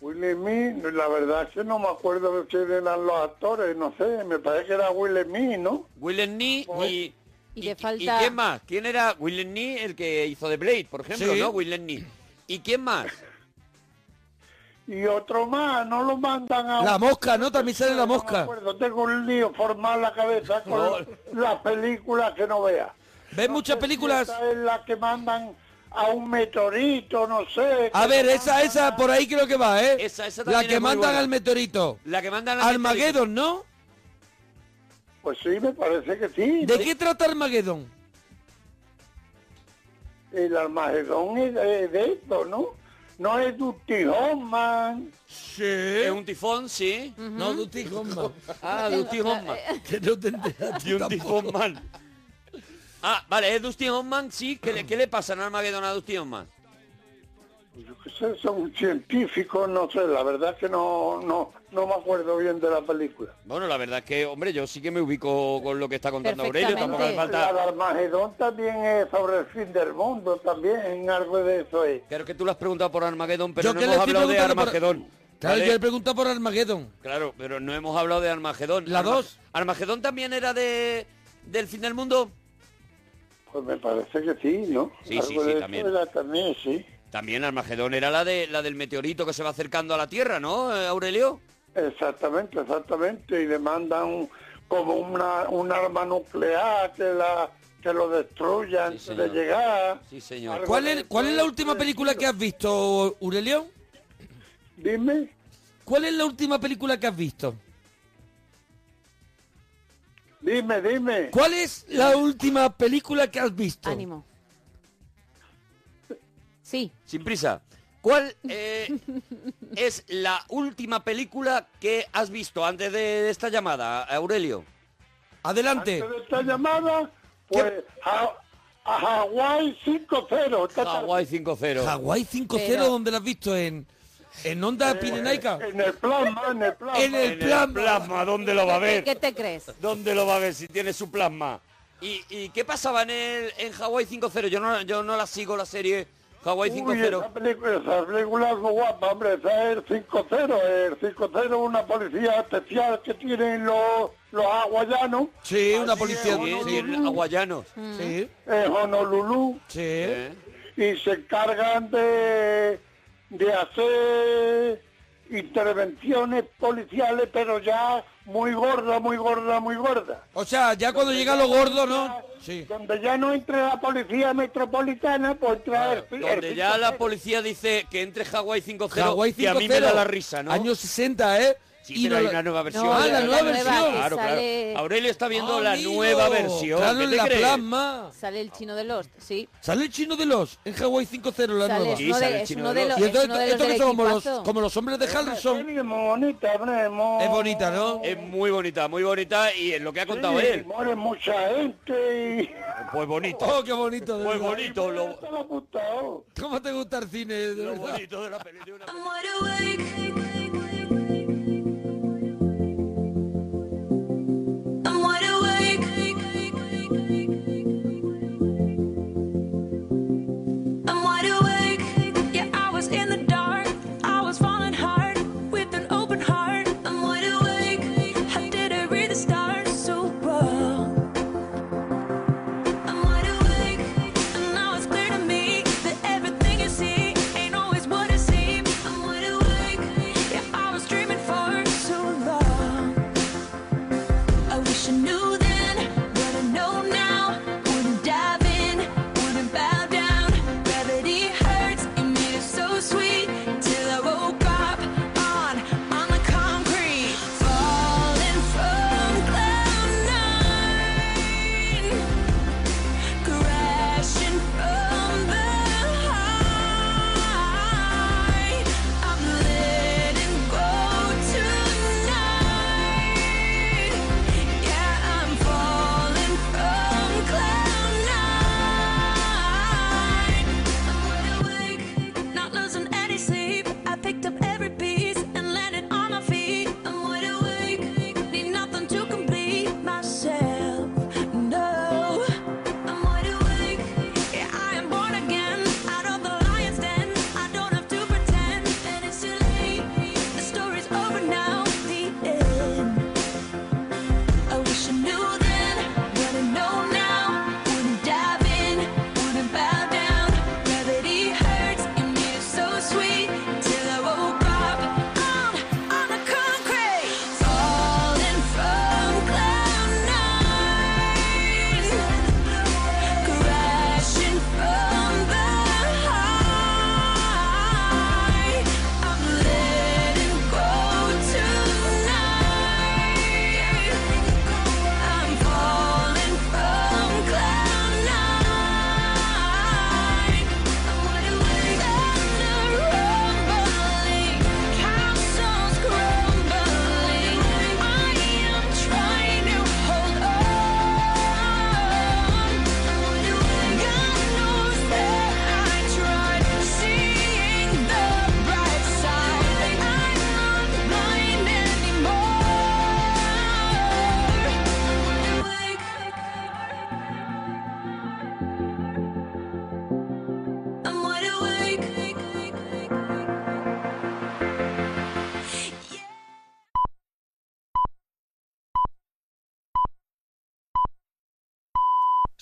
[SPEAKER 8] Will Smith, la verdad es que no me acuerdo de quién eran los actores, no sé, me parece que era Will Smith, ¿no?
[SPEAKER 1] Willem Nee y...
[SPEAKER 7] Y le falta-
[SPEAKER 1] quién más? ¿Quién era Willem Nee el que hizo The Blade, por ejemplo,
[SPEAKER 2] Sí.
[SPEAKER 1] no? Willem Nee. ¿Y quién más?
[SPEAKER 8] Y otro más, no lo mandan a...
[SPEAKER 2] La mosca, ¿no? También sale la
[SPEAKER 8] No me
[SPEAKER 2] mosca.
[SPEAKER 8] acuerdo, tengo un lío formado en la cabeza con las películas que no vea.
[SPEAKER 2] ¿Ves muchas películas?
[SPEAKER 8] Esta es la que mandan a un meteorito, no sé.
[SPEAKER 2] A
[SPEAKER 8] que
[SPEAKER 2] ver,
[SPEAKER 8] lo
[SPEAKER 2] esa,
[SPEAKER 8] mandan
[SPEAKER 2] esa,
[SPEAKER 8] a-
[SPEAKER 2] por ahí creo que va, ¿eh?
[SPEAKER 1] Esa- esa también
[SPEAKER 2] la que
[SPEAKER 1] es muy
[SPEAKER 2] mandan
[SPEAKER 1] buena.
[SPEAKER 2] al meteorito.
[SPEAKER 1] La que mandan a
[SPEAKER 2] Armageddon, ¿no?
[SPEAKER 8] Pues sí, me parece que sí.
[SPEAKER 2] ¿De qué trata Armageddon?
[SPEAKER 8] El Armagedón es de, de esto, ¿no? No es Dusty Hoffman,
[SPEAKER 1] Es un tifón, sí.
[SPEAKER 2] No, Dusty Hoffman.
[SPEAKER 1] Ah, Dusty Hoffman.
[SPEAKER 2] eh, Que no te enteraste.
[SPEAKER 1] Y un tifón man. Ah, vale, es Dusty Hoffman, sí. ¿Qué le, qué le pasa en Armageddon a Dusty Hoffman?
[SPEAKER 8] Yo qué sé, son científicos, no sé, la verdad es que no, no, no me acuerdo bien de la película.
[SPEAKER 1] Bueno, la verdad es que, hombre, yo sí que me ubico con lo que está contando Aurelio. Tampoco me
[SPEAKER 7] Perfectamente.
[SPEAKER 1] falta...
[SPEAKER 8] La de Armagedón también es sobre el fin del mundo, también algo de eso es.
[SPEAKER 1] Claro que tú lo has preguntado por Armagedón, pero
[SPEAKER 2] Yo
[SPEAKER 1] no
[SPEAKER 2] que le
[SPEAKER 1] hemos
[SPEAKER 2] estoy
[SPEAKER 1] hablado de
[SPEAKER 2] preguntando por-
[SPEAKER 1] Armagedón.
[SPEAKER 2] Claro,
[SPEAKER 1] ¿vale?
[SPEAKER 2] yo le pregunto por Armageddon.
[SPEAKER 1] Claro, pero no hemos hablado de Armagedón.
[SPEAKER 2] La
[SPEAKER 1] Arma-
[SPEAKER 2] dos.
[SPEAKER 1] ¿Armagedón también era de del fin del mundo?
[SPEAKER 8] Pues me parece que sí, ¿no?
[SPEAKER 1] Sí, sí,
[SPEAKER 8] Algo
[SPEAKER 1] sí,
[SPEAKER 8] de eso
[SPEAKER 1] también.
[SPEAKER 8] era también, sí.
[SPEAKER 1] También Armagedón era la de la del meteorito que se va acercando a la Tierra, ¿no, eh, Aurelio?
[SPEAKER 8] Exactamente, exactamente. Y le mandan un- como una, un arma nuclear que, la, que lo destruya antes de
[SPEAKER 1] señor.
[SPEAKER 8] llegar.
[SPEAKER 1] Sí, señor.
[SPEAKER 8] Algo
[SPEAKER 2] ¿Cuál
[SPEAKER 8] de
[SPEAKER 2] es,
[SPEAKER 8] eso
[SPEAKER 2] ¿Cuál es la última
[SPEAKER 8] de
[SPEAKER 2] película que has visto, Urelión?
[SPEAKER 8] Dime,
[SPEAKER 2] ¿Cuál es la última película que has visto?
[SPEAKER 8] dime, dime.
[SPEAKER 2] ¿Cuál es la última película que has visto?
[SPEAKER 7] Ánimo. Sí.
[SPEAKER 1] Sin prisa. ¿Cuál eh, es la última película que has visto antes de esta llamada, Aurelio?
[SPEAKER 2] Adelante.
[SPEAKER 8] Antes de esta llamada, pues a, a Hawái 5-0. esta tarde,
[SPEAKER 1] Hawái 5-0.
[SPEAKER 2] Hawái 5-0,
[SPEAKER 7] Pero-
[SPEAKER 2] ¿dónde la has visto? ¿En, en Onda Pirenaica?
[SPEAKER 8] Eh, En el plasma, en el plasma.
[SPEAKER 2] En el plan.
[SPEAKER 1] plasma, ¿dónde lo va a ver?
[SPEAKER 7] ¿Qué te crees?
[SPEAKER 1] ¿Dónde lo va a ver si tiene su plasma? ¿Y, y qué pasaba en, el- en Hawái 5-0? Yo no, yo no la sigo la serie Hawái
[SPEAKER 8] Uy, esa
[SPEAKER 1] 5-0.
[SPEAKER 8] película, esa película es muy guapa, hombre, esa es el 5-0. El 5-0 es una policía especial que tienen los, los hawaianos
[SPEAKER 2] Sí, una
[SPEAKER 8] Así
[SPEAKER 2] policía.
[SPEAKER 8] es,
[SPEAKER 1] Sí,
[SPEAKER 2] Sí,
[SPEAKER 1] en Hawaiianos.
[SPEAKER 2] sí,
[SPEAKER 8] en Honolulu
[SPEAKER 2] sí.
[SPEAKER 1] ¿Eh?
[SPEAKER 8] y se encargan de, de hacer intervenciones policiales, pero ya muy gorda, muy gorda, muy gorda.
[SPEAKER 2] O sea, ya cuando llega lo gordo, ¿no?
[SPEAKER 8] Ya-
[SPEAKER 2] Sí.
[SPEAKER 8] Donde ya no entre la policía metropolitana, pues trae el- el
[SPEAKER 1] Donde ya
[SPEAKER 8] 5-0.
[SPEAKER 1] la policía dice que entre Hawái 5-0
[SPEAKER 2] Hawái 5-0.
[SPEAKER 1] y a mí me da la risa, ¿no?
[SPEAKER 2] Años 60, ¿eh?
[SPEAKER 1] Sí,
[SPEAKER 2] Y
[SPEAKER 1] pero
[SPEAKER 2] no
[SPEAKER 1] hay
[SPEAKER 2] la-
[SPEAKER 1] una nueva versión.
[SPEAKER 7] No,
[SPEAKER 2] Ah, la
[SPEAKER 7] la
[SPEAKER 2] nueva
[SPEAKER 7] nueva
[SPEAKER 2] versión.
[SPEAKER 7] que
[SPEAKER 1] Claro, claro.
[SPEAKER 7] sale-
[SPEAKER 1] Aurelio está viendo la
[SPEAKER 2] Amigo,
[SPEAKER 1] nueva versión.
[SPEAKER 2] Claro,
[SPEAKER 1] ¿Qué
[SPEAKER 2] en
[SPEAKER 1] te
[SPEAKER 2] la
[SPEAKER 1] crees?
[SPEAKER 2] plasma.
[SPEAKER 7] Sale el chino de Lost, sí.
[SPEAKER 2] Sale el chino de los en Hawái 5-0 la
[SPEAKER 7] Sale,
[SPEAKER 2] nueva.
[SPEAKER 7] es
[SPEAKER 1] Sí,
[SPEAKER 7] uno
[SPEAKER 1] sale el
[SPEAKER 7] de, es
[SPEAKER 1] chino
[SPEAKER 7] uno
[SPEAKER 1] de
[SPEAKER 7] de los,
[SPEAKER 1] Lost.
[SPEAKER 2] Y
[SPEAKER 7] es
[SPEAKER 2] entonces,
[SPEAKER 7] uno de
[SPEAKER 2] esto
[SPEAKER 7] los
[SPEAKER 2] que
[SPEAKER 7] del
[SPEAKER 2] son como los,
[SPEAKER 7] equipazo.
[SPEAKER 2] como los hombres de Harrison.
[SPEAKER 8] Es muy bonita, hombre, muy-
[SPEAKER 2] Es bonita, ¿no?
[SPEAKER 1] Es muy bonita, muy bonita y es lo que ha contado
[SPEAKER 8] Sí,
[SPEAKER 1] él.
[SPEAKER 8] Muere mucha gente y...
[SPEAKER 1] Pues bonito.
[SPEAKER 2] Oh, qué bonito. de
[SPEAKER 1] Pues
[SPEAKER 2] verdad.
[SPEAKER 1] bonito, lo,
[SPEAKER 8] Esto lo ha gustado.
[SPEAKER 2] ¿Cómo te gusta el cine? de
[SPEAKER 1] lo
[SPEAKER 2] verdad?
[SPEAKER 1] bonito de la película. de una peli-
[SPEAKER 11] Everything you see ain't always what it seems. I'm wide awake.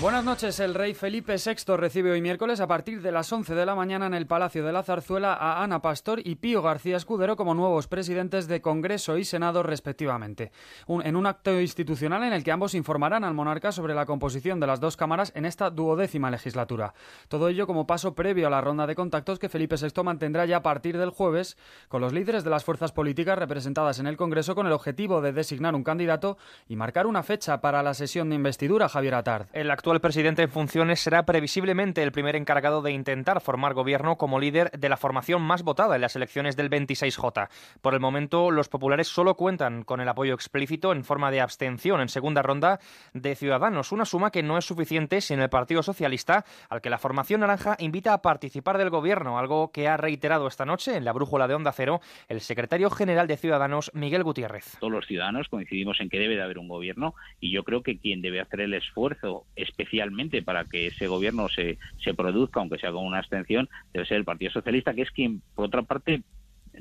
[SPEAKER 11] Buenas noches. El rey Felipe VI recibe hoy miércoles a partir de las 11 de la mañana en el Palacio de la Zarzuela a Ana Pastor y Pío García Escudero como nuevos presidentes de Congreso y Senado respectivamente. Un- en un acto institucional en el que ambos informarán al monarca sobre la composición de las dos cámaras en esta duodécima legislatura. Todo ello como paso previo a la ronda de contactos que Felipe VI mantendrá ya a partir del jueves con los líderes de las fuerzas políticas representadas en el Congreso con el objetivo de designar un candidato y marcar una fecha para la sesión de investidura, Javier Atard.
[SPEAKER 12] El actual presidente en funciones será previsiblemente el primer encargado de intentar formar gobierno como líder de la formación más votada en las elecciones del 26J. Por el momento, los populares solo cuentan con el apoyo explícito en forma de abstención en segunda ronda de Ciudadanos, una suma que no es suficiente sin el Partido Socialista, al que la formación naranja invita a participar del gobierno, algo que ha reiterado esta noche en la brújula de Onda Cero el secretario general de Ciudadanos, Miguel Gutiérrez.
[SPEAKER 13] todos los ciudadanos coincidimos en que debe de haber un gobierno y yo creo que quien debe hacer el esfuerzo especialmente para que ese gobierno se, se produzca, aunque sea con una abstención, debe ser el Partido Socialista, que es quien, por otra parte,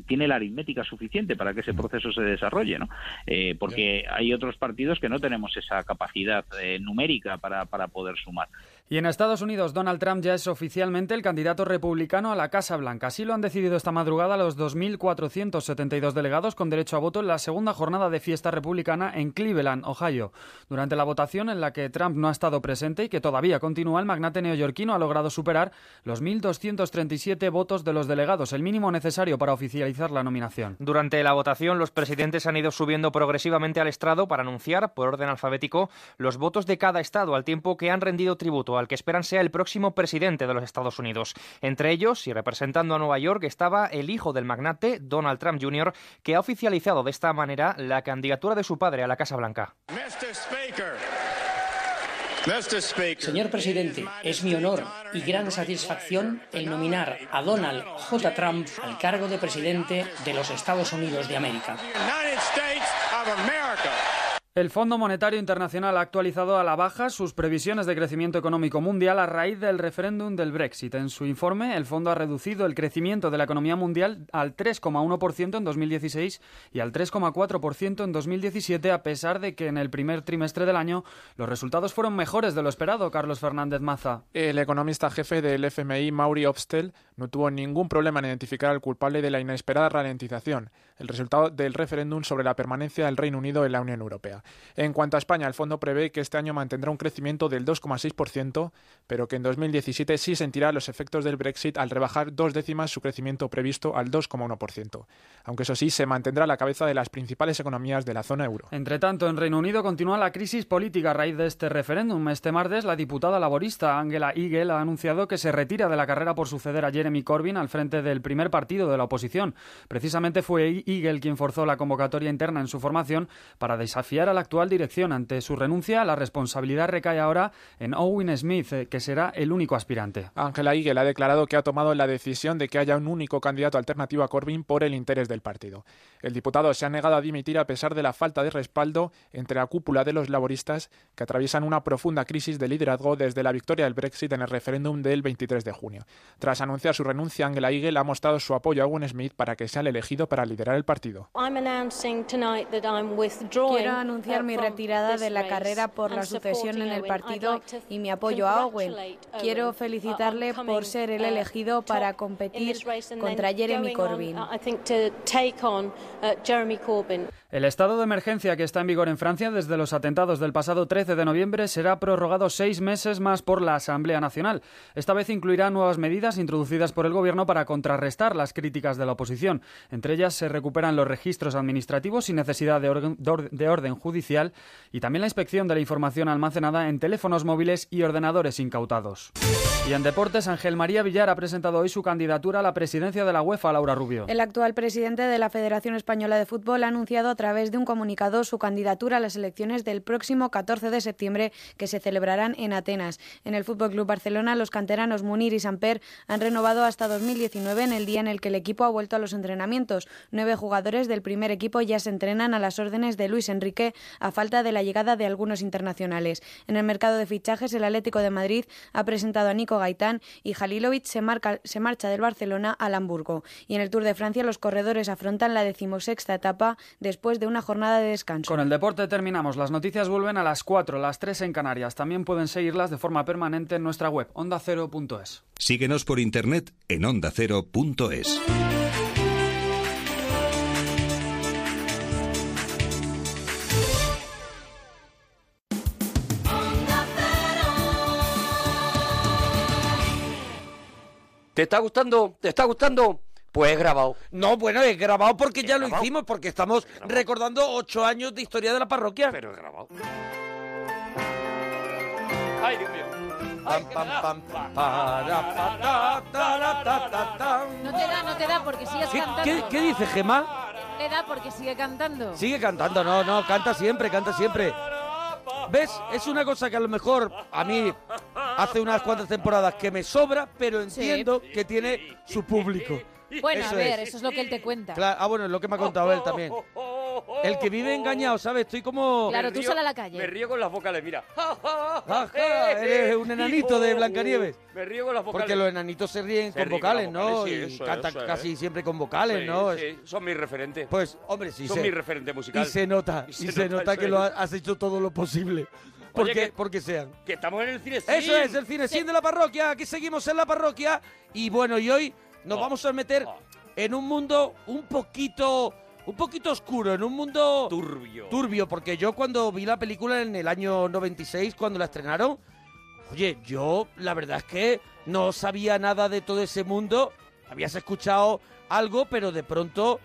[SPEAKER 13] tiene la aritmética suficiente para que ese proceso se desarrolle, ¿no? Eh, porque hay otros partidos que no tenemos esa capacidad eh, numérica para, para poder sumar.
[SPEAKER 11] Y en Estados Unidos, Donald Trump ya es oficialmente el candidato republicano a la Casa Blanca. Así lo han decidido esta madrugada los 2.472 delegados con derecho a voto en la segunda jornada de fiesta republicana en Cleveland, Ohio. Durante la votación en la que Trump no ha estado presente y que todavía continúa, el magnate neoyorquino ha logrado superar los 1.237 votos de los delegados, el mínimo necesario para oficializar la nominación.
[SPEAKER 12] Durante la votación, los presidentes han ido subiendo progresivamente al estrado para anunciar, por orden alfabético, los votos de cada estado, al tiempo que han rendido tributo al que esperan sea el próximo presidente de los Estados Unidos. Entre ellos, y representando a Nueva York, estaba el hijo del magnate, Donald Trump Jr., que ha oficializado de esta manera la candidatura de su padre a la Casa Blanca.
[SPEAKER 14] Señor presidente, es mi honor y gran satisfacción el nominar a Donald J. Trump al cargo de presidente de los Estados Unidos de América.
[SPEAKER 11] El Fondo Monetario Internacional ha actualizado a la baja sus previsiones de crecimiento económico mundial a raíz del referéndum del Brexit. En su informe, el fondo ha reducido el crecimiento de la economía mundial al 3,1% en 2016 y al 3,4% en 2017, a pesar de que en el primer trimestre del año los resultados fueron mejores de lo esperado, Carlos Fernández Maza.
[SPEAKER 15] El economista jefe del FMI, Mauri Opstel, no tuvo ningún problema en identificar al culpable de la inesperada ralentización, el resultado del referéndum sobre la permanencia del Reino Unido en la Unión Europea. En cuanto a España, el fondo prevé que este año mantendrá un crecimiento del 2,6%, pero que en 2017 sí sentirá los efectos del Brexit al rebajar dos décimas su crecimiento previsto al 2,1%, aunque eso sí se mantendrá a la cabeza de las principales economías de la zona euro.
[SPEAKER 11] Entre tanto, en Reino Unido continúa la crisis política a raíz de este referéndum. Este martes, la diputada laborista Angela Eagle ha anunciado que se retira de la carrera por suceder a Jeremy Corbyn al frente del primer partido de la oposición. Precisamente fue Eagle quien forzó la convocatoria interna en su formación para desafiar a la actual dirección. Ante su renuncia, la responsabilidad recae ahora en Owen Smith, eh, que será el único aspirante.
[SPEAKER 15] Angela Eagle ha declarado que ha tomado la decisión de que haya un único candidato alternativo a Corbyn por el interés del partido. El diputado se ha negado a dimitir a pesar de la falta de respaldo entre la cúpula de los laboristas que atraviesan una profunda crisis de liderazgo desde la victoria del Brexit en el referéndum del 23 de junio. Tras anunciar su renuncia, Angela Eagle ha mostrado su apoyo a Owen Smith para que sea el elegido para liderar el partido.
[SPEAKER 7] Quiero anunciar mi retirada de la carrera por la sucesión en el partido y mi apoyo a Owen. Quiero felicitarle por ser
[SPEAKER 10] uh,
[SPEAKER 7] el elegido para competir contra Jeremy Corbyn.
[SPEAKER 11] El estado de emergencia que está en vigor en Francia desde los atentados del pasado 13 de noviembre será prorrogado seis meses más por la Asamblea Nacional. Esta vez incluirá nuevas medidas introducidas por el Gobierno para contrarrestar las críticas de la oposición. Entre ellas se recuperan los registros administrativos sin necesidad de orgen- de or- de orden judicial y también la inspección de la información almacenada en teléfonos móviles y ordenadores incautados. Y en deportes, Ángel María Villar ha presentado hoy su candidatura a la presidencia de la UEFA, Laura Rubio.
[SPEAKER 7] El actual presidente de la Federación Española de Fútbol ha anunciado a través de un comunicado su candidatura a las elecciones del próximo 14 de septiembre que se celebrarán en Atenas. En el Fútbol Club Barcelona, los canteranos Munir y Samper han renovado hasta 2019 en el día en el que el equipo ha vuelto a los entrenamientos. Nueve jugadores del primer equipo ya se entrenan a las órdenes de Luis Enrique a falta de la llegada de algunos internacionales. En el mercado de fichajes, el Atlético de Madrid ha presentado a Nico Francisco Gaitán y Jalilovic se, marca- se marcha del Barcelona al Hamburgo. Y en el Tour de Francia los corredores afrontan la decimosexta etapa después de una jornada de descanso.
[SPEAKER 11] Con el deporte terminamos. Las noticias vuelven a las 4, las 3 en Canarias. También pueden seguirlas de forma permanente en nuestra web, ondacero.es.
[SPEAKER 16] Síguenos por internet en ondacero.es.
[SPEAKER 1] ¿Te está gustando? ¿Te está gustando? Pues grabado.
[SPEAKER 2] No, bueno, es grabado porque ya lo hicimos, porque estamos recordando ocho años de historia de la parroquia. Pero
[SPEAKER 1] es grabado.
[SPEAKER 2] Ay, Dios mío. Pam, pam, pam, para, pa, ta, ta, ra, ta, ta, tam.
[SPEAKER 10] No te da, no te da porque sigues
[SPEAKER 2] ¿Qué,
[SPEAKER 10] cantando.
[SPEAKER 2] qué, qué dice Gemma?
[SPEAKER 10] Le da porque sigue cantando.
[SPEAKER 2] Sigue cantando, no, no, canta siempre, canta siempre. ¿Ves? Es una cosa que a lo mejor a mí hace unas cuantas temporadas que me sobra, pero entiendo que tiene su público.
[SPEAKER 10] Bueno, a
[SPEAKER 2] Eso
[SPEAKER 10] ver,
[SPEAKER 2] es.
[SPEAKER 10] eso es lo que él te cuenta.
[SPEAKER 2] Cla- ah, bueno, es lo que me ha contado él también. El que vive engañado, ¿sabes? Estoy como...
[SPEAKER 10] Claro, tú sal a la calle.
[SPEAKER 1] Me río con las vocales, mira.
[SPEAKER 2] Ajá, eres un enanito de Blancanieves.
[SPEAKER 1] Me río con las vocales.
[SPEAKER 2] Porque los enanitos se ríen
[SPEAKER 1] Se ríen
[SPEAKER 2] con
[SPEAKER 1] con
[SPEAKER 2] vocales,
[SPEAKER 1] las vocales,
[SPEAKER 2] ¿no?
[SPEAKER 1] sí,
[SPEAKER 2] y
[SPEAKER 1] eso es,
[SPEAKER 2] cantan
[SPEAKER 1] eso es.
[SPEAKER 2] casi siempre con vocales,
[SPEAKER 1] Sí,
[SPEAKER 2] ¿no?
[SPEAKER 1] sí, son mis referentes.
[SPEAKER 2] Pues, hombre, sí.
[SPEAKER 1] Son
[SPEAKER 2] se-
[SPEAKER 1] mi referente musical.
[SPEAKER 2] Y se nota, y se, nota,
[SPEAKER 1] eso
[SPEAKER 2] que lo ha-
[SPEAKER 1] es.
[SPEAKER 2] has hecho todo lo posible. Porque,
[SPEAKER 1] que-
[SPEAKER 2] porque sean.
[SPEAKER 1] Que estamos en el cine.
[SPEAKER 2] Eso es, el cine de la parroquia. Aquí seguimos en la parroquia. Y bueno, y hoy
[SPEAKER 1] Oh.
[SPEAKER 2] nos vamos a meter en un mundo un poquito. Un poquito oscuro, en un mundo.
[SPEAKER 1] Turbio.
[SPEAKER 2] Turbio, porque yo cuando vi la película en el año 96, cuando la estrenaron, oye, yo la verdad es que no sabía nada de todo ese mundo. Habías escuchado algo, pero de pronto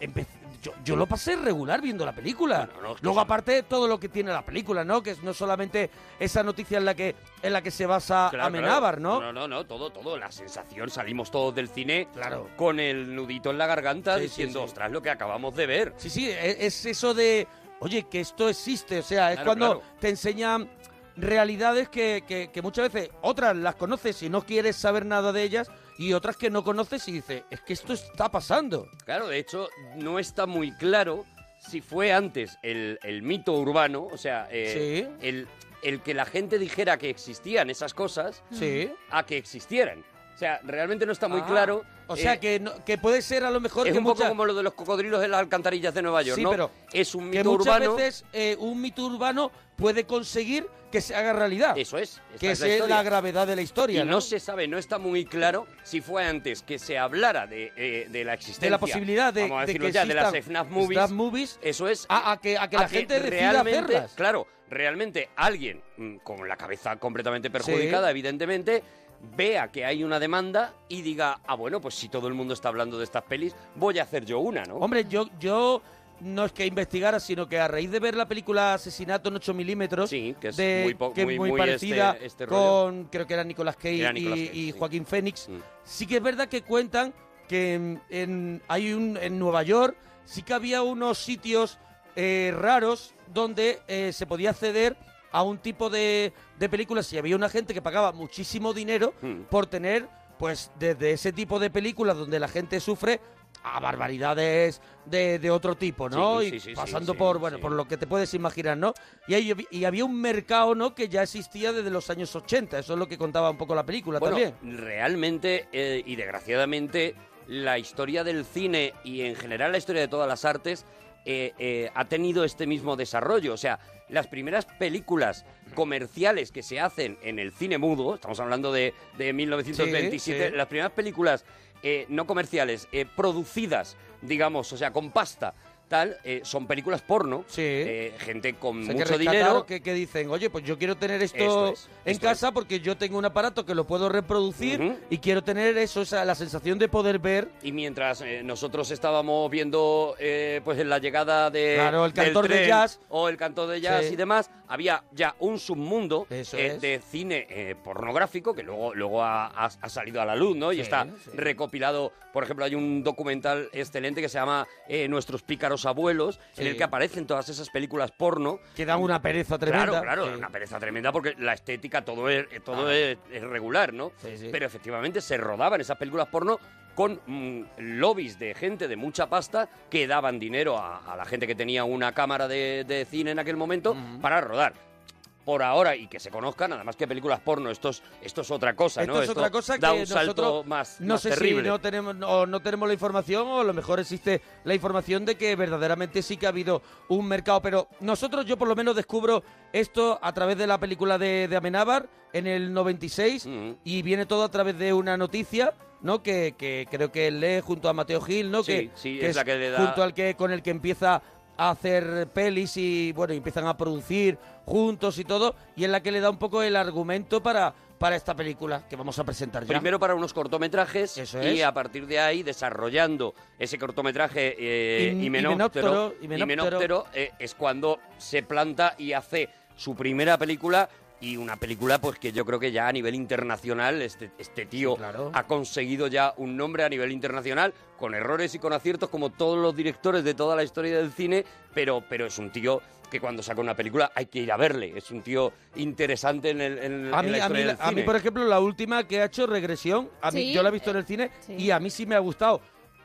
[SPEAKER 2] empe- yo, yo lo pasé regular viendo la película. Luego aparte todo lo que tiene la película, ¿no? Que es no solamente esa noticia en la que en la que se basa
[SPEAKER 1] Claro,
[SPEAKER 2] Amenábar,
[SPEAKER 1] claro.
[SPEAKER 2] ¿no?
[SPEAKER 1] No, no, no, todo, todo. La sensación, salimos todos del cine claro. con el nudito en la garganta diciendo, ostras, lo que acabamos de ver.
[SPEAKER 2] Sí, sí, e- es eso de, oye, que esto existe, o sea, es
[SPEAKER 1] Claro,
[SPEAKER 2] cuando
[SPEAKER 1] claro.
[SPEAKER 2] te enseñan realidades que, que- que muchas veces otras las conoces y no quieres saber nada de ellas y otras que no conoces y dices, es que esto está pasando.
[SPEAKER 1] Claro, de hecho, no está muy claro si fue antes el, el mito urbano, o sea, eh, el, el que la gente dijera que existían esas cosas,
[SPEAKER 2] Sí.
[SPEAKER 1] a que existieran. O sea, realmente no está muy
[SPEAKER 2] Ah,
[SPEAKER 1] claro.
[SPEAKER 2] O
[SPEAKER 1] eh,
[SPEAKER 2] sea, que, no- que puede ser a lo mejor
[SPEAKER 1] es
[SPEAKER 2] que
[SPEAKER 1] un poco
[SPEAKER 2] muchas-
[SPEAKER 1] como lo de los cocodrilos en las alcantarillas de Nueva York,
[SPEAKER 2] Sí,
[SPEAKER 1] ¿no?
[SPEAKER 2] pero
[SPEAKER 1] es un
[SPEAKER 2] que
[SPEAKER 1] mito
[SPEAKER 2] muchas
[SPEAKER 1] urbano.
[SPEAKER 2] veces eh, un mito urbano puede conseguir que se haga realidad.
[SPEAKER 1] Eso es. esta
[SPEAKER 2] Que
[SPEAKER 1] es
[SPEAKER 2] esa es
[SPEAKER 1] historia.
[SPEAKER 2] la gravedad de la historia,
[SPEAKER 1] Y no,
[SPEAKER 2] ¿no?
[SPEAKER 1] se sabe, no está muy claro si fue antes que se hablara de, eh, de la existencia.
[SPEAKER 2] De la posibilidad de,
[SPEAKER 1] vamos a
[SPEAKER 2] de
[SPEAKER 1] decirlo
[SPEAKER 2] que
[SPEAKER 1] ya, de las
[SPEAKER 2] existan
[SPEAKER 1] FNAF movies.
[SPEAKER 2] FNAF movies
[SPEAKER 1] eso es.
[SPEAKER 2] A, a que, a que la gente decida
[SPEAKER 1] realmente,
[SPEAKER 2] hacerlas.
[SPEAKER 1] Claro, realmente alguien mm, con la cabeza completamente perjudicada,
[SPEAKER 2] Sí.
[SPEAKER 1] evidentemente, vea que hay una demanda y diga, ah, bueno, pues si todo el mundo está hablando de estas pelis, voy a hacer yo una, ¿no?
[SPEAKER 2] Hombre, yo, yo no es que investigara, sino que a raíz de ver la película Asesinato en 8 milímetros,
[SPEAKER 1] que es
[SPEAKER 2] de-
[SPEAKER 1] muy po-
[SPEAKER 2] que es
[SPEAKER 1] muy-
[SPEAKER 2] muy
[SPEAKER 1] muy
[SPEAKER 2] parecida
[SPEAKER 1] este- este rollo.
[SPEAKER 2] con, creo que era Nicolas Cage
[SPEAKER 1] Era
[SPEAKER 2] y,
[SPEAKER 1] Nicolas Cage,
[SPEAKER 2] y
[SPEAKER 1] sí.
[SPEAKER 2] Joaquín Fénix, sí que es verdad que cuentan que en, en- hay un, en Nueva York sí que había unos sitios eh, raros donde eh, se podía acceder a un tipo de, de películas y había una gente que pagaba muchísimo dinero
[SPEAKER 1] Hmm.
[SPEAKER 2] por tener, pues, desde ese tipo de películas donde la gente sufre a barbaridades de, de otro tipo, ¿no?
[SPEAKER 1] Sí,
[SPEAKER 2] y
[SPEAKER 1] sí, sí, sí,
[SPEAKER 2] pasando
[SPEAKER 1] sí,
[SPEAKER 2] por, bueno, por lo que te puedes imaginar, ¿no? Y, ahí hab- y había un mercado, ¿no? Que ya existía desde los años 80, eso es lo que contaba un poco la película
[SPEAKER 1] Bueno,
[SPEAKER 2] también.
[SPEAKER 1] realmente eh, y desgraciadamente la historia del cine y en general la historia de todas las artes eh, eh, ha tenido este mismo desarrollo. O sea, las primeras películas comerciales que se hacen en el cine mudo, estamos hablando de, de 1927,
[SPEAKER 2] Sí, sí.
[SPEAKER 1] las primeras películas eh, no comerciales, eh, producidas, digamos, o sea, con pasta. Tal, eh, son películas porno, eh, gente con
[SPEAKER 2] O sea, que
[SPEAKER 1] mucho
[SPEAKER 2] rescataron
[SPEAKER 1] dinero,
[SPEAKER 2] Que, que dicen, oye, pues yo quiero tener esto
[SPEAKER 1] Esto es,
[SPEAKER 2] en casa porque yo tengo un aparato que lo puedo reproducir y quiero tener eso, o sea, la sensación de poder ver.
[SPEAKER 1] Y mientras eh, nosotros estábamos viendo eh, pues en la llegada de
[SPEAKER 2] Claro, el
[SPEAKER 1] del
[SPEAKER 2] cantor de
[SPEAKER 1] tren
[SPEAKER 2] jazz.
[SPEAKER 1] o el cantor de jazz
[SPEAKER 2] Sí.
[SPEAKER 1] y demás, había ya un submundo eh,
[SPEAKER 2] es.
[SPEAKER 1] de cine eh, pornográfico que luego, luego ha, ha- ha salido a la luz, ¿no? Y
[SPEAKER 2] Sí,
[SPEAKER 1] está
[SPEAKER 2] sí.
[SPEAKER 1] recopilado, por ejemplo, hay un documental excelente que se llama eh, Nuestros pícaros abuelos, en
[SPEAKER 2] Sí.
[SPEAKER 1] el que aparecen todas esas películas porno.
[SPEAKER 2] Que dan una pereza tremenda.
[SPEAKER 1] Claro, claro,
[SPEAKER 2] Sí.
[SPEAKER 1] una pereza tremenda porque la estética todo es, eh, todo
[SPEAKER 2] Ah.
[SPEAKER 1] es, es regular, ¿no?
[SPEAKER 2] sí.
[SPEAKER 1] Pero efectivamente se rodaban esas películas porno con mm, lobbies de gente de mucha pasta que daban dinero a, a la gente que tenía una cámara de, de cine en aquel momento para rodar. por ahora y que se conozcan, además que películas porno, esto es, esto es otra cosa,
[SPEAKER 2] Esto
[SPEAKER 1] ¿no?
[SPEAKER 2] es otra cosa que
[SPEAKER 1] da un salto
[SPEAKER 2] nosotros
[SPEAKER 1] más,
[SPEAKER 2] no
[SPEAKER 1] más
[SPEAKER 2] sé
[SPEAKER 1] terrible.
[SPEAKER 2] si no tenemos o no tenemos la información o a lo mejor existe la información de que verdaderamente sí que ha habido un mercado, pero nosotros yo por lo menos descubro esto a través de la película de, de Amenábar en el 96 y viene todo a través de una noticia. ¿no? Que, que creo que lee junto a Mateo Gil, ¿no?
[SPEAKER 1] Sí,
[SPEAKER 2] que,
[SPEAKER 1] sí, es la que le da-
[SPEAKER 2] junto al que con el que empieza a hacer pelis y bueno, y empiezan a producir juntos y todo, y es la que le da un poco el argumento para, para esta película que vamos a presentar ya.
[SPEAKER 1] Primero para unos cortometrajes y
[SPEAKER 2] es.
[SPEAKER 1] a partir de ahí desarrollando ese cortometraje eh,
[SPEAKER 2] Himen-
[SPEAKER 1] Himenóptero,
[SPEAKER 2] himenóptero, himenóptero.
[SPEAKER 1] himenóptero, eh, es cuando se planta y hace su primera película y una película pues que yo creo que ya a nivel internacional este, este tío ha conseguido ya un nombre a nivel internacional con errores y con aciertos como todos los directores de toda la historia del cine, pero, pero es un tío que cuando saca una película hay que ir a verle, es un tío interesante en, el, en-
[SPEAKER 2] A
[SPEAKER 1] en
[SPEAKER 2] mí,
[SPEAKER 1] la
[SPEAKER 2] a,
[SPEAKER 1] historia
[SPEAKER 2] mí,
[SPEAKER 1] del
[SPEAKER 2] a mí,
[SPEAKER 1] cine.
[SPEAKER 2] por ejemplo, la última que ha hecho Regresión, a mí,
[SPEAKER 1] Sí,
[SPEAKER 2] yo la he visto en el cine
[SPEAKER 1] sí.
[SPEAKER 2] y a mí sí me ha gustado.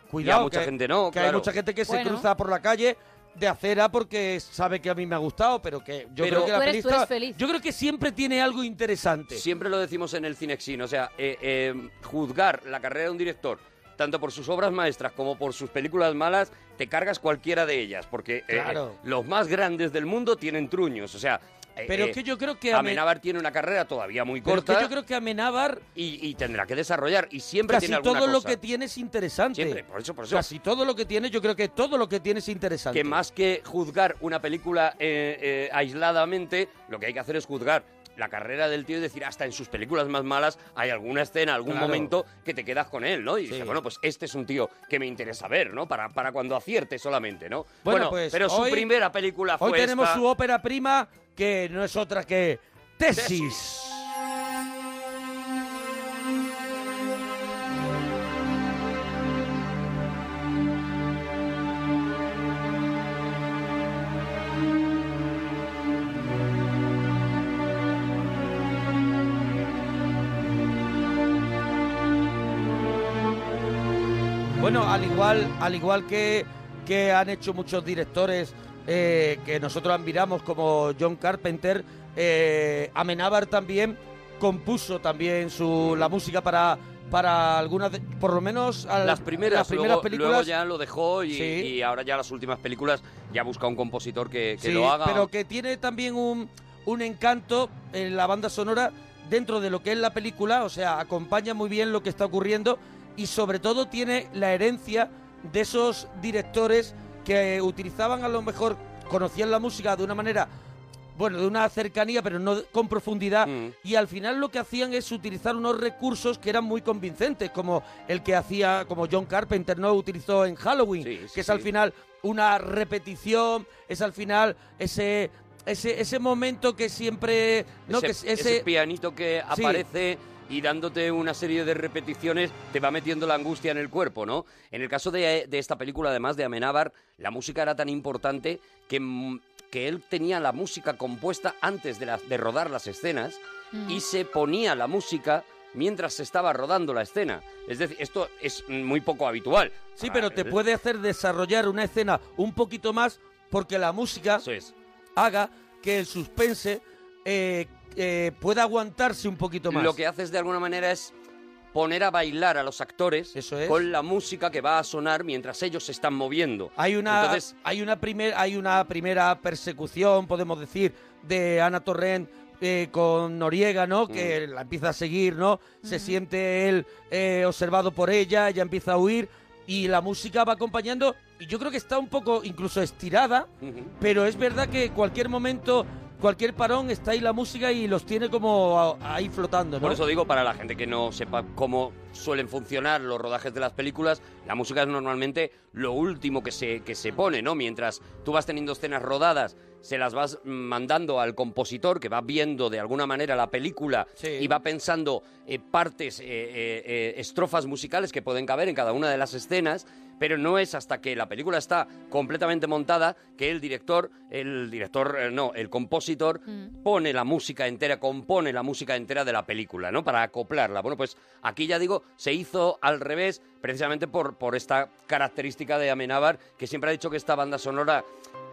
[SPEAKER 2] Cuidado,
[SPEAKER 1] Y a mucha
[SPEAKER 2] que-
[SPEAKER 1] gente no,
[SPEAKER 2] que hay
[SPEAKER 1] claro.
[SPEAKER 2] mucha gente que se
[SPEAKER 1] Bueno.
[SPEAKER 2] cruza por la calle de acera porque sabe que a mí me ha gustado, pero que yo
[SPEAKER 1] Pero-
[SPEAKER 2] creo que la
[SPEAKER 1] Tú eres- tú
[SPEAKER 2] película-
[SPEAKER 1] eres feliz.
[SPEAKER 2] Yo creo que siempre tiene algo interesante.
[SPEAKER 1] Siempre lo decimos en el Cinexin, o sea, eh, eh, juzgar la carrera de un director, tanto por sus obras maestras como por sus películas malas, te cargas cualquiera de ellas, porque eh,
[SPEAKER 2] Claro.
[SPEAKER 1] eh, los más grandes del mundo tienen truños, o sea... eh,
[SPEAKER 2] Pero
[SPEAKER 1] eh,
[SPEAKER 2] es que yo creo que Amen-
[SPEAKER 1] Amenábar tiene una carrera todavía muy
[SPEAKER 2] Pero es que
[SPEAKER 1] corta
[SPEAKER 2] yo creo que Amenábar
[SPEAKER 1] y, y tendrá que desarrollar y siempre
[SPEAKER 2] casi
[SPEAKER 1] tiene
[SPEAKER 2] todo
[SPEAKER 1] alguna
[SPEAKER 2] lo
[SPEAKER 1] cosa.
[SPEAKER 2] que tiene es interesante.
[SPEAKER 1] Siempre, por eso, por eso.
[SPEAKER 2] Casi todo lo que tiene, yo creo que todo lo que tiene es interesante.
[SPEAKER 1] que más que juzgar una película eh, eh, aisladamente, lo que hay que hacer es juzgar la carrera del tío y decir, hasta en sus películas más malas hay alguna escena, algún
[SPEAKER 2] Claro.
[SPEAKER 1] momento que te quedas con él, ¿no? Y dices, bueno, pues este es un tío que me interesa ver, ¿no? Para, para cuando acierte solamente, ¿no?
[SPEAKER 2] Bueno, pues,
[SPEAKER 1] pero su
[SPEAKER 2] hoy-
[SPEAKER 1] primera película fue
[SPEAKER 2] Hoy tenemos
[SPEAKER 1] esta.
[SPEAKER 2] su ópera prima que no es otra que Tesis. Bueno, al igual, al igual que, que han hecho muchos directores eh, que nosotros admiramos, como John Carpenter, eh, Amenábar también compuso también su, la música para, para algunas, de- por lo menos a
[SPEAKER 1] Las primeras,
[SPEAKER 2] las primeras
[SPEAKER 1] luego,
[SPEAKER 2] películas.
[SPEAKER 1] luego ya lo dejó y,
[SPEAKER 2] Sí.
[SPEAKER 1] y ahora ya las últimas películas ya busca un compositor que, que
[SPEAKER 2] Sí,
[SPEAKER 1] lo haga.
[SPEAKER 2] Pero que tiene también un, un encanto en la banda sonora dentro de lo que es la película, o sea, acompaña muy bien lo que está ocurriendo y sobre todo tiene la herencia de esos directores que utilizaban a lo mejor, conocían la música de una manera, bueno, de una cercanía, pero no con profundidad,
[SPEAKER 1] Mm.
[SPEAKER 2] y al final lo que hacían es utilizar unos recursos que eran muy convincentes, como el que hacía, como John Carpenter, ¿no? Utilizó en Halloween, que es al
[SPEAKER 1] sí.
[SPEAKER 2] final final una repetición, es al final ese ese, ese momento que siempre no
[SPEAKER 1] ese,
[SPEAKER 2] que
[SPEAKER 1] ese
[SPEAKER 2] es- ese,
[SPEAKER 1] pianito que aparece y dándote una serie de repeticiones te va metiendo la angustia en el cuerpo, ¿no? En el caso de, de esta película, además de Amenábar, la música era tan importante que, mm, que él tenía la música compuesta antes de, las- de rodar las escenas
[SPEAKER 5] Mm.
[SPEAKER 1] y se ponía la música mientras se estaba rodando la escena. Es decir, esto es muy poco habitual.
[SPEAKER 2] sí, pero
[SPEAKER 1] Ah, eh.
[SPEAKER 2] te puede hacer desarrollar una escena un poquito más porque la música haga que el suspense eh, eh, pueda aguantarse un poquito más.
[SPEAKER 1] Lo que haces de alguna manera es poner a bailar a los actores con la música que va a sonar mientras ellos se están moviendo.
[SPEAKER 2] Hay una,
[SPEAKER 1] Entonces,
[SPEAKER 2] hay una primer, hay una primera persecución, podemos decir, de Ana Torrent eh, con Noriega, ¿no?
[SPEAKER 1] Mm.
[SPEAKER 2] Que la empieza a seguir, ¿no? Se siente él eh, observado por ella, ella empieza a huir y la música va acompañando. Y yo creo que está un poco incluso estirada, pero es verdad que cualquier momento, cualquier parón está ahí la música y los tiene como a- ahí flotando, ¿no?
[SPEAKER 1] Por eso digo, para la gente que no sepa cómo suelen funcionar los rodajes de las películas, la música es normalmente lo último que se, que se pone, ¿no? Mientras tú vas teniendo escenas rodadas, se las vas mandando al compositor que va viendo de alguna manera la película y va pensando eh, partes, eh, eh, eh, estrofas musicales que pueden caber en cada una de las escenas. pero no es hasta que la película está completamente montada que el director, el director, eh, no, el compositor pone la música entera, compone la música entera de la película, ¿no? Para acoplarla. Bueno, pues aquí ya digo, se hizo al revés precisamente por, por esta característica de Amenábar, que siempre ha dicho que esta banda sonora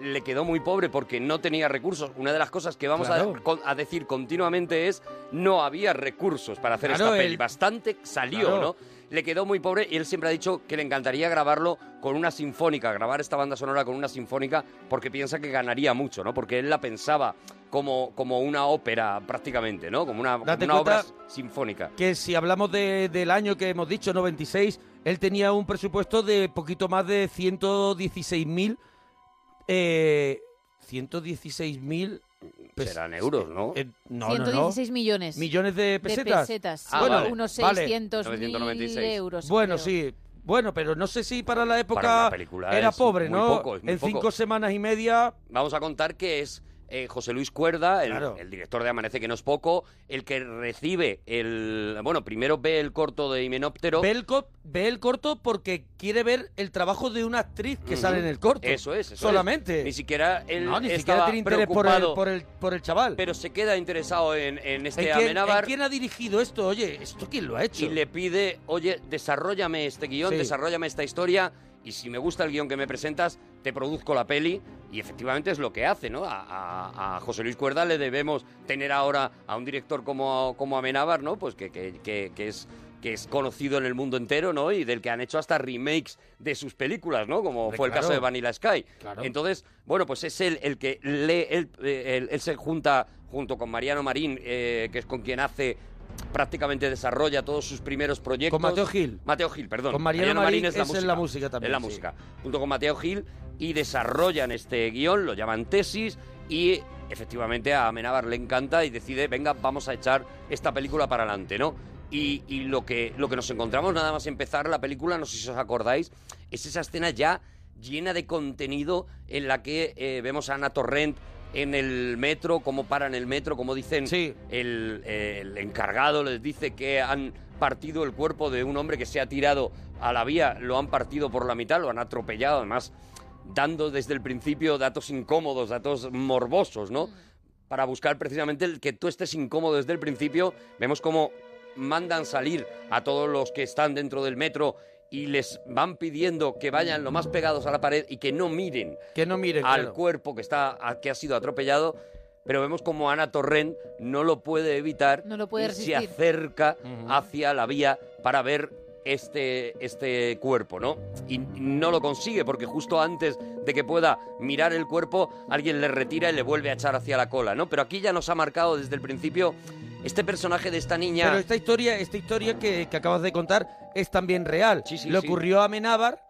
[SPEAKER 1] le quedó muy pobre porque no tenía recursos. Una de las cosas que vamos a-
[SPEAKER 2] Claro.
[SPEAKER 1] con- a, decir continuamente es no había recursos para hacer
[SPEAKER 2] Claro,
[SPEAKER 1] esta peli.
[SPEAKER 2] el-
[SPEAKER 1] Bastante salió,
[SPEAKER 2] Claro.
[SPEAKER 1] ¿no? Le quedó muy pobre y él siempre ha dicho que le encantaría grabarlo con una sinfónica, grabar esta banda sonora con una sinfónica, porque piensa que ganaría mucho, ¿no? Porque él la pensaba como, como una ópera prácticamente, ¿no? Como una,
[SPEAKER 2] Date
[SPEAKER 1] una obra
[SPEAKER 2] cuenta-
[SPEAKER 1] sinfónica.
[SPEAKER 2] que si hablamos de- del año que hemos dicho, 96, él tenía un presupuesto de poquito más de 116.000... Eh, 116.000... pues,
[SPEAKER 1] Serán euros, ¿no?
[SPEAKER 2] eh, no, no, no.
[SPEAKER 10] 116 millones.
[SPEAKER 2] Millones de pesetas.
[SPEAKER 10] pesetas,
[SPEAKER 1] sí,
[SPEAKER 2] bueno,
[SPEAKER 10] unos
[SPEAKER 2] vale.
[SPEAKER 10] 600.000 996. euros,
[SPEAKER 2] Bueno, sí. Bueno, pero no sé si para la época
[SPEAKER 1] Para una película
[SPEAKER 2] era
[SPEAKER 1] es
[SPEAKER 2] pobre,
[SPEAKER 1] muy
[SPEAKER 2] ¿no?
[SPEAKER 1] poco, es muy
[SPEAKER 2] en
[SPEAKER 1] poco.
[SPEAKER 2] cinco semanas y media.
[SPEAKER 1] Vamos a contar que es eh, José Luis Cuerda, el,
[SPEAKER 2] Claro.
[SPEAKER 1] el director de Amanece, que no es poco, el que recibe el. Bueno, primero ve el corto de Himenóptero.
[SPEAKER 2] Ve el, co- ve el corto porque quiere ver el trabajo de una actriz que
[SPEAKER 1] Ujú.
[SPEAKER 2] sale en el corto.
[SPEAKER 1] Eso es, eso es.
[SPEAKER 2] Solamente.
[SPEAKER 1] Ni siquiera él
[SPEAKER 2] No, ni siquiera
[SPEAKER 1] estaba
[SPEAKER 2] tiene interés por el,
[SPEAKER 1] preocupado.
[SPEAKER 2] por, el, por el chaval.
[SPEAKER 1] Pero se queda interesado en, en este
[SPEAKER 2] ¿En quién-
[SPEAKER 1] Amenábar.
[SPEAKER 2] en quién ha dirigido esto? Oye, ¿esto quién lo ha hecho?
[SPEAKER 1] Y le pide, oye, desarrollame este guión,
[SPEAKER 2] Sí.
[SPEAKER 1] desarrollame esta historia. Y si me gusta el guión que me presentas, te produzco la peli. Y efectivamente es lo que hace, ¿no? A, a- a José Luis Cuerda le debemos tener ahora a un director como, como Amenábar, ¿no? Pues que, que- que- que es que es conocido en el mundo entero, ¿no? Y del que han hecho hasta remakes de sus películas, ¿no? Como
[SPEAKER 2] Hombre,
[SPEAKER 1] fue el caso
[SPEAKER 2] claro.
[SPEAKER 1] de Vanilla Sky.
[SPEAKER 2] Claro.
[SPEAKER 1] Entonces, bueno, pues es él el que lee, él, eh, él- él se junta junto con Mariano Marín, eh, que es con quien hace prácticamente desarrolla todos sus primeros proyectos.
[SPEAKER 2] Con Mateo Gil.
[SPEAKER 1] Mateo Gil, perdón.
[SPEAKER 2] Con Mariano Marín es en la música
[SPEAKER 1] Es
[SPEAKER 2] también,
[SPEAKER 1] la
[SPEAKER 2] sí.
[SPEAKER 1] música. Junto con Mateo Gil y desarrollan este guión, lo llaman tesis y efectivamente a Amenábar le encanta y decide, venga, vamos a echar esta película para adelante, ¿no? Y, y lo, que, lo que nos encontramos nada más empezar la película, no sé si os acordáis, es esa escena ya llena de contenido en la que eh, vemos a Ana Torrent en el metro, cómo paran el metro, como dicen el, eh, el encargado, les dice que han partido el cuerpo de un hombre que se ha tirado a la vía, lo han partido por la mitad, lo han atropellado, además dando desde el principio datos incómodos, datos morbosos, ¿no? Para buscar precisamente el que tú estés incómodo desde el principio, vemos cómo mandan salir a todos los que están dentro del metro y les van pidiendo que vayan lo más pegados a la pared y que no miren
[SPEAKER 2] Que no miren.
[SPEAKER 1] al
[SPEAKER 2] claro.
[SPEAKER 1] cuerpo que está a- que ha sido atropellado, pero vemos como Ana Torrent no lo puede evitar
[SPEAKER 10] No lo puede
[SPEAKER 1] y se
[SPEAKER 10] resistir.
[SPEAKER 1] acerca hacia la vía para ver este este cuerpo, ¿no? Y no lo consigue porque justo antes de que pueda mirar el cuerpo, alguien le retira y le vuelve a echar hacia la cola, ¿no? Pero aquí ya nos ha marcado desde el principio este personaje de esta niña
[SPEAKER 2] Pero este esta historia, esta historia que, que acabas de contar es también real.
[SPEAKER 1] sí,
[SPEAKER 2] Le
[SPEAKER 1] sí.
[SPEAKER 2] ocurrió a Amenábar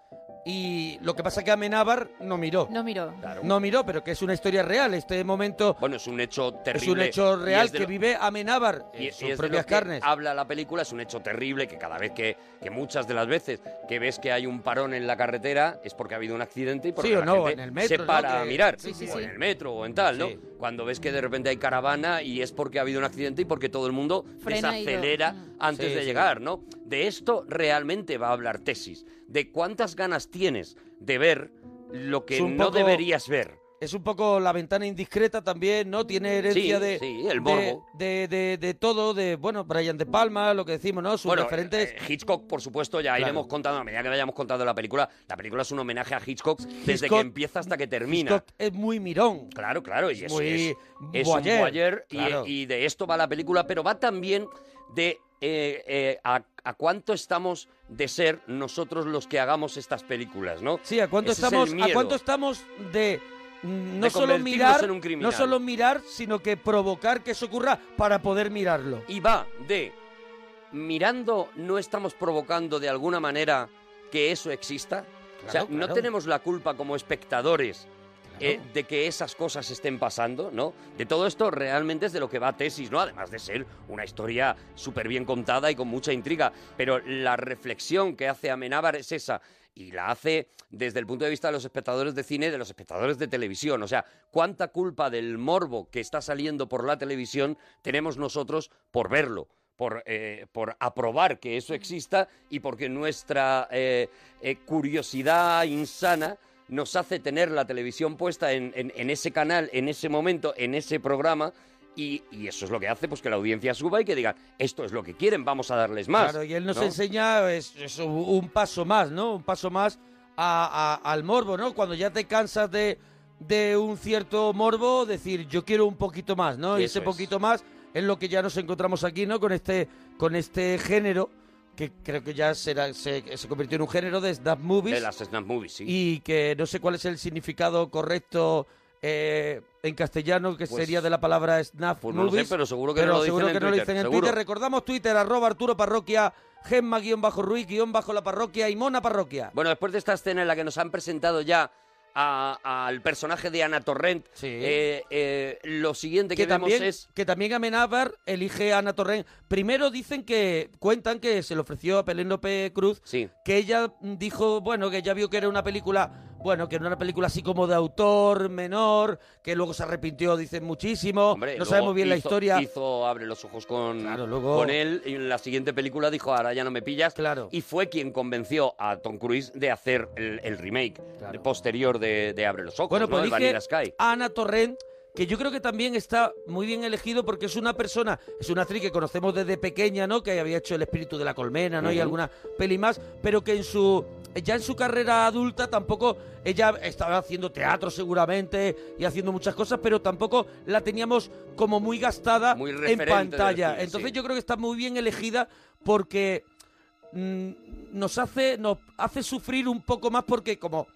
[SPEAKER 2] y lo que pasa es que Amenábar no miró.
[SPEAKER 10] No miró.
[SPEAKER 2] No miró, pero que es una historia real. Este momento
[SPEAKER 1] Bueno, es un hecho terrible.
[SPEAKER 2] es un hecho
[SPEAKER 1] y es
[SPEAKER 2] real
[SPEAKER 1] de
[SPEAKER 2] que
[SPEAKER 1] lo-
[SPEAKER 2] vive Amenábar en
[SPEAKER 1] y, y es de
[SPEAKER 2] eh, sus
[SPEAKER 1] lo
[SPEAKER 2] propias
[SPEAKER 1] que
[SPEAKER 2] carnes.
[SPEAKER 1] Habla la película, es un hecho terrible que cada vez que, que muchas de las veces que ves que hay un parón en la carretera es porque ha habido un accidente y porque
[SPEAKER 2] Sí o
[SPEAKER 1] la
[SPEAKER 2] no,
[SPEAKER 1] gente
[SPEAKER 2] en el metro,
[SPEAKER 1] se
[SPEAKER 2] ¿no?
[SPEAKER 1] para a
[SPEAKER 2] Que-
[SPEAKER 1] mirar.
[SPEAKER 2] sí, sí,
[SPEAKER 1] o
[SPEAKER 2] sí.
[SPEAKER 1] en el metro o en tal, ¿no? Cuando ves que de repente hay caravana y es porque ha habido un accidente y porque todo el mundo
[SPEAKER 10] Frena y
[SPEAKER 1] desacelera
[SPEAKER 10] lo- mm.
[SPEAKER 1] antes
[SPEAKER 2] Sí,
[SPEAKER 1] de
[SPEAKER 2] sí.
[SPEAKER 1] llegar, ¿no? De esto realmente va a hablar tesis. De cuántas ganas tienes de ver lo que
[SPEAKER 2] Es un
[SPEAKER 1] no
[SPEAKER 2] poco-
[SPEAKER 1] deberías ver.
[SPEAKER 2] Es un poco la ventana indiscreta también, ¿no? Tiene herencia
[SPEAKER 1] Sí,
[SPEAKER 2] de,
[SPEAKER 1] sí, el
[SPEAKER 2] de-
[SPEAKER 1] morbo.
[SPEAKER 2] De, de- de todo, de, bueno, Brian De Palma, lo que decimos, ¿no? Sus
[SPEAKER 1] Bueno,
[SPEAKER 2] referentes.
[SPEAKER 1] eh, Hitchcock, por supuesto, ya
[SPEAKER 2] Claro.
[SPEAKER 1] iremos contando, a medida que vayamos contando la película, la película es un homenaje a Hitchcock, desde que
[SPEAKER 2] Hitchcock-
[SPEAKER 1] empieza hasta que termina.
[SPEAKER 2] Hitchcock es muy mirón.
[SPEAKER 1] Claro, claro, y es,
[SPEAKER 2] muy
[SPEAKER 1] es, es
[SPEAKER 2] voyeur,
[SPEAKER 1] un voyeur y,
[SPEAKER 2] claro.
[SPEAKER 1] y de esto va la película, pero va también de eh, eh, a, a cuánto estamos de ser nosotros los que hagamos estas películas, ¿no?
[SPEAKER 2] Sí, ¿a cuánto,
[SPEAKER 1] Ese es el
[SPEAKER 2] estamos, ¿a
[SPEAKER 1] miedo.
[SPEAKER 2] cuánto estamos de mm, no
[SPEAKER 1] De
[SPEAKER 2] solo
[SPEAKER 1] convertirnos
[SPEAKER 2] mirar,
[SPEAKER 1] en un criminal.
[SPEAKER 2] no solo mirar, sino que provocar que eso ocurra para poder mirarlo?
[SPEAKER 1] Y va de mirando, no estamos provocando de alguna manera que eso exista. o sea,
[SPEAKER 2] Claro,
[SPEAKER 1] no
[SPEAKER 2] claro.
[SPEAKER 1] tenemos la culpa como espectadores eh, de que esas cosas estén pasando, ¿no? De todo esto realmente es de lo que va tesis, ¿no? Además de ser una historia súper bien contada y con mucha intriga. Pero la reflexión que hace Amenábar es esa. Y la hace desde el punto de vista de los espectadores de cine, de los espectadores de televisión. O sea, ¿cuánta culpa del morbo que está saliendo por la televisión tenemos nosotros por verlo? por, eh, por aprobar que eso exista y porque nuestra eh, eh, curiosidad insana nos hace tener la televisión puesta en, en- en ese canal, en ese momento, en ese programa. Y, y eso es lo que hace pues que la audiencia suba y que digan, esto es lo que quieren, vamos a darles más.
[SPEAKER 2] Claro, y él nos
[SPEAKER 1] ¿no?
[SPEAKER 2] enseña es, es un- un paso más, ¿no? Un paso más a- a- al morbo, ¿no? Cuando ya te cansas de, de un cierto morbo, decir, yo quiero un poquito más, ¿no? Y
[SPEAKER 1] Eso
[SPEAKER 2] ese
[SPEAKER 1] es.
[SPEAKER 2] poquito más es lo que ya nos encontramos aquí, ¿no? Con este, con este género, que creo que ya será, se, se convirtió en un género de Snap Movies.
[SPEAKER 1] De las snap movies, sí.
[SPEAKER 2] Y que no sé cuál es el significado correcto eh, en castellano, que
[SPEAKER 1] Pues-
[SPEAKER 2] sería de la palabra Snap
[SPEAKER 1] Pues no lo
[SPEAKER 2] movies.
[SPEAKER 1] sé, pero seguro que no lo dicen
[SPEAKER 2] seguro
[SPEAKER 1] en
[SPEAKER 2] que no lo
[SPEAKER 1] Twitter,
[SPEAKER 2] dicen en
[SPEAKER 1] seguro.
[SPEAKER 2] Twitter. Recordamos Twitter, arroba Arturo Parroquia, Gemma guión bajo Ruiz guión bajo la parroquia y Mona Parroquia.
[SPEAKER 1] Bueno, después de esta escena en la que nos han presentado ya a- al personaje de Ana Torrent, eh, eh, lo siguiente que, vemos
[SPEAKER 2] también,
[SPEAKER 1] es...
[SPEAKER 2] que también Amenábar elige a Ana Torrent. Primero dicen que, cuentan que se le ofreció a Penélope Cruz, que ella dijo, bueno, que ella vio que era una película, bueno, que era una película así como de autor, menor, que luego se arrepintió, dicen muchísimo,
[SPEAKER 1] Hombre,
[SPEAKER 2] no
[SPEAKER 1] luego
[SPEAKER 2] sabemos bien la
[SPEAKER 1] eh, hizo-
[SPEAKER 2] historia.
[SPEAKER 1] Hizo Abre los ojos con, con él y en la siguiente película dijo, ahora ya no me pillas. Claro. Y fue quien convenció a Tom Cruise de hacer el, el remake de- posterior de, de Abre los ojos,
[SPEAKER 2] Bueno,
[SPEAKER 1] ¿no?
[SPEAKER 2] pues
[SPEAKER 1] De
[SPEAKER 2] elige
[SPEAKER 1] Vanilla Sky.
[SPEAKER 2] a Ana Torrent, que yo creo que también está muy bien elegido porque es una persona, es una actriz que conocemos desde pequeña, ¿no? Que había hecho El espíritu de la colmena, ¿no? Y
[SPEAKER 1] Ujú.
[SPEAKER 2] alguna peli más, pero que en su ya en su carrera adulta tampoco ella estaba haciendo teatro seguramente y haciendo muchas cosas, pero tampoco la teníamos como muy gastada en
[SPEAKER 1] referente del
[SPEAKER 2] pantalla.
[SPEAKER 1] cine,
[SPEAKER 2] Entonces
[SPEAKER 1] sí.
[SPEAKER 2] yo creo que está muy bien elegida porque mm, nos hace nos hace sufrir un poco más porque como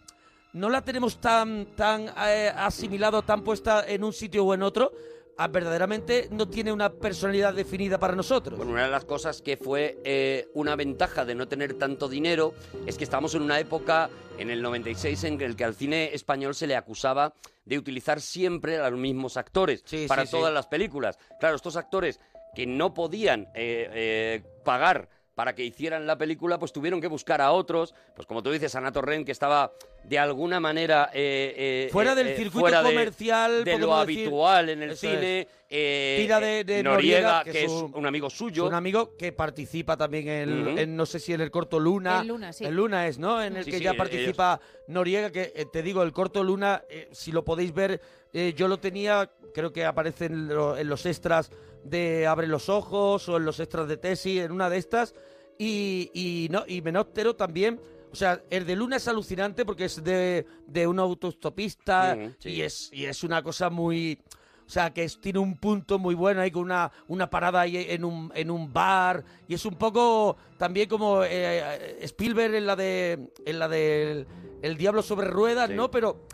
[SPEAKER 2] no la tenemos tan tan eh, asimilado, tan puesta en un sitio o en otro, ah, verdaderamente no tiene una personalidad definida para nosotros.
[SPEAKER 1] Bueno, una de las cosas que fue eh, una ventaja de no tener tanto dinero es que estamos en una época, en el 96, en el que al cine español se le acusaba de utilizar siempre a los mismos actores para
[SPEAKER 2] sí,
[SPEAKER 1] todas
[SPEAKER 2] sí.
[SPEAKER 1] las películas. Claro, estos actores que no podían eh, eh, pagar para que hicieran la película, pues tuvieron que buscar a otros, pues como tú dices, Ana Torrent, que estaba de alguna manera... eh, eh,
[SPEAKER 2] Fuera
[SPEAKER 1] eh,
[SPEAKER 2] del
[SPEAKER 1] eh,
[SPEAKER 2] circuito
[SPEAKER 1] fuera de-
[SPEAKER 2] comercial,
[SPEAKER 1] De, lo
[SPEAKER 2] podemos decir.
[SPEAKER 1] habitual en el
[SPEAKER 2] Eso
[SPEAKER 1] cine.
[SPEAKER 2] es.
[SPEAKER 1] eh,
[SPEAKER 2] Tira de- de Noriega, que
[SPEAKER 1] que es
[SPEAKER 2] es un-
[SPEAKER 1] un amigo suyo.
[SPEAKER 2] Un amigo que participa también en,
[SPEAKER 1] Ujú.
[SPEAKER 2] en, no sé si en el corto Luna.
[SPEAKER 1] En Luna, sí.
[SPEAKER 2] En Luna es, ¿no? En el
[SPEAKER 1] Sí,
[SPEAKER 2] que
[SPEAKER 1] sí,
[SPEAKER 2] ya
[SPEAKER 1] ellos-
[SPEAKER 2] participa Noriega, que eh, te digo, el corto Luna, eh, si lo podéis ver, eh, yo lo tenía, creo que aparece en, lo- en los extras de Abre los Ojos o en los extras de Tesis, en una de estas. Y, y, no, y Menóptero también. O sea, el de Luna es alucinante porque es de, de un autostopista
[SPEAKER 1] Ujú,
[SPEAKER 2] y, es, y es una cosa muy... O sea, que es- tiene un punto muy bueno ahí con una, una parada ahí en un, en un bar. Y es un poco también como eh, Spielberg en la de. en la del El Diablo sobre Ruedas, ¿no? Pero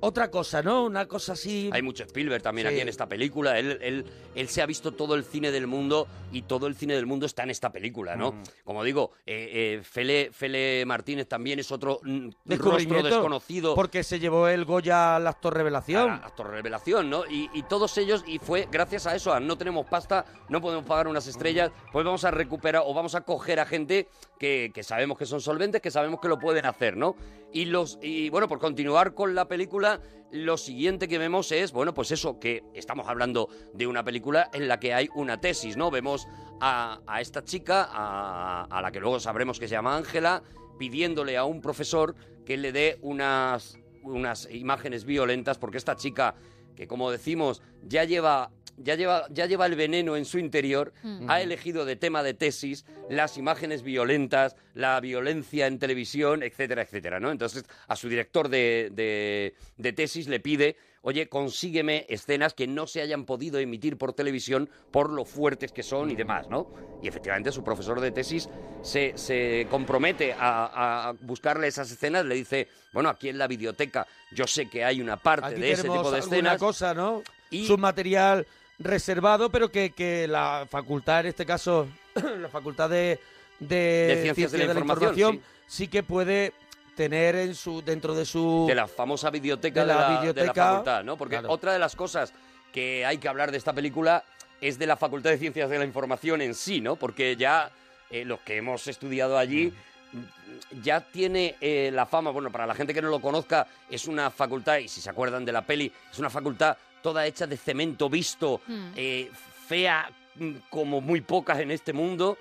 [SPEAKER 2] otra cosa, ¿no? Una cosa así.
[SPEAKER 1] Hay mucho Spielberg también
[SPEAKER 2] Sí.
[SPEAKER 1] aquí en esta película. Él, él, él se ha visto todo el cine del mundo y todo el cine del mundo está en esta película, ¿no?
[SPEAKER 2] Mm.
[SPEAKER 1] Como digo, eh, eh, Fele, Fele Martínez también es otro mm, rostro
[SPEAKER 2] descubrimiento,
[SPEAKER 1] desconocido.
[SPEAKER 2] Porque se llevó el Goya al actor revelación.
[SPEAKER 1] a- actor revelación, ¿no? Y, y todos ellos, y fue gracias a eso, a no tenemos pasta, no podemos pagar unas estrellas, pues vamos a recuperar o vamos a coger a gente que, que sabemos que son solventes, que sabemos que lo pueden hacer, ¿no? Y los y bueno, por continuar con la película, lo siguiente que vemos es, bueno, pues eso, que estamos hablando de una película en la que hay una tesis, ¿no? Vemos a, a esta chica, a, a la que luego sabremos que se llama Ángela, pidiéndole a un profesor que le dé unas unas imágenes violentas porque esta chica que como decimos ya lleva ya lleva ya lleva el veneno en su interior
[SPEAKER 5] Mm.
[SPEAKER 1] ha elegido de tema de tesis las imágenes violentas la violencia en televisión etcétera etcétera no entonces a su director de, de- de tesis le pide oye consígueme escenas que no se hayan podido emitir por televisión por lo fuertes que son y demás no y efectivamente su profesor de tesis se, se compromete a, a buscarle esas escenas le dice bueno aquí en la videoteca yo sé que hay una parte
[SPEAKER 2] Aquí
[SPEAKER 1] de ese
[SPEAKER 2] tenemos
[SPEAKER 1] tipo de
[SPEAKER 2] alguna
[SPEAKER 1] escenas
[SPEAKER 2] cosa, ¿no? Es un material reservado, pero que, que la facultad, en este caso, la facultad de, de,
[SPEAKER 1] De Ciencias de la Información,
[SPEAKER 2] sí. que puede tener en su dentro de su...
[SPEAKER 1] de la famosa biblioteca
[SPEAKER 2] de
[SPEAKER 1] de
[SPEAKER 2] la
[SPEAKER 1] la, de la
[SPEAKER 2] biblioteca,
[SPEAKER 1] facultad, ¿no? Porque otra de las cosas que hay que hablar de esta película es de la Facultad de Ciencias de la Información en sí, ¿no? Porque ya eh, los que hemos estudiado allí
[SPEAKER 2] Mm.
[SPEAKER 1] ya tiene eh, la fama, bueno, para la gente que no lo conozca, es una facultad, y si se acuerdan de la peli, es una facultad toda hecha de cemento visto,
[SPEAKER 5] Mm.
[SPEAKER 1] eh, fea, mm, como muy pocas en este mundo.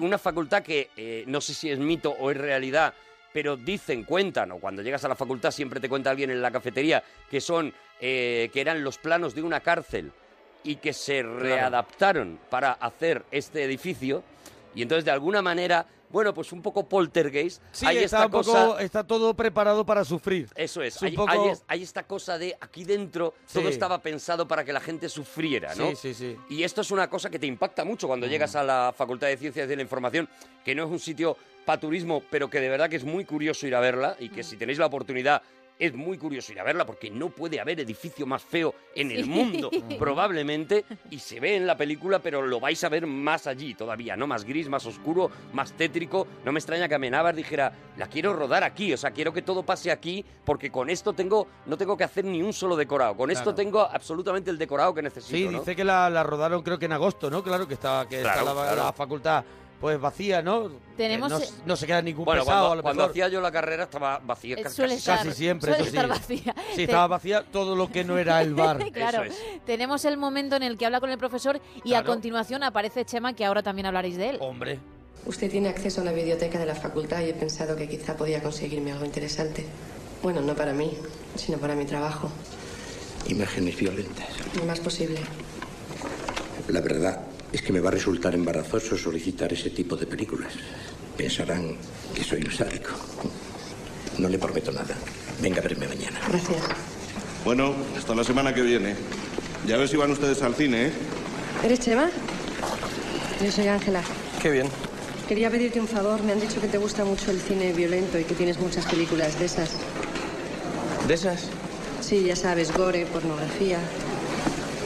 [SPEAKER 1] Una facultad que eh, no sé si es mito o es realidad, pero dicen, cuentan, o cuando llegas a la facultad siempre te cuenta alguien en la cafetería que son eh, que eran los planos de una cárcel y que se readaptaron para hacer este edificio. Y entonces, de alguna manera, bueno, pues un poco poltergeist.
[SPEAKER 2] Sí,
[SPEAKER 1] hay
[SPEAKER 2] está,
[SPEAKER 1] esta
[SPEAKER 2] un poco-
[SPEAKER 1] cosa, Eh,
[SPEAKER 2] está todo preparado para sufrir.
[SPEAKER 1] Eso es.
[SPEAKER 2] un
[SPEAKER 1] Hay,
[SPEAKER 2] poco-
[SPEAKER 1] hay es- hay esta cosa de aquí dentro
[SPEAKER 2] Sí.
[SPEAKER 1] todo estaba pensado para que la gente sufriera, ¿no?
[SPEAKER 2] Sí, sí, sí. Mm.
[SPEAKER 1] Y esto es una cosa que te impacta mucho cuando llegas a la Facultad de Ciencias de la Información, que no es un sitio para turismo, pero que de verdad que es muy curioso ir a verla y
[SPEAKER 2] Mm.
[SPEAKER 1] que si tenéis la oportunidad es muy curioso ir a verla porque no puede haber edificio más feo en el
[SPEAKER 5] Sí.
[SPEAKER 1] mundo,
[SPEAKER 5] Mm.
[SPEAKER 1] probablemente, y se ve en la película, pero lo vais a ver más allí todavía, ¿no? Más gris, más oscuro, más tétrico. No me extraña que Amenábar dijera, la quiero rodar aquí, o sea, quiero que todo pase aquí, porque con esto tengo, no tengo que hacer ni un solo decorado, con esto
[SPEAKER 2] Claro.
[SPEAKER 1] tengo absolutamente el decorado que necesito.
[SPEAKER 2] Sí,
[SPEAKER 1] ¿no?
[SPEAKER 2] dice que la, la rodaron creo que en agosto, ¿no? Claro que está, que está
[SPEAKER 1] Claro,
[SPEAKER 2] la,
[SPEAKER 1] claro.
[SPEAKER 2] la facultad pues vacía, ¿no?
[SPEAKER 10] Tenemos- e-
[SPEAKER 2] Que no, s- no se queda ningún
[SPEAKER 1] Bueno,
[SPEAKER 2] pesado
[SPEAKER 1] cuando,
[SPEAKER 2] a lo
[SPEAKER 1] cuando
[SPEAKER 2] mejor.
[SPEAKER 1] hacía yo la carrera estaba vacía
[SPEAKER 10] Eh,
[SPEAKER 1] casi,
[SPEAKER 10] suele estar,
[SPEAKER 2] Casi siempre,
[SPEAKER 10] suele
[SPEAKER 2] eso sí.
[SPEAKER 10] estar vacía.
[SPEAKER 2] Sí,
[SPEAKER 10] Te-
[SPEAKER 2] estaba vacía todo lo que no era el bar.
[SPEAKER 10] Este claro, tenemos el momento en el que habla con el profesor y a
[SPEAKER 2] Claro.
[SPEAKER 10] continuación aparece Chema, que ahora también hablaréis de él.
[SPEAKER 2] Hombre.
[SPEAKER 17] Usted tiene acceso a la biblioteca de la facultad y he pensado que quizá podía conseguirme algo interesante. Bueno, no para mí, sino para mi trabajo,
[SPEAKER 18] Imágenes violentas.
[SPEAKER 17] lo más posible.
[SPEAKER 18] La verdad es que me va a resultar embarazoso solicitar ese tipo de películas. Pensarán que soy un sádico. No le prometo nada. Venga a verme mañana.
[SPEAKER 17] Gracias.
[SPEAKER 19] Bueno, hasta la semana que viene. Ya ves si van ustedes al cine, ¿eh?
[SPEAKER 17] ¿Eres Chema? Yo soy Ángela.
[SPEAKER 19] Qué bien.
[SPEAKER 17] Quería pedirte un favor. Me han dicho que te gusta mucho el cine violento y que tienes muchas películas de esas.
[SPEAKER 20] ¿De esas?
[SPEAKER 17] Sí, ya sabes, gore, pornografía.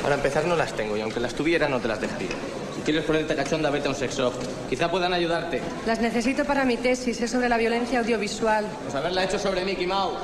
[SPEAKER 20] Para empezar no las tengo y aunque las tuviera no te las dejaría. Si quieres ponerte cachonda, vete a un sex shop. Quizá puedan ayudarte.
[SPEAKER 17] Las necesito para mi tesis. Es sobre la violencia audiovisual.
[SPEAKER 20] Pues haberla hecho sobre Mickey Mouse.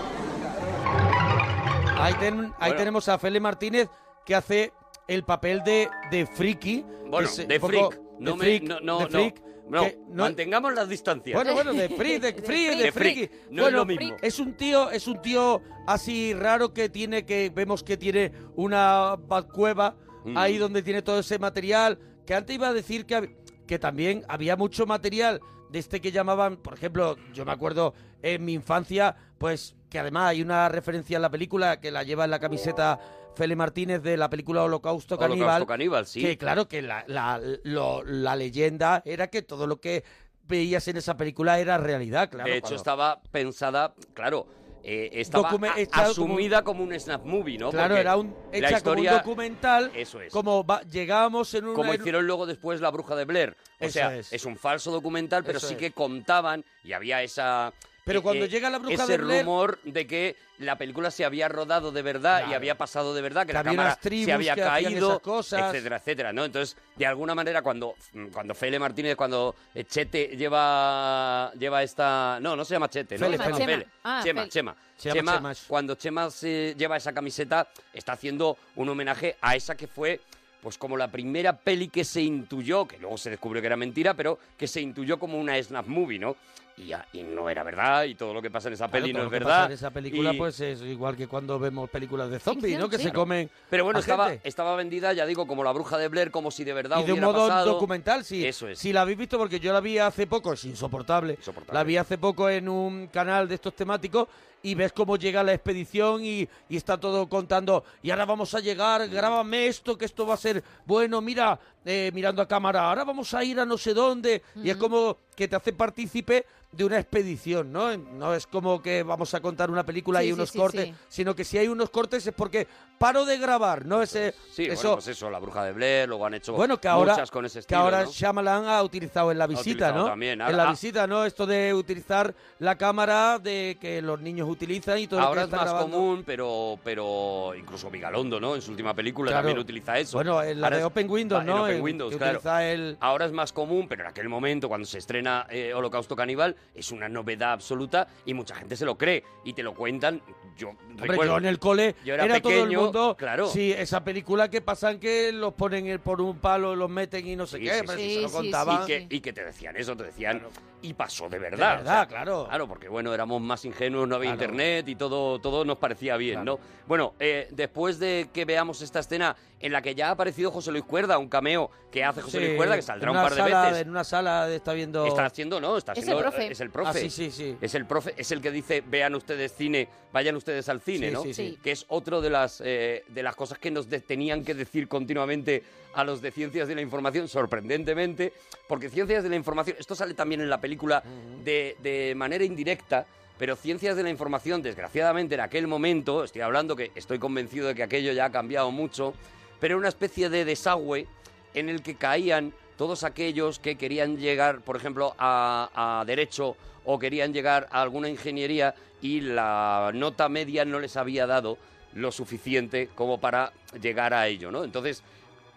[SPEAKER 2] Ahí, ten- ahí tenemos a Fele Martínez que hace el papel de, de friki.
[SPEAKER 1] Bueno,
[SPEAKER 2] que se-
[SPEAKER 1] de
[SPEAKER 2] un poco-
[SPEAKER 1] freak.
[SPEAKER 2] de
[SPEAKER 1] No, me-
[SPEAKER 2] freak,
[SPEAKER 1] no, no,
[SPEAKER 2] de
[SPEAKER 1] no.
[SPEAKER 2] freak,
[SPEAKER 1] No,
[SPEAKER 2] que no-
[SPEAKER 1] mantengamos las distancias.
[SPEAKER 2] Bueno, bueno, de freak, de friki, de,
[SPEAKER 1] De freak.
[SPEAKER 2] friki.
[SPEAKER 1] No
[SPEAKER 2] bueno,
[SPEAKER 1] es lo mismo.
[SPEAKER 2] Es un tío, es un tío así raro que tiene que vemos que tiene una ba- cueva
[SPEAKER 1] Mm.
[SPEAKER 2] ahí donde tiene todo ese material que antes iba a decir que hab- que también había mucho material de este que llamaban, por ejemplo, yo me acuerdo en mi infancia, pues que además hay una referencia en la película que la lleva en la camiseta Fele Martínez de la película Holocausto Caníbal.
[SPEAKER 1] Holocausto Caníbal, sí.
[SPEAKER 2] Que claro, que la, la- lo- la leyenda era que todo lo que veías en esa película era realidad, claro.
[SPEAKER 1] de hecho,
[SPEAKER 2] cuando-
[SPEAKER 1] estaba pensada, claro, eh, estaba
[SPEAKER 2] Docume-
[SPEAKER 1] a-
[SPEAKER 2] está como-
[SPEAKER 1] asumida como un snap movie, ¿no?
[SPEAKER 2] Claro,
[SPEAKER 1] Porque
[SPEAKER 2] era un,
[SPEAKER 1] la
[SPEAKER 2] hecha
[SPEAKER 1] historia-
[SPEAKER 2] como un documental.
[SPEAKER 1] Eso es.
[SPEAKER 2] Como va- llegábamos en un...
[SPEAKER 1] como hicieron luego después La Bruja de Blair. O
[SPEAKER 2] Eso
[SPEAKER 1] sea,
[SPEAKER 2] es.
[SPEAKER 1] es. un falso documental, pero
[SPEAKER 2] Eso
[SPEAKER 1] sí
[SPEAKER 2] es.
[SPEAKER 1] que contaban y había esa... eh,
[SPEAKER 2] Pero cuando llega La Bruja
[SPEAKER 1] ese
[SPEAKER 2] de Blair-
[SPEAKER 1] rumor de que la película se había rodado de verdad y había pasado de verdad, que,
[SPEAKER 2] Que
[SPEAKER 1] la
[SPEAKER 2] había
[SPEAKER 1] cámara
[SPEAKER 2] unas tribus
[SPEAKER 1] se había
[SPEAKER 2] que hacían
[SPEAKER 1] caído,
[SPEAKER 2] esas cosas.
[SPEAKER 1] etcétera, etcétera, ¿no? Entonces, de alguna manera, cuando, mm, cuando Fele Martínez, cuando eh, Chete lleva, lleva esta... No, no se llama Chete, ¿no?
[SPEAKER 2] Fele,
[SPEAKER 1] Se
[SPEAKER 2] Fele.
[SPEAKER 1] llama
[SPEAKER 2] Chema.
[SPEAKER 1] Fele.
[SPEAKER 2] Ah,
[SPEAKER 1] Chema,
[SPEAKER 2] Fele.
[SPEAKER 1] Chema.
[SPEAKER 2] Se llama
[SPEAKER 1] Chema,
[SPEAKER 2] Chemas.
[SPEAKER 1] cuando Chema se lleva esa camiseta, está haciendo un homenaje a esa que fue, pues como la primera peli que se intuyó, que luego se descubrió que era mentira, pero que se intuyó como una snap movie, ¿no? Y, ya- y no era verdad, y todo lo que pasa en esa
[SPEAKER 2] Claro,
[SPEAKER 1] peli
[SPEAKER 2] todo
[SPEAKER 1] no es
[SPEAKER 2] lo que pasa
[SPEAKER 1] verdad.
[SPEAKER 2] en esa película,
[SPEAKER 1] y-
[SPEAKER 2] pues es igual que cuando vemos películas de zombies, ¿no? Que se
[SPEAKER 1] Claro.
[SPEAKER 2] comen...
[SPEAKER 1] Pero bueno,
[SPEAKER 2] a
[SPEAKER 1] estaba,
[SPEAKER 2] gente.
[SPEAKER 1] estaba vendida, ya digo, como la bruja de Blair, como si de verdad
[SPEAKER 2] Y de un
[SPEAKER 1] hubiera
[SPEAKER 2] modo
[SPEAKER 1] pasado.
[SPEAKER 2] documental, sí.
[SPEAKER 1] Eso es.
[SPEAKER 2] Si la habéis visto, porque yo la vi hace poco, es insoportable. La vi hace poco en un canal de estos temáticos y ves cómo llega la expedición y, y está todo contando. Y ahora vamos a llegar,
[SPEAKER 1] Mm.
[SPEAKER 2] grábame esto, que esto va a ser bueno, mira, eh, mirando a cámara, ahora vamos a ir a no sé dónde. Y es
[SPEAKER 1] Mm.
[SPEAKER 2] como que te hace partícipe de una expedición, ¿no? No es como que vamos a contar una película
[SPEAKER 1] Sí,
[SPEAKER 2] y
[SPEAKER 1] sí,
[SPEAKER 2] unos
[SPEAKER 1] sí,
[SPEAKER 2] cortes,
[SPEAKER 1] sí.
[SPEAKER 2] sino que si hay unos cortes es porque paro de grabar, ¿no? Ese,
[SPEAKER 1] Sí, bueno,
[SPEAKER 2] eso,
[SPEAKER 1] pues eso, la bruja de Blair, luego han hecho
[SPEAKER 2] bueno, que ahora,
[SPEAKER 1] muchas con ese
[SPEAKER 2] que
[SPEAKER 1] estilo,
[SPEAKER 2] ahora
[SPEAKER 1] ¿no?
[SPEAKER 2] Shyamalan ha utilizado en la visita,
[SPEAKER 1] utilizado
[SPEAKER 2] ¿no?
[SPEAKER 1] también.
[SPEAKER 2] en
[SPEAKER 1] Ahora-
[SPEAKER 2] la
[SPEAKER 1] ah.
[SPEAKER 2] visita, ¿no? Esto de utilizar la cámara de que los niños utilizan y todo
[SPEAKER 1] Ahora
[SPEAKER 2] lo
[SPEAKER 1] es
[SPEAKER 2] que está
[SPEAKER 1] más
[SPEAKER 2] grabando.
[SPEAKER 1] común, pero, pero incluso Vigalondo, ¿no? En su última película
[SPEAKER 2] Claro.
[SPEAKER 1] también utiliza eso.
[SPEAKER 2] Bueno, en la
[SPEAKER 1] Ahora
[SPEAKER 2] de
[SPEAKER 1] es-
[SPEAKER 2] Open Windows,
[SPEAKER 1] en
[SPEAKER 2] ¿no?
[SPEAKER 1] Open
[SPEAKER 2] El-
[SPEAKER 1] Windows,
[SPEAKER 2] que
[SPEAKER 1] claro.
[SPEAKER 2] utiliza el-
[SPEAKER 1] Ahora es más común, pero en aquel momento, cuando se estrena eh, Holocausto Caníbal, es una novedad absoluta y mucha gente se lo cree y te lo cuentan. Yo
[SPEAKER 2] Hombre,
[SPEAKER 1] recuerdo-
[SPEAKER 2] yo en el cole
[SPEAKER 1] yo era,
[SPEAKER 2] todo
[SPEAKER 1] pequeño,
[SPEAKER 2] el mundo.
[SPEAKER 1] claro.
[SPEAKER 2] Sí, esa película que pasan que los ponen el- por un palo, los meten y no sé
[SPEAKER 1] Sí,
[SPEAKER 2] qué,
[SPEAKER 1] sí,
[SPEAKER 2] pero
[SPEAKER 1] sí,
[SPEAKER 2] si
[SPEAKER 1] sí,
[SPEAKER 2] se lo
[SPEAKER 1] sí,
[SPEAKER 2] contaban.
[SPEAKER 1] Y que, y que te decían eso, te decían. Y pasó de verdad.
[SPEAKER 2] De verdad, claro.
[SPEAKER 1] Claro, porque bueno, éramos más ingenuos, no había
[SPEAKER 2] Claro.
[SPEAKER 1] internet y todo, todo nos parecía bien, ¿no? Bueno, eh, después de que veamos esta escena en la que ya ha aparecido José Luis Cuerda, un cameo que hace José
[SPEAKER 2] Sí,
[SPEAKER 1] Luis Cuerda, que saldrá
[SPEAKER 2] en
[SPEAKER 1] un
[SPEAKER 2] una
[SPEAKER 1] par de
[SPEAKER 2] sala-
[SPEAKER 1] veces.
[SPEAKER 2] En una sala de- está viendo...
[SPEAKER 1] Está haciendo, no, está
[SPEAKER 2] Es el
[SPEAKER 1] haciendo- eh,
[SPEAKER 2] profe.
[SPEAKER 1] Es el profe.
[SPEAKER 2] Ah, sí, sí, sí.
[SPEAKER 1] Es el profe, es el que dice, vean ustedes cine, vayan ustedes al cine,
[SPEAKER 2] Sí,
[SPEAKER 1] ¿no?
[SPEAKER 2] sí, sí. Sí.
[SPEAKER 1] Que es otro de las, eh, de las cosas que nos de- tenían que decir continuamente a los de Ciencias de la Información, sorprendentemente, porque Ciencias de la Información, esto sale también en la película de, de manera indirecta, pero Ciencias de la Información, desgraciadamente, en aquel momento, estoy hablando que estoy convencido de que aquello ya ha cambiado mucho, pero era una especie de desagüe en el que caían todos aquellos que querían llegar, por ejemplo, a, a derecho o querían llegar a alguna ingeniería y la nota media no les había dado lo suficiente como para llegar a ello, ¿no? Entonces,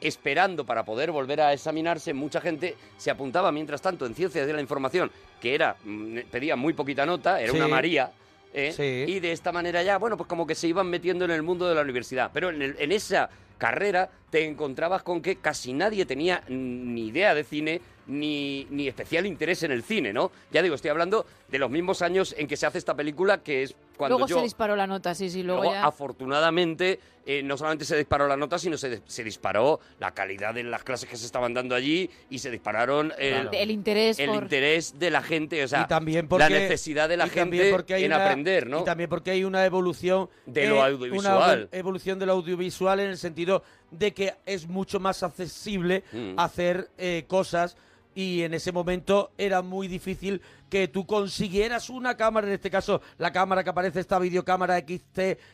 [SPEAKER 1] esperando para poder volver a examinarse, mucha gente se apuntaba, mientras tanto, en Ciencias de la Información, que era, mm, pedía muy poquita nota, era una
[SPEAKER 2] Sí.
[SPEAKER 1] María, ¿eh?
[SPEAKER 2] Sí.
[SPEAKER 1] y de esta manera ya, bueno, pues como que se iban metiendo en el mundo de la universidad. Pero en, el- en esa carrera te encontrabas con que casi nadie tenía ni idea de cine ni, ni especial interés en el cine, ¿no? Ya digo, estoy hablando de los mismos años en que se hace esta película, que es cuando
[SPEAKER 10] luego
[SPEAKER 1] yo...
[SPEAKER 10] se disparó la nota, sí, sí, luego,
[SPEAKER 1] Luego,
[SPEAKER 10] ya...
[SPEAKER 1] afortunadamente, eh, no solamente se disparó la nota, sino se, se disparó la calidad de las clases que se estaban dando allí y se dispararon eh, el,
[SPEAKER 10] Claro. El interés
[SPEAKER 1] el
[SPEAKER 10] por-
[SPEAKER 1] interés de la gente, o sea,
[SPEAKER 2] Y también porque,
[SPEAKER 1] la necesidad de la
[SPEAKER 2] y también
[SPEAKER 1] gente
[SPEAKER 2] porque hay
[SPEAKER 1] en
[SPEAKER 2] una-
[SPEAKER 1] aprender, ¿no?
[SPEAKER 2] Y también porque hay una evolución
[SPEAKER 1] De lo
[SPEAKER 2] eh,
[SPEAKER 1] audiovisual.
[SPEAKER 2] Una evol- evolución de lo audiovisual en el sentido de que es mucho más accesible
[SPEAKER 1] Mm.
[SPEAKER 2] hacer eh, cosas y en ese momento era muy difícil que tú consiguieras una cámara, en este caso la cámara que aparece esta videocámara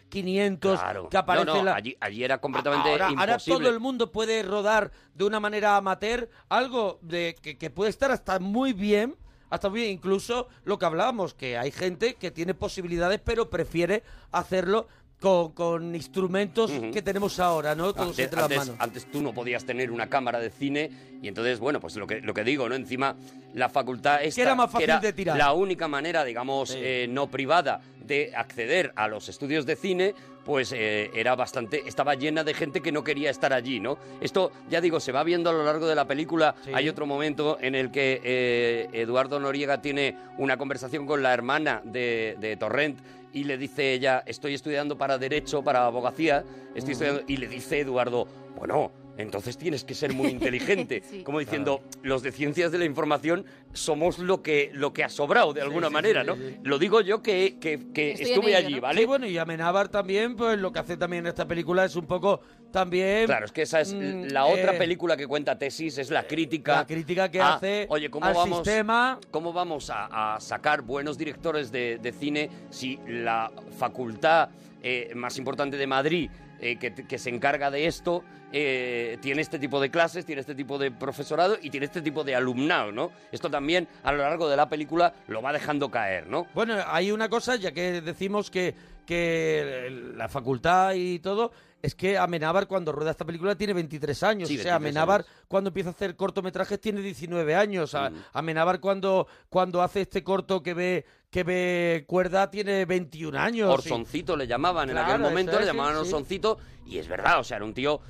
[SPEAKER 2] XT500
[SPEAKER 1] Claro.
[SPEAKER 2] que aparece
[SPEAKER 1] No, no,
[SPEAKER 2] la-
[SPEAKER 1] allí, allí era completamente
[SPEAKER 2] ahora, ahora
[SPEAKER 1] imposible.
[SPEAKER 2] todo el mundo puede rodar de una manera amateur algo de que, que puede estar hasta muy bien, hasta muy bien, incluso lo que hablábamos, que hay gente que tiene posibilidades pero prefiere hacerlo con, con instrumentos que tenemos ahora, ¿no? Todos
[SPEAKER 1] antes,
[SPEAKER 2] entre las
[SPEAKER 1] antes- ah,
[SPEAKER 2] manos.
[SPEAKER 1] antes tú no podías tener una cámara de cine y entonces, bueno, pues lo que, lo que digo, ¿no? Encima, la facultad esta,
[SPEAKER 2] era más fácil
[SPEAKER 1] era
[SPEAKER 2] de tirar.
[SPEAKER 1] La única manera, digamos, eh, no privada de acceder a los estudios de cine, pues eh, era bastante, estaba llena de gente que no quería estar allí, ¿no? Esto, ya digo, se va viendo a lo largo de la película. Hay otro momento en el que eh, Eduardo Noriega tiene una conversación con la hermana de, de Torrent y le dice ella, estoy estudiando para derecho, para abogacía, estoy estudiando, y le dice Eduardo, bueno, entonces tienes que ser muy inteligente,
[SPEAKER 2] Sí.
[SPEAKER 1] como diciendo, los de ciencias de la información somos lo que, lo que ha sobrado de alguna
[SPEAKER 2] sí,
[SPEAKER 1] manera,
[SPEAKER 2] sí,
[SPEAKER 1] ¿no?
[SPEAKER 2] sí, sí.
[SPEAKER 1] Lo digo yo que, que- que estuve allí, ¿vale?
[SPEAKER 2] Sí, bueno, y Amenábar también, pues lo que hace también en esta película es un poco también...
[SPEAKER 1] Claro, es que esa es
[SPEAKER 2] mm,
[SPEAKER 1] la otra
[SPEAKER 2] eh,
[SPEAKER 1] película que cuenta tesis, es la crítica.
[SPEAKER 2] La crítica que
[SPEAKER 1] a,
[SPEAKER 2] hace
[SPEAKER 1] oye, ¿cómo
[SPEAKER 2] al
[SPEAKER 1] vamos,
[SPEAKER 2] sistema?
[SPEAKER 1] ¿Cómo vamos a, a sacar buenos directores de, de cine si la facultad eh, más importante de Madrid, eh, que, que se encarga de esto, eh, tiene este tipo de clases, tiene este tipo de profesorado y tiene este tipo de alumnado, ¿no? Esto también a lo largo de la película lo va dejando caer, ¿no?
[SPEAKER 2] Bueno, hay una cosa, ya que decimos que, que el- la facultad y todo, es que Amenábar cuando rueda esta película tiene 23 años.
[SPEAKER 1] Sí,
[SPEAKER 2] o
[SPEAKER 1] 23
[SPEAKER 2] sea, Amenábar cuando empieza a hacer cortometrajes tiene 19 años. A-
[SPEAKER 1] Mm.
[SPEAKER 2] Amenábar cuando, cuando hace este corto que ve, que ve cuerda tiene 21 años.
[SPEAKER 1] Orsoncito le llamaban en
[SPEAKER 2] Claro,
[SPEAKER 1] aquel momento,
[SPEAKER 2] eso
[SPEAKER 1] le
[SPEAKER 2] es,
[SPEAKER 1] llamaban
[SPEAKER 2] sí, sí.
[SPEAKER 1] Orsoncito, y es verdad, o sea, era un tío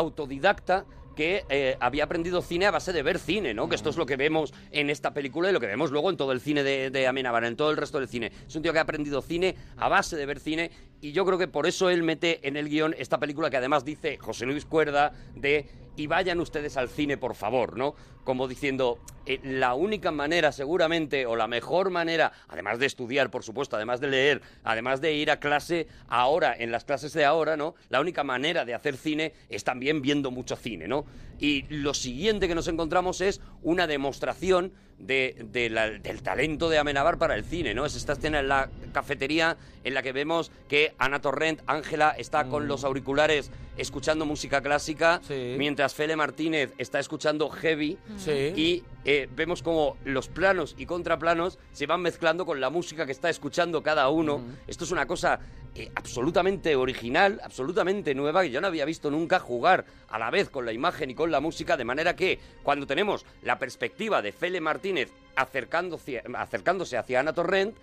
[SPEAKER 1] autodidacta que eh, había aprendido cine a base de ver cine, ¿no? Que esto es lo que vemos en esta película y lo que vemos luego en todo el cine de, de Amenábar, en todo el resto del cine. Es un tío que ha aprendido cine a base de ver cine y yo creo que por eso él mete en el guión esta película que además dice José Luis Cuerda de y vayan ustedes al cine, por favor, ¿no? Como diciendo, eh, la única manera seguramente, o la mejor manera, además de estudiar, por supuesto, además de leer, además de ir a clase ahora, en las clases de ahora, ¿no? La única manera de hacer cine es también viendo mucho cine, ¿no? Y lo siguiente que nos encontramos es una demostración de, de la- del talento de Amenabar para el cine, ¿no? Es esta escena en la cafetería en la que vemos que Ana Torrent, Ángela, está con los auriculares escuchando música clásica, mientras Fele Martínez está escuchando heavy
[SPEAKER 2] Sí.
[SPEAKER 1] y eh, vemos como los planos y contraplanos se van mezclando con la música que está escuchando cada uno. Esto es una cosa eh, absolutamente original, absolutamente nueva, que yo no había visto nunca jugar a la vez con la imagen y con la música, de manera que cuando tenemos la perspectiva de Fele Martínez acercándose, acercándose hacia Ana Torrent,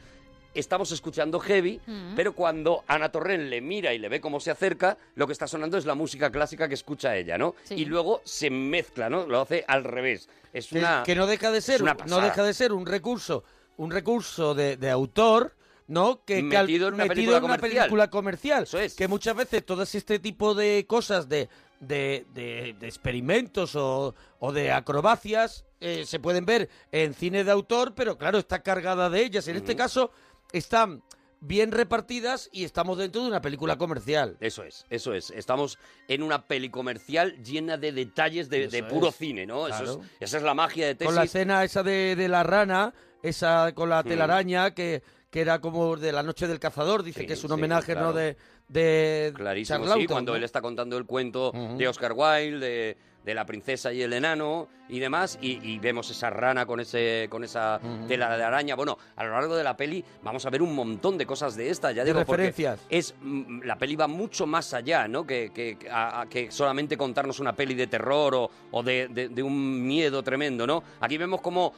[SPEAKER 1] estamos escuchando heavy,
[SPEAKER 5] Mm.
[SPEAKER 1] pero cuando Ana Torrent le mira y le ve cómo se acerca, lo que está sonando es la música clásica que escucha ella, ¿no?
[SPEAKER 2] Sí.
[SPEAKER 1] Y luego se mezcla, ¿no? Lo hace al revés. Es
[SPEAKER 2] que,
[SPEAKER 1] una
[SPEAKER 2] que no deja de
[SPEAKER 1] es
[SPEAKER 2] ser
[SPEAKER 1] una
[SPEAKER 2] no
[SPEAKER 1] pasada.
[SPEAKER 2] deja de ser un recurso un recurso de, de autor ¿no? Que, que al-
[SPEAKER 1] Metido en una película comercial.
[SPEAKER 2] película comercial. Que muchas veces todo este tipo de cosas de, de, de- de experimentos o, o de acrobacias eh, se pueden ver en cine de autor, pero claro, está cargada de ellas. En este caso están bien repartidas y estamos dentro de una película comercial.
[SPEAKER 1] Eso es, eso es. Estamos en una peli comercial llena de detalles de, de
[SPEAKER 2] Eso
[SPEAKER 1] puro
[SPEAKER 2] es.
[SPEAKER 1] cine, ¿no? Eso
[SPEAKER 2] Claro.
[SPEAKER 1] es, esa es la magia de
[SPEAKER 2] Con la
[SPEAKER 1] Tesis.
[SPEAKER 2] escena esa de, de la rana, esa con la telaraña, que, que era como de la noche del cazador, dice
[SPEAKER 1] Sí,
[SPEAKER 2] que es un
[SPEAKER 1] sí,
[SPEAKER 2] homenaje,
[SPEAKER 1] claro.
[SPEAKER 2] ¿no? De, de
[SPEAKER 1] Clarísimo, sí,
[SPEAKER 2] Charlauton,
[SPEAKER 1] cuando
[SPEAKER 2] ¿no?
[SPEAKER 1] él está contando el cuento de Oscar Wilde, de, de la princesa y el enano y demás, y, y vemos esa rana con ese con esa tela de araña. Bueno, a lo largo de la peli vamos a ver un montón de cosas de esta, ya
[SPEAKER 2] De
[SPEAKER 1] digo, porque
[SPEAKER 2] referencias.
[SPEAKER 1] es mm, la peli va mucho más allá, ¿no? Que, que, a- a- que solamente contarnos una peli de terror o, o de, de- de un miedo tremendo, ¿no? Aquí vemos como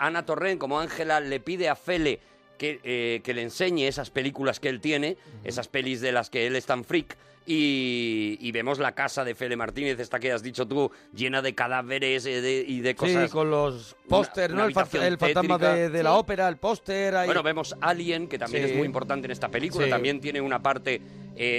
[SPEAKER 1] Ana Torrent, como Ángela le pide a Fele que, eh, que le enseñe esas películas que él tiene, esas pelis de las que él es tan freak. Y, y vemos la casa de Fele Martínez, esta que has dicho tú, llena de cadáveres eh, de- y de cosas.
[SPEAKER 2] Sí, con los póster,
[SPEAKER 1] una
[SPEAKER 2] ¿no? El, fa-
[SPEAKER 1] habitación
[SPEAKER 2] el fantasma
[SPEAKER 1] tétrica.
[SPEAKER 2] de, de la
[SPEAKER 1] Sí.
[SPEAKER 2] ópera, el póster. ahí-
[SPEAKER 1] Bueno, vemos Alien, que también
[SPEAKER 2] Sí.
[SPEAKER 1] es muy importante en esta película.
[SPEAKER 2] Sí.
[SPEAKER 1] También tiene una parte, eh,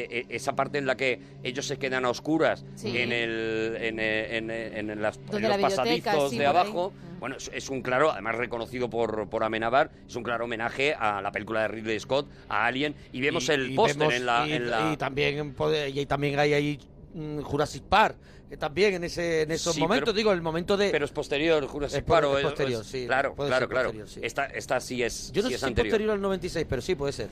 [SPEAKER 1] eh, esa parte en la que ellos se quedan a oscuras
[SPEAKER 2] Sí.
[SPEAKER 1] en, el, en, eh, en, eh, en las-
[SPEAKER 2] Donde
[SPEAKER 1] en
[SPEAKER 2] la
[SPEAKER 1] los
[SPEAKER 2] biblioteca,
[SPEAKER 1] pasadizos
[SPEAKER 2] sí,
[SPEAKER 1] de
[SPEAKER 2] por ahí. Ah.
[SPEAKER 1] abajo. Bueno, es, es un claro, además reconocido por, por Amenabar, es un claro homenaje a la película de Ridley Scott, a Alien, y vemos
[SPEAKER 2] y-
[SPEAKER 1] el
[SPEAKER 2] y
[SPEAKER 1] póster
[SPEAKER 2] vemos-
[SPEAKER 1] en la...
[SPEAKER 2] Y,
[SPEAKER 1] en la-
[SPEAKER 2] y también, pode- y también hay ahí mm, Jurassic Park, eh, también en, ese, en esos
[SPEAKER 1] Sí,
[SPEAKER 2] momentos,
[SPEAKER 1] pero-
[SPEAKER 2] digo, el momento de...
[SPEAKER 1] Pero es posterior, Jurassic
[SPEAKER 2] Es po-
[SPEAKER 1] Park. o
[SPEAKER 2] es posterior,
[SPEAKER 1] o
[SPEAKER 2] sí,
[SPEAKER 1] Claro,
[SPEAKER 2] puede
[SPEAKER 1] claro,
[SPEAKER 2] ser
[SPEAKER 1] claro.
[SPEAKER 2] posterior, sí.
[SPEAKER 1] Esta, esta sí es,
[SPEAKER 2] Yo no
[SPEAKER 1] sí
[SPEAKER 2] sé
[SPEAKER 1] es
[SPEAKER 2] si
[SPEAKER 1] anterior. Mm.
[SPEAKER 2] posterior al 96, pero sí puede ser.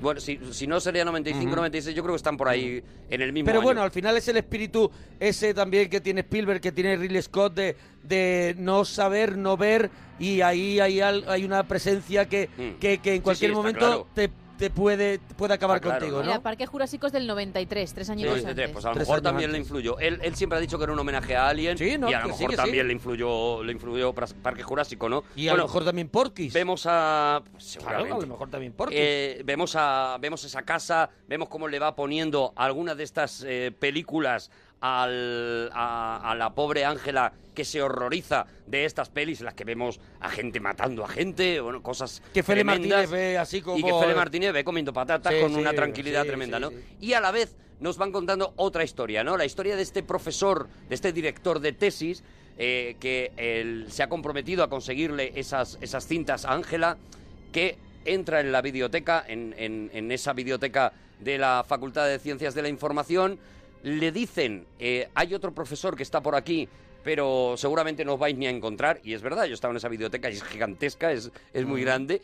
[SPEAKER 1] Bueno, si, si no sería 95, 96, yo creo que están por ahí en el mismo
[SPEAKER 2] Pero
[SPEAKER 1] año.
[SPEAKER 2] bueno, al final es el espíritu ese también que tiene Spielberg, que tiene Ridley Scott, de, de no saber, no ver, y ahí hay, al- hay una presencia que, que, que
[SPEAKER 1] Mm. Sí,
[SPEAKER 2] en cualquier
[SPEAKER 1] sí, está
[SPEAKER 2] momento
[SPEAKER 1] claro.
[SPEAKER 2] te, te puede, puede acabar
[SPEAKER 1] Está claro,
[SPEAKER 2] contigo,
[SPEAKER 1] ¿no?
[SPEAKER 10] Mira, Parque Jurásico es del 93, tres años
[SPEAKER 1] Sí,
[SPEAKER 10] antes.
[SPEAKER 1] Pues a lo
[SPEAKER 2] Tres
[SPEAKER 1] mejor
[SPEAKER 2] años
[SPEAKER 1] también le
[SPEAKER 2] antes.
[SPEAKER 1] influyó. Él, él siempre ha dicho que era un homenaje a Alien
[SPEAKER 2] no,
[SPEAKER 1] y a lo
[SPEAKER 2] que sí,
[SPEAKER 1] mejor
[SPEAKER 2] que sí.
[SPEAKER 1] también le influyó le influyó Pras- Parque Jurásico, ¿no?
[SPEAKER 2] Y a lo mejor también Porky's.
[SPEAKER 1] Vemos a
[SPEAKER 2] Claro,
[SPEAKER 1] seguramente.
[SPEAKER 2] a lo mejor también Porky's.
[SPEAKER 1] Eh, vemos a vemos esa casa, vemos cómo le va poniendo alguna de estas eh, películas al- a, a la pobre Ángela que se horroriza de estas pelis en las que vemos a gente matando a gente, bueno, cosas
[SPEAKER 2] que Fele
[SPEAKER 1] tremendas.
[SPEAKER 2] Martínez ve así como...
[SPEAKER 1] Y que Fele Martínez ve comiendo patatas
[SPEAKER 2] Sí,
[SPEAKER 1] con
[SPEAKER 2] sí,
[SPEAKER 1] una tranquilidad
[SPEAKER 2] sí,
[SPEAKER 1] tremenda,
[SPEAKER 2] sí,
[SPEAKER 1] ¿no?
[SPEAKER 2] sí.
[SPEAKER 1] Y a la vez nos van contando otra historia, ¿no? La historia de este profesor, de este director de tesis, eh, que él se ha comprometido a conseguirle esas, esas cintas a Ángela, que entra en la biblioteca, en, en- en esa biblioteca de la Facultad de Ciencias de la Información, le dicen, eh, hay otro profesor que está por aquí, pero seguramente no os vais ni a encontrar, y es verdad, yo estaba en esa biblioteca y es gigantesca, es, es muy
[SPEAKER 2] Ujú.
[SPEAKER 1] grande,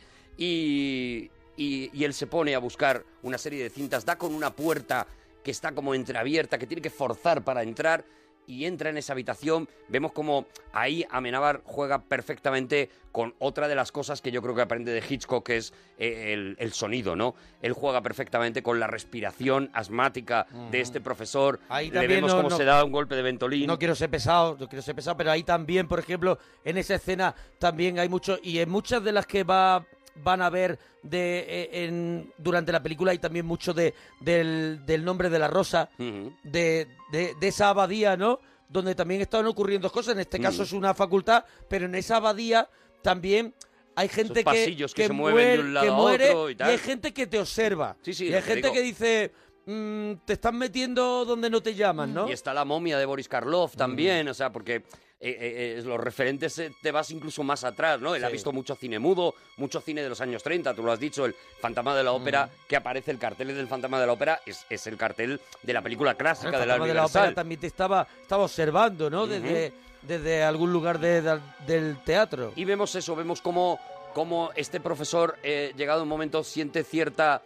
[SPEAKER 1] y, y- y él se pone a buscar una serie de cintas, da con una puerta que está como entreabierta, que tiene que forzar para entrar, y entra en esa habitación, vemos como ahí Amenábar juega perfectamente con otra de las cosas que yo creo que aprende de Hitchcock, que es eh, el, el sonido, ¿no? Él juega perfectamente con la respiración asmática de este profesor,
[SPEAKER 2] Ahí
[SPEAKER 1] le
[SPEAKER 2] también
[SPEAKER 1] vemos
[SPEAKER 2] no-
[SPEAKER 1] cómo
[SPEAKER 2] no-
[SPEAKER 1] se da un golpe de ventolín.
[SPEAKER 2] No quiero ser pesado, no quiero ser pesado, pero ahí también, por ejemplo, en esa escena también hay mucho, y en muchas de las que va van a ver de eh, en, durante la película hay también mucho de del, del nombre de la rosa, de, de- de esa abadía, ¿no? Donde también están ocurriendo cosas, en este
[SPEAKER 1] Ujú.
[SPEAKER 2] caso es una facultad, pero en esa abadía también hay gente que,
[SPEAKER 1] pasillos que se mueven de un lado
[SPEAKER 2] que
[SPEAKER 1] a
[SPEAKER 2] muere,
[SPEAKER 1] otro y tal.
[SPEAKER 2] hay gente que te observa.
[SPEAKER 1] sí,
[SPEAKER 2] y
[SPEAKER 1] lo
[SPEAKER 2] hay
[SPEAKER 1] que
[SPEAKER 2] gente
[SPEAKER 1] digo.
[SPEAKER 2] que dice, mm, te están metiendo donde no te llaman, ¿no? Mm.
[SPEAKER 1] Y está la momia de Boris Karloff también, o sea, porque eh, eh, eh, los referentes eh, te vas incluso más atrás, ¿no? Él ha
[SPEAKER 2] Sí.
[SPEAKER 1] visto mucho cine mudo, mucho cine de los años 30, tú lo has dicho, el fantasma de
[SPEAKER 2] Mm.
[SPEAKER 1] la ópera, que aparece el cartel del fantasma de la ópera, es, es el cartel de la película
[SPEAKER 2] El
[SPEAKER 1] clásica de la
[SPEAKER 2] fantasma de la
[SPEAKER 1] Universal.
[SPEAKER 2] ópera también te estaba, estaba observando, ¿no? Desde, desde algún lugar de- de- del teatro.
[SPEAKER 1] Y vemos eso, vemos cómo, cómo este profesor, eh, llegado un momento, siente cierta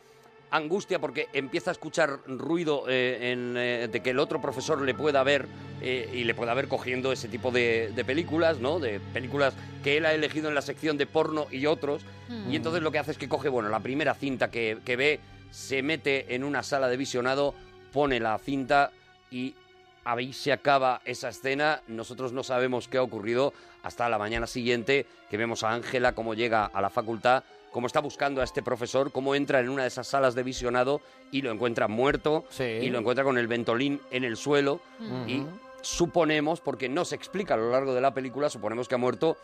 [SPEAKER 1] angustia porque empieza a escuchar ruido eh, en, eh, de que el otro profesor le pueda ver eh, y le pueda ver cogiendo ese tipo de, de películas, ¿no? De películas que él ha elegido en la sección de porno y otros.
[SPEAKER 5] Mm.
[SPEAKER 1] Y entonces lo que hace es que coge, bueno, la primera cinta que, que ve, se mete en una sala de visionado, pone la cinta y ahí se acaba esa escena. Nosotros no sabemos qué ha ocurrido hasta la mañana siguiente, que vemos a Ángela cómo llega a la facultad, cómo está buscando a este profesor, cómo entra en una de esas salas de visionado y lo encuentra muerto y lo encuentra con el ventolín en el suelo
[SPEAKER 5] Ujú.
[SPEAKER 1] y suponemos, porque no se explica a lo largo de la película, suponemos que ha muerto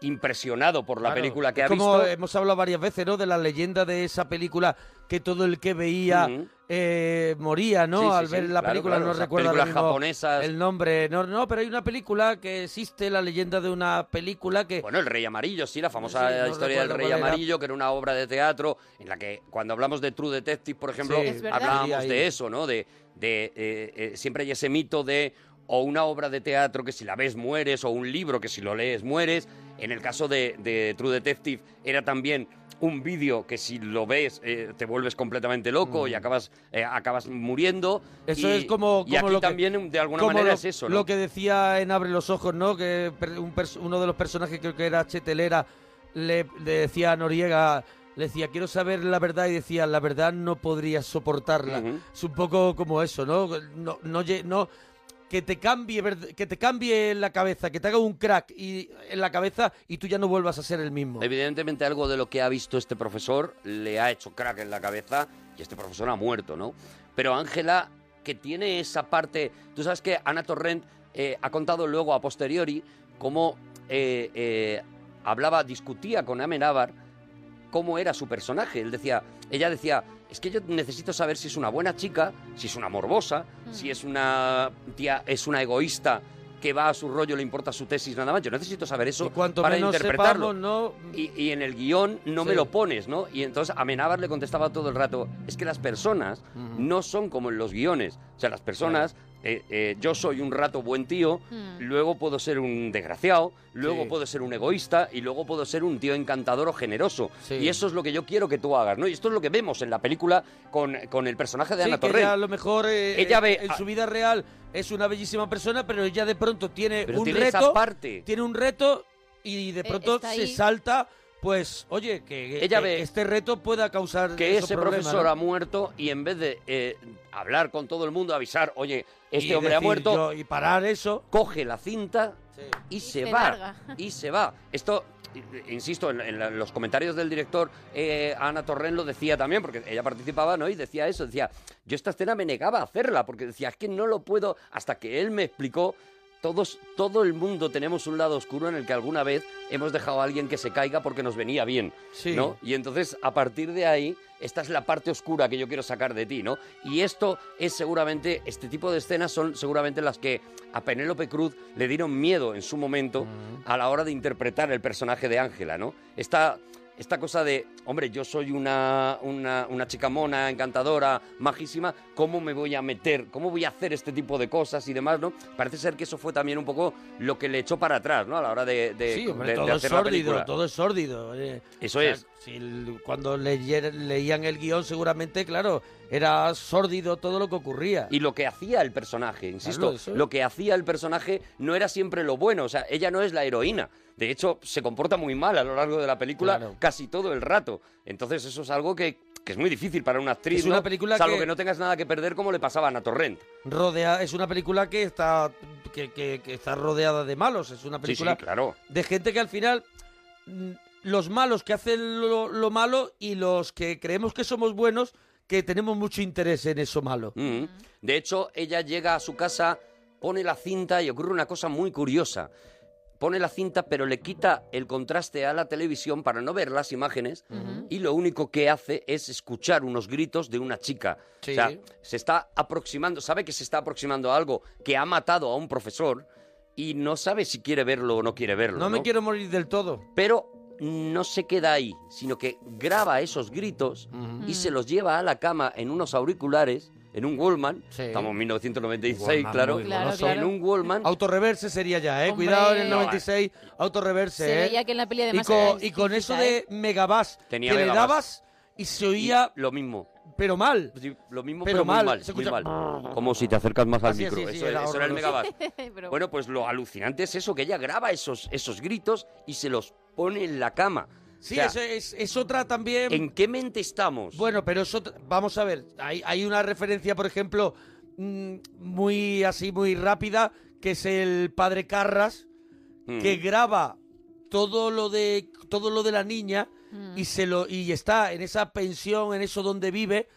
[SPEAKER 1] impresionado por la
[SPEAKER 2] Claro,
[SPEAKER 1] película que
[SPEAKER 2] es
[SPEAKER 1] ha
[SPEAKER 2] como
[SPEAKER 1] visto.
[SPEAKER 2] hemos hablado varias veces, ¿no? De la leyenda de esa película que todo el que veía
[SPEAKER 1] Ujú.
[SPEAKER 2] eh, moría, ¿no?
[SPEAKER 1] Sí, sí,
[SPEAKER 2] Al
[SPEAKER 1] sí,
[SPEAKER 2] ver la
[SPEAKER 1] claro,
[SPEAKER 2] película,
[SPEAKER 1] claro,
[SPEAKER 2] no
[SPEAKER 1] esas
[SPEAKER 2] recuerdo ahora
[SPEAKER 1] películas
[SPEAKER 2] mismo
[SPEAKER 1] japonesas.
[SPEAKER 2] el nombre. No, no, pero hay una película que existe, la leyenda de una película que...
[SPEAKER 1] Bueno, El Rey Amarillo, sí, la famosa
[SPEAKER 2] Sí, no
[SPEAKER 1] historia del
[SPEAKER 2] recuerdo
[SPEAKER 1] Rey
[SPEAKER 2] cuál era.
[SPEAKER 1] Amarillo, que era una obra de teatro en la que cuando hablamos de True Detective, por ejemplo,
[SPEAKER 2] Sí, Es verdad.
[SPEAKER 1] hablábamos
[SPEAKER 2] ahí.
[SPEAKER 1] de eso, ¿no? De, de eh, eh, siempre hay ese mito de o una obra de teatro que si la ves mueres, o un libro que si lo lees mueres. En el caso de, de True Detective era también un vídeo que si lo ves eh, te vuelves completamente loco y acabas, eh, acabas muriendo.
[SPEAKER 2] Mm. Eso
[SPEAKER 1] Y-
[SPEAKER 2] es como,
[SPEAKER 1] y
[SPEAKER 2] como
[SPEAKER 1] aquí
[SPEAKER 2] lo que-
[SPEAKER 1] también de alguna
[SPEAKER 2] como
[SPEAKER 1] manera
[SPEAKER 2] lo-
[SPEAKER 1] es eso, ¿no?
[SPEAKER 2] Lo que decía en Abre los Ojos, ¿no? Que per- un pers- uno de los personajes, creo que era Chetelera, le, le decía a Noriega, le decía, quiero saber la verdad, y decía, la verdad no podría soportarla. Es un poco como eso, ¿no? No, no, lle- no- que te cambie verd- que te cambie la cabeza, que te haga un crack y, en la cabeza y tú ya no vuelvas a ser el mismo.
[SPEAKER 1] Evidentemente algo de lo que ha visto este profesor le ha hecho crack en la cabeza y este profesor ha muerto, ¿no? Pero Ángela, que tiene esa parte, tú sabes que Ana Torrent eh, ha contado luego a posteriori cómo eh, eh, hablaba, discutía con Amenábar cómo era su personaje. Él decía, ella decía, es que yo necesito saber si es una buena chica, si es una morbosa, si es una tía, es una egoísta que va a su rollo, le importa su tesis nada más. Yo necesito saber eso
[SPEAKER 2] Cuanto
[SPEAKER 1] para
[SPEAKER 2] menos
[SPEAKER 1] interpretarlo
[SPEAKER 2] sepamos, ¿no?
[SPEAKER 1] y, y en el guión no me
[SPEAKER 2] Sí.
[SPEAKER 1] lo pones, ¿no? Y entonces Amenábar le contestaba todo el rato, es que las personas no son como en los guiones. O sea, las personas, eh, eh, yo soy un rato buen tío,
[SPEAKER 5] Mm.
[SPEAKER 1] luego puedo ser un desgraciado, luego
[SPEAKER 5] Sí.
[SPEAKER 1] puedo ser un egoísta y luego puedo ser un tío encantador o generoso. Y eso es lo que yo quiero que tú hagas, ¿no? Y esto es lo que vemos en la película con, con el personaje de
[SPEAKER 2] Sí,
[SPEAKER 1] Ana
[SPEAKER 2] que
[SPEAKER 1] Torrent.
[SPEAKER 2] ella a lo mejor eh,
[SPEAKER 1] Ella
[SPEAKER 2] eh,
[SPEAKER 1] ve
[SPEAKER 2] en
[SPEAKER 1] a-
[SPEAKER 2] su vida real es una bellísima persona, pero ella de pronto tiene
[SPEAKER 1] Pero
[SPEAKER 2] un
[SPEAKER 1] tiene
[SPEAKER 2] reto,
[SPEAKER 1] esa parte.
[SPEAKER 2] tiene un reto y de pronto
[SPEAKER 1] Eh, está
[SPEAKER 2] se
[SPEAKER 1] ahí.
[SPEAKER 2] salta, pues oye, que,
[SPEAKER 1] Ella
[SPEAKER 2] que
[SPEAKER 1] ve
[SPEAKER 2] este reto pueda causar
[SPEAKER 1] que
[SPEAKER 2] esos
[SPEAKER 1] ese
[SPEAKER 2] problemas,
[SPEAKER 1] profesor
[SPEAKER 2] ¿no?
[SPEAKER 1] ha muerto y en vez de eh, hablar con todo el mundo, avisar, oye, este
[SPEAKER 2] Y
[SPEAKER 1] hombre ha
[SPEAKER 2] decir
[SPEAKER 1] muerto,
[SPEAKER 2] yo- y parar eso,
[SPEAKER 1] coge la cinta y, se,
[SPEAKER 2] se
[SPEAKER 1] va.
[SPEAKER 2] larga.
[SPEAKER 1] Y se va. Esto, eh, insisto, en, en la- los comentarios del director, eh, Ana Torrén lo decía también, porque ella participaba, ¿no? Y decía eso, decía, yo esta escena me negaba a hacerla, porque decía, es que no lo puedo, hasta que él me explicó. Todos, todo el mundo tenemos un lado oscuro en el que alguna vez hemos dejado a alguien que se caiga porque nos venía bien,
[SPEAKER 2] Sí.
[SPEAKER 1] ¿no? Y entonces, a partir de ahí, esta es la parte oscura que yo quiero sacar de ti, ¿no? Y esto es seguramente, este tipo de escenas son seguramente las que a Penélope Cruz le dieron miedo en su momento a la hora de interpretar el personaje de Ángela, ¿no? Esta, esta cosa de, hombre, yo soy una, una, una chica mona, encantadora, majísima, ¿cómo me voy a meter? ¿Cómo voy a hacer este tipo de cosas y demás, ¿no? Parece ser que eso fue también un poco lo que le echó para atrás, ¿no? A la hora de, de,
[SPEAKER 2] Sí, hombre,
[SPEAKER 1] de- de
[SPEAKER 2] todo es
[SPEAKER 1] hacer la
[SPEAKER 2] sórdido,
[SPEAKER 1] película.
[SPEAKER 2] todo es sórdido. eh.
[SPEAKER 1] Eso es.
[SPEAKER 2] si el- cuando leyer- leían el guión seguramente, claro, era sórdido todo lo que ocurría.
[SPEAKER 1] Y lo que hacía el personaje, insisto,
[SPEAKER 2] Claro, eso es.
[SPEAKER 1] lo que hacía el personaje no era siempre lo bueno, o sea, ella no es la heroína. De hecho, se comporta muy mal a lo largo de la película
[SPEAKER 2] Claro.
[SPEAKER 1] casi todo el rato. Entonces, eso es algo que, que es muy difícil para una actriz,
[SPEAKER 2] Es una
[SPEAKER 1] ¿no?
[SPEAKER 2] película
[SPEAKER 1] salvo que...
[SPEAKER 2] que
[SPEAKER 1] no tengas nada que perder como le pasaba a Ana Torrent.
[SPEAKER 2] rodea es una película que está que, que- que está rodeada de malos es una
[SPEAKER 1] Sí, sí,
[SPEAKER 2] película
[SPEAKER 1] claro.
[SPEAKER 2] de gente que al final mm, los malos que hacen lo, lo malo y los que creemos que somos buenos que tenemos mucho interés en eso malo
[SPEAKER 1] Mm. De hecho, ella llega a su casa, pone la cinta y ocurre una cosa muy curiosa. Pone la cinta pero le quita el contraste a la televisión para no ver las imágenes
[SPEAKER 2] Mm.
[SPEAKER 1] y lo único que hace es escuchar unos gritos de una chica.
[SPEAKER 2] Sí.
[SPEAKER 1] O sea, se está aproximando, sabe que se está aproximando a algo que ha matado a un profesor y no sabe si quiere verlo o no quiere verlo.
[SPEAKER 2] no, me quiero morir del todo
[SPEAKER 1] Pero no se queda ahí, sino que graba esos gritos y
[SPEAKER 2] Mm.
[SPEAKER 1] se los lleva a la cama en unos auriculares, en un Wallman. Estamos en 1996,
[SPEAKER 2] Wallman,
[SPEAKER 1] claro.
[SPEAKER 2] muy Claro, bueno, sí.
[SPEAKER 1] En
[SPEAKER 2] claro.
[SPEAKER 1] un Wallman.
[SPEAKER 2] autorreverse sería ya eh
[SPEAKER 1] Hombre.
[SPEAKER 2] cuidado en el
[SPEAKER 1] No,
[SPEAKER 2] 96 autorreverse
[SPEAKER 10] Se
[SPEAKER 2] eh.
[SPEAKER 10] veía que en la peli
[SPEAKER 2] y
[SPEAKER 10] además era
[SPEAKER 2] con, y con eso
[SPEAKER 10] explícita,
[SPEAKER 2] de
[SPEAKER 10] ¿eh?
[SPEAKER 2] megabass
[SPEAKER 1] Tenía
[SPEAKER 2] que le
[SPEAKER 1] Megabass.
[SPEAKER 2] dabas y se oía
[SPEAKER 1] Lo mismo.
[SPEAKER 2] pero mal
[SPEAKER 1] Lo mismo,
[SPEAKER 2] pero,
[SPEAKER 1] pero, muy
[SPEAKER 2] mal,
[SPEAKER 1] mal.
[SPEAKER 2] se
[SPEAKER 1] muy
[SPEAKER 2] escucha-
[SPEAKER 1] mal. Como si te acercas más al
[SPEAKER 2] Así,
[SPEAKER 1] micro.
[SPEAKER 2] así, sí,
[SPEAKER 1] eso,
[SPEAKER 2] era
[SPEAKER 1] eso era el
[SPEAKER 2] horroroso.
[SPEAKER 1] megabass. Bueno, pues lo alucinante es eso, que ella graba esos, esos gritos y se los pone en la cama.
[SPEAKER 2] Sí,
[SPEAKER 1] O sea,
[SPEAKER 2] eso es, es otra también.
[SPEAKER 1] ¿En qué mente estamos?
[SPEAKER 2] Bueno, pero eso. Vamos a ver. Hay, hay una referencia, por ejemplo, mm, muy así, muy rápida, que es el padre Carras, que
[SPEAKER 1] Mm.
[SPEAKER 2] graba todo lo de todo lo de la niña y se lo y está en esa pensión, en eso donde vive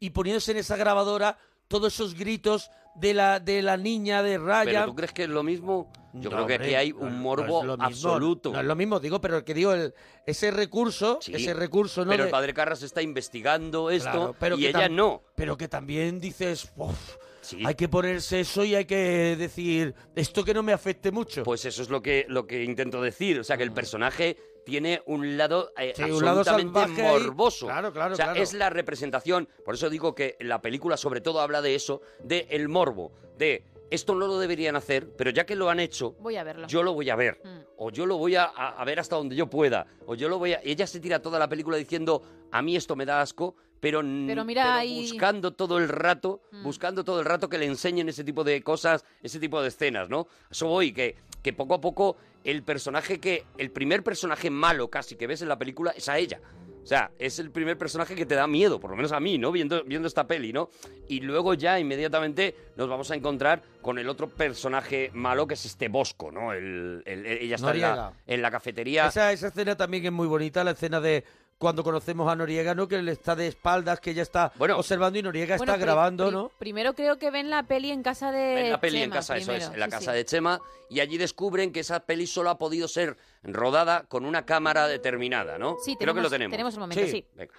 [SPEAKER 2] y poniéndose en esa grabadora todos esos gritos de la, de la niña de Ryan.
[SPEAKER 1] ¿Pero tú crees que es lo mismo? Yo creo que aquí hay un morbo absoluto.
[SPEAKER 2] No es lo mismo, digo, pero que digo, el- ese recurso, ese recurso, ¿no?
[SPEAKER 1] Pero
[SPEAKER 2] de-
[SPEAKER 1] el padre Carras está investigando esto
[SPEAKER 2] Claro, pero
[SPEAKER 1] y
[SPEAKER 2] que
[SPEAKER 1] ella
[SPEAKER 2] tam-
[SPEAKER 1] no.
[SPEAKER 2] Pero que también dices, "Uf, hay que ponerse eso y hay que decir, esto que no me afecte mucho. Mm.
[SPEAKER 1] Pues eso es lo que, lo que intento decir. O sea, que el personaje tiene un lado eh,
[SPEAKER 2] Sí, un lado
[SPEAKER 1] absolutamente
[SPEAKER 2] salvaje ahí.
[SPEAKER 1] morboso.
[SPEAKER 2] Claro, claro,
[SPEAKER 1] o sea,
[SPEAKER 2] claro.
[SPEAKER 1] es la representación. Por eso digo que la película sobre todo habla de eso, de el morbo, de esto no lo deberían hacer, pero ya que lo han hecho,
[SPEAKER 10] Voy a verlo.
[SPEAKER 1] yo lo voy a ver.
[SPEAKER 10] Mm.
[SPEAKER 1] O yo lo voy a, a- a ver hasta donde yo pueda. O yo lo voy a... Ella se tira toda la película diciendo, a mí esto me da asco, pero, n-
[SPEAKER 10] Pero mira ahí- Mm.
[SPEAKER 1] buscando todo el rato, buscando todo el rato que le enseñen ese tipo de cosas, ese tipo de escenas, ¿no? A Eso voy, que, que poco a poco el personaje que... El primer personaje malo casi que ves en la película es a ella. O sea, es el primer personaje que te da miedo, por lo menos a mí, ¿no? Viendo, viendo esta peli, ¿no? Y luego ya inmediatamente nos vamos a encontrar con el otro personaje malo que es este Bosco, ¿no? El, el- el- ella está en la,
[SPEAKER 2] Noriega.
[SPEAKER 1] en la cafetería.
[SPEAKER 2] Esa, esa escena también es muy bonita, la escena de cuando conocemos a Noriega, ¿no? Que él está de espaldas, que ella está observando y Noriega
[SPEAKER 10] Bueno,
[SPEAKER 2] está
[SPEAKER 10] pri-
[SPEAKER 2] grabando,
[SPEAKER 10] pri-
[SPEAKER 2] ¿no?
[SPEAKER 10] Primero creo que ven la peli en casa de.
[SPEAKER 1] En la peli en
[SPEAKER 10] Chema
[SPEAKER 1] casa, eso
[SPEAKER 10] primero,
[SPEAKER 1] es, en la
[SPEAKER 10] sí,
[SPEAKER 1] casa
[SPEAKER 10] sí.
[SPEAKER 1] de Chema, y allí descubren que esa peli solo ha podido ser rodada con una cámara determinada, ¿no?
[SPEAKER 10] Sí,
[SPEAKER 1] Creo que lo
[SPEAKER 10] tenemos-
[SPEAKER 1] tenemos.
[SPEAKER 10] tenemos el momento, sí.
[SPEAKER 1] Venga.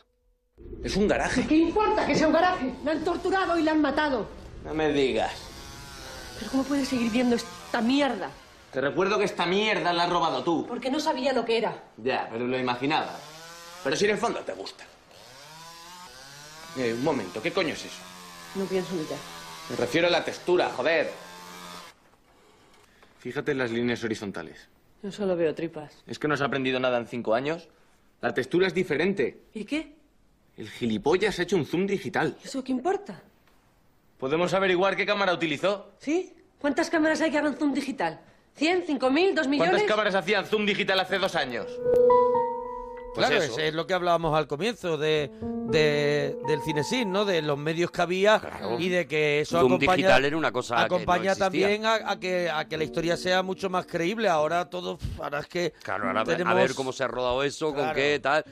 [SPEAKER 1] Es un garaje.
[SPEAKER 21] ¿Qué importa que sea un garaje? La han torturado y la han matado.
[SPEAKER 20] No me digas.
[SPEAKER 21] Pero ¿cómo puedes seguir viendo esta mierda?
[SPEAKER 20] Te recuerdo que esta mierda la has robado tú.
[SPEAKER 21] Porque no sabía lo que era.
[SPEAKER 20] Ya, pero lo imaginaba. Pero si en el fondo te gusta. Eh, un momento, ¿qué coño es eso?
[SPEAKER 21] No pienso en ella.
[SPEAKER 20] Me refiero a la textura, joder. Fíjate en las líneas horizontales.
[SPEAKER 21] Yo solo veo tripas.
[SPEAKER 20] ¿Es que no has aprendido nada en cinco años? La textura es diferente.
[SPEAKER 21] ¿Y qué?
[SPEAKER 20] El gilipollas ha hecho un zoom digital.
[SPEAKER 21] ¿Eso qué importa?
[SPEAKER 20] ¿Podemos averiguar qué cámara utilizó?
[SPEAKER 21] ¿Sí? ¿Cuántas cámaras hay que hagan zoom digital? ¿Cien? ¿Cinco mil? ¿Dos millones?
[SPEAKER 20] ¿Cuántas cámaras hacían zoom digital hace dos años? Pues
[SPEAKER 1] Pues
[SPEAKER 2] claro, es, es lo que hablábamos al comienzo de, de- del cinesín, ¿no? De los medios que había y de que eso
[SPEAKER 1] Zoom
[SPEAKER 2] acompaña,
[SPEAKER 1] digital era una cosa que no
[SPEAKER 2] acompaña
[SPEAKER 1] existía.
[SPEAKER 2] también a, a que, a que la historia sea mucho más creíble. Ahora todo, pf, ahora es que
[SPEAKER 1] Claro, ahora a ver-
[SPEAKER 2] Mm, tenemos...
[SPEAKER 1] a ver cómo se ha rodado eso, con
[SPEAKER 2] Claro.
[SPEAKER 1] qué tal.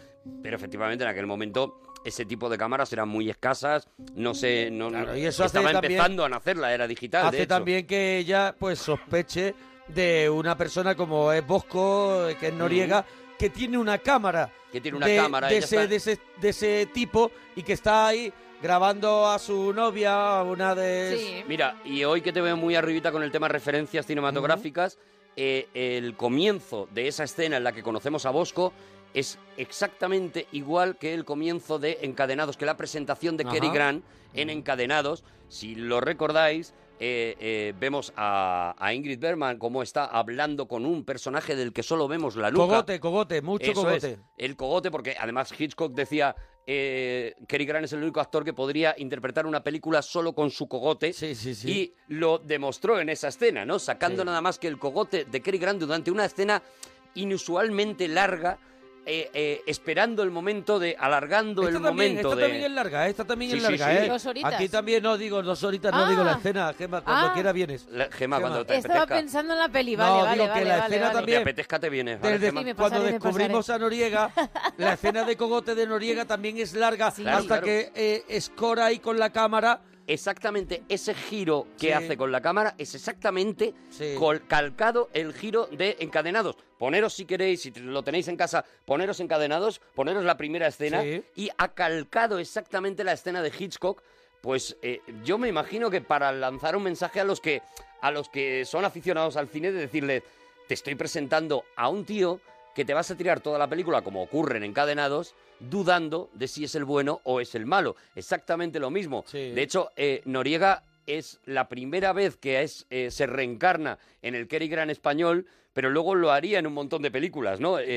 [SPEAKER 1] Pero efectivamente en aquel momento ese tipo de cámaras eran muy escasas, no sé, no, no-
[SPEAKER 2] y eso hace
[SPEAKER 1] estaba
[SPEAKER 2] también-
[SPEAKER 1] empezando a nacer la era digital. de
[SPEAKER 2] hace
[SPEAKER 1] hecho.
[SPEAKER 2] también que ella pues sospeche de una persona como es Bosco, que es noriega, que tiene una cámara.
[SPEAKER 1] Que tiene una
[SPEAKER 2] de-
[SPEAKER 1] cámara,
[SPEAKER 2] De
[SPEAKER 1] ella
[SPEAKER 2] ese,
[SPEAKER 1] está-
[SPEAKER 2] de, ese, de ese tipo y que está ahí grabando a su novia, a una de...
[SPEAKER 1] Mira, y hoy que te veo muy arribita con el tema referencias cinematográficas, eh, el comienzo de esa escena en la que conocemos a Bosco es exactamente igual que el comienzo de Encadenados, que la presentación de
[SPEAKER 2] Ajá.
[SPEAKER 1] Cary Grant en Encadenados. Si lo recordáis, eh, eh, vemos a, a Ingrid Bergman como está hablando con un personaje del que solo vemos la nuca.
[SPEAKER 2] Cogote, cogote, mucho
[SPEAKER 1] Eso
[SPEAKER 2] cogote.
[SPEAKER 1] es, el cogote, porque además Hitchcock decía eh, Cary Grant es el único actor que podría interpretar una película solo con su cogote. Y lo demostró en esa escena, ¿no? Sacando nada más que el cogote de Cary Grant durante una escena inusualmente larga, eh, eh, esperando el momento de. alargando
[SPEAKER 2] Esta
[SPEAKER 1] el
[SPEAKER 2] también,
[SPEAKER 1] momento
[SPEAKER 2] esta
[SPEAKER 1] de.
[SPEAKER 2] también es larga, esta también
[SPEAKER 1] Sí,
[SPEAKER 2] es
[SPEAKER 1] sí,
[SPEAKER 2] larga,
[SPEAKER 1] sí.
[SPEAKER 2] ¿eh?
[SPEAKER 1] Dos horitas.
[SPEAKER 2] Aquí también no digo dos horitas, no digo la escena, Gemma, cuando
[SPEAKER 10] Ah.
[SPEAKER 2] quiera vienes.
[SPEAKER 1] La- Gemma, cuando te
[SPEAKER 10] Estaba
[SPEAKER 1] apetezca.
[SPEAKER 10] pensando en la peli,
[SPEAKER 2] No,
[SPEAKER 10] vale, vale,
[SPEAKER 2] digo que
[SPEAKER 10] vale,
[SPEAKER 2] la
[SPEAKER 10] vale,
[SPEAKER 2] escena
[SPEAKER 10] vale.
[SPEAKER 1] Cuando te apetezca te vienes. ¿vale,
[SPEAKER 2] Del de-
[SPEAKER 1] Gemma?
[SPEAKER 10] me
[SPEAKER 2] cuando
[SPEAKER 10] pasaré, me
[SPEAKER 2] descubrimos a Noriega, la escena de cogote de Noriega también es larga
[SPEAKER 1] Claro,
[SPEAKER 2] hasta
[SPEAKER 1] claro.
[SPEAKER 2] que eh, escora ahí con la cámara.
[SPEAKER 1] Exactamente ese giro que
[SPEAKER 2] Sí.
[SPEAKER 1] hace con la cámara es exactamente col- calcado el giro de encadenados. Poneros si queréis, si lo tenéis en casa, poneros encadenados, poneros la primera escena
[SPEAKER 2] Sí.
[SPEAKER 1] y ha calcado exactamente la escena de Hitchcock. Pues eh, yo me imagino que para lanzar un mensaje a los que a los que son aficionados al cine de decirles te estoy presentando a un tío que te vas a tirar toda la película como ocurren encadenados dudando de si es el bueno o es el malo. Exactamente lo mismo. De hecho, eh, Noriega es la primera vez que es, eh, se reencarna en el Kerry Gran español, pero luego lo haría en un montón de películas, ¿no? Eh, eh,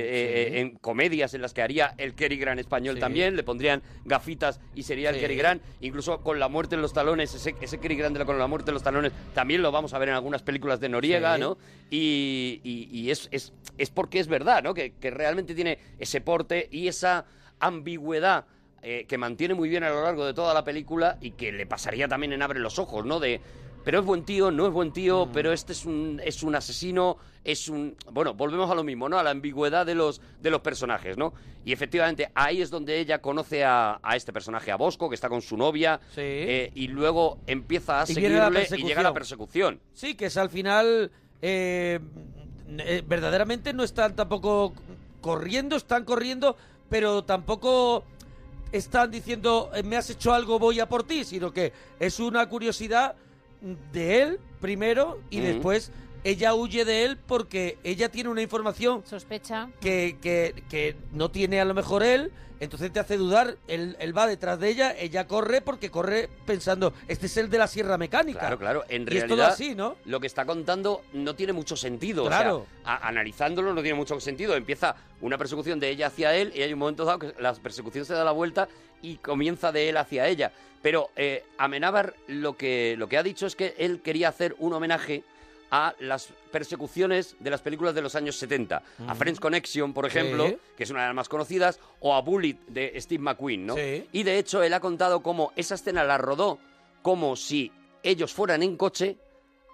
[SPEAKER 1] eh, en comedias en las que haría el Kerry Gran español
[SPEAKER 2] Sí.
[SPEAKER 1] también, le pondrían gafitas y sería el
[SPEAKER 2] Sí.
[SPEAKER 1] Kerry Gran. Incluso con la muerte en los talones, ese, ese Cary Grant de la- con la muerte en los talones, también lo vamos a ver en algunas películas de Noriega,
[SPEAKER 2] Sí.
[SPEAKER 1] ¿no? Y, y- y es, es, es porque es verdad, ¿no? Que, que realmente tiene ese porte y esa ambigüedad eh, que mantiene muy bien a lo largo de toda la película y que le pasaría también en Abre los Ojos, ¿no? De pero es buen tío, no es buen tío, pero este es un, es un asesino, es un... Bueno, volvemos a lo mismo, ¿no? A la ambigüedad de los, de los personajes, ¿no? Y efectivamente ahí es donde ella conoce a, a este personaje, a Bosco, que está con su novia, eh, y luego empieza a
[SPEAKER 2] Y viene la
[SPEAKER 1] seguirle y llega la
[SPEAKER 2] persecución.
[SPEAKER 1] persecución.
[SPEAKER 2] Sí, que es al final. eh, eh, verdaderamente no están tampoco corriendo, están corriendo, pero tampoco están diciendo eh, me has hecho algo, voy a por ti, sino que es una curiosidad de él primero y
[SPEAKER 1] Ujú.
[SPEAKER 2] después ella huye de él porque ella tiene una información
[SPEAKER 10] Sospecha.
[SPEAKER 2] que, que- que no tiene a lo mejor él, entonces te hace dudar, él, él va detrás de ella, ella corre porque corre pensando, este es el de la sierra mecánica.
[SPEAKER 1] Claro, claro. En
[SPEAKER 2] Y es
[SPEAKER 1] realidad,
[SPEAKER 2] todo así, ¿no?
[SPEAKER 1] lo que está contando no tiene mucho sentido.
[SPEAKER 2] Claro.
[SPEAKER 1] O sea, a- analizándolo no tiene mucho sentido. Empieza una persecución de ella hacia él y hay un momento dado que la persecución se da la vuelta y comienza de él hacia ella. Pero eh, Amenábar lo que, lo que ha dicho es que él quería hacer un homenaje a las persecuciones de las películas de los años 70. A
[SPEAKER 2] Mm.
[SPEAKER 1] Friends Connection, por ejemplo,
[SPEAKER 2] Sí.
[SPEAKER 1] que es una de las más conocidas, o a Bullet de Steve McQueen, ¿no?
[SPEAKER 2] Sí.
[SPEAKER 1] Y de hecho él ha contado cómo esa escena la rodó como si ellos fueran en coche,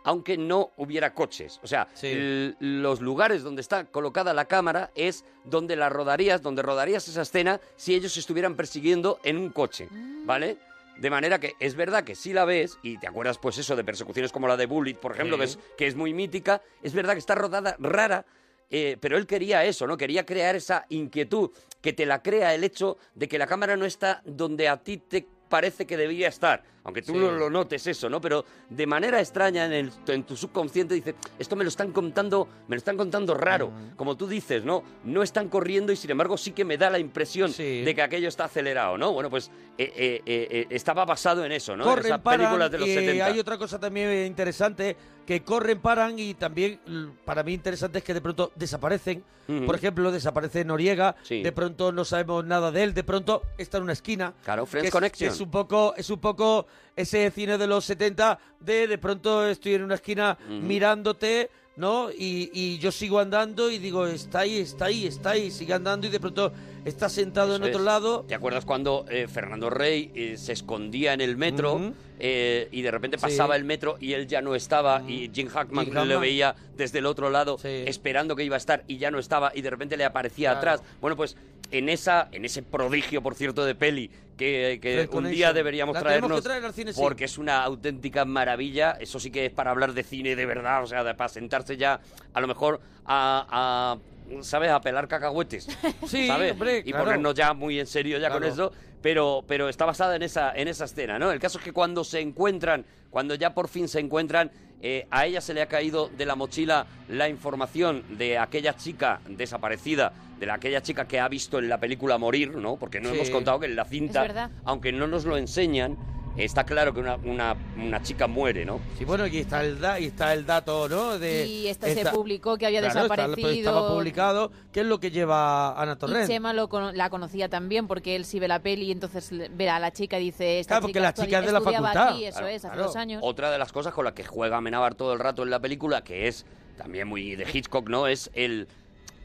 [SPEAKER 1] aunque no hubiera coches. O sea, l- los lugares donde está colocada la cámara es donde la rodarías, donde rodarías esa escena si ellos se estuvieran persiguiendo en un coche, ¿vale? De manera que es verdad que si la ves y te acuerdas pues eso de persecuciones como la de Bullet, por ejemplo,
[SPEAKER 2] Sí.
[SPEAKER 1] que, es, que es muy mítica, es verdad que está rodada rara, eh, pero él quería eso, ¿no? Quería crear esa inquietud, que te la crea el hecho de que la cámara no está donde a ti te parece que debía estar, aunque tú
[SPEAKER 2] Sí.
[SPEAKER 1] no lo notes eso, ¿no? Pero de manera extraña en, el- en tu subconsciente dices, esto me lo están contando, me lo están contando raro, como tú dices, ¿no? No están corriendo y sin embargo sí que me da la impresión de que aquello está acelerado, ¿no? Bueno, pues eh, eh, eh, eh, estaba basado en eso, ¿no? En
[SPEAKER 2] corren,
[SPEAKER 1] esas
[SPEAKER 2] paran,
[SPEAKER 1] películas de los
[SPEAKER 2] y
[SPEAKER 1] 70.
[SPEAKER 2] hay otra cosa también interesante, que corren, paran y también l- para mí interesante es que de pronto desaparecen.
[SPEAKER 1] Ujú.
[SPEAKER 2] Por ejemplo, desaparece Noriega, de pronto no sabemos nada de él, de pronto está en una esquina.
[SPEAKER 1] Claro, Friends
[SPEAKER 2] que es,
[SPEAKER 1] Connection.
[SPEAKER 2] que es un poco, es un poco ese cine de los 70 de de pronto estoy en una esquina
[SPEAKER 1] Ujú.
[SPEAKER 2] mirándote. ¿No? Y, y yo sigo andando y digo, está ahí, está ahí, está ahí, sigue andando y de pronto está sentado en
[SPEAKER 1] Eso
[SPEAKER 2] otro
[SPEAKER 1] es.
[SPEAKER 2] lado.
[SPEAKER 1] ¿Te acuerdas cuando eh, Fernando Rey eh, se escondía en el metro
[SPEAKER 2] Ujú.
[SPEAKER 1] eh, y de repente
[SPEAKER 2] Sí.
[SPEAKER 1] pasaba el metro y él ya no estaba y Jim Hackman
[SPEAKER 2] Jim
[SPEAKER 1] lo
[SPEAKER 2] Hackman.
[SPEAKER 1] veía desde el otro lado esperando que iba a estar y ya no estaba y de repente le aparecía
[SPEAKER 2] Claro.
[SPEAKER 1] atrás? Bueno, pues en esa en ese prodigio, por cierto, de peli que, que
[SPEAKER 2] Friends
[SPEAKER 1] un día
[SPEAKER 2] Connection.
[SPEAKER 1] deberíamos
[SPEAKER 2] La tenemos
[SPEAKER 1] traernos
[SPEAKER 2] que traer al cine, sí.
[SPEAKER 1] porque es una auténtica maravilla. Eso sí que es para hablar de cine de verdad, o sea, de- para sentarse ya a lo mejor a... a, ¿Sabes? A pelar cacahuetes.
[SPEAKER 2] Sí,
[SPEAKER 1] ¿sabes?
[SPEAKER 2] hombre,
[SPEAKER 1] y
[SPEAKER 2] claro.
[SPEAKER 1] ponernos ya muy en serio ya con
[SPEAKER 2] Claro.
[SPEAKER 1] eso, pero, pero está basada en esa, en esa escena, ¿no? El caso es que cuando se encuentran, cuando ya por fin se encuentran, eh, a ella se le ha caído de la mochila la información de aquella chica desaparecida, de la- aquella chica que ha visto en la película morir, ¿no? Porque no
[SPEAKER 2] Sí.
[SPEAKER 1] hemos contado que en la
[SPEAKER 2] Es
[SPEAKER 1] cinta,
[SPEAKER 2] verdad.
[SPEAKER 1] aunque no nos lo enseñan, está claro que una, una, una chica muere, ¿no?
[SPEAKER 2] Sí, bueno, y está el, da- y está el dato, ¿no? De,
[SPEAKER 10] Y esta
[SPEAKER 2] esta-
[SPEAKER 10] se publicó que había
[SPEAKER 2] Claro, está-
[SPEAKER 10] desaparecido.
[SPEAKER 2] estaba publicado. ¿Qué es lo que lleva Ana
[SPEAKER 10] Y
[SPEAKER 2] Torrent?
[SPEAKER 10] Chema lo cono- la conocía también porque él sí ve la peli y entonces le- ve a la chica y dice... Esta
[SPEAKER 2] Claro, porque la
[SPEAKER 10] actual-
[SPEAKER 2] chica es de la
[SPEAKER 10] estudiaba
[SPEAKER 2] facultad.
[SPEAKER 10] aquí, eso
[SPEAKER 1] Claro,
[SPEAKER 10] es, hace
[SPEAKER 1] claro.
[SPEAKER 10] dos años.
[SPEAKER 1] Otra de las cosas con las que juega Amenábar todo el rato en la película, que es también muy de Hitchcock, ¿no? Es el.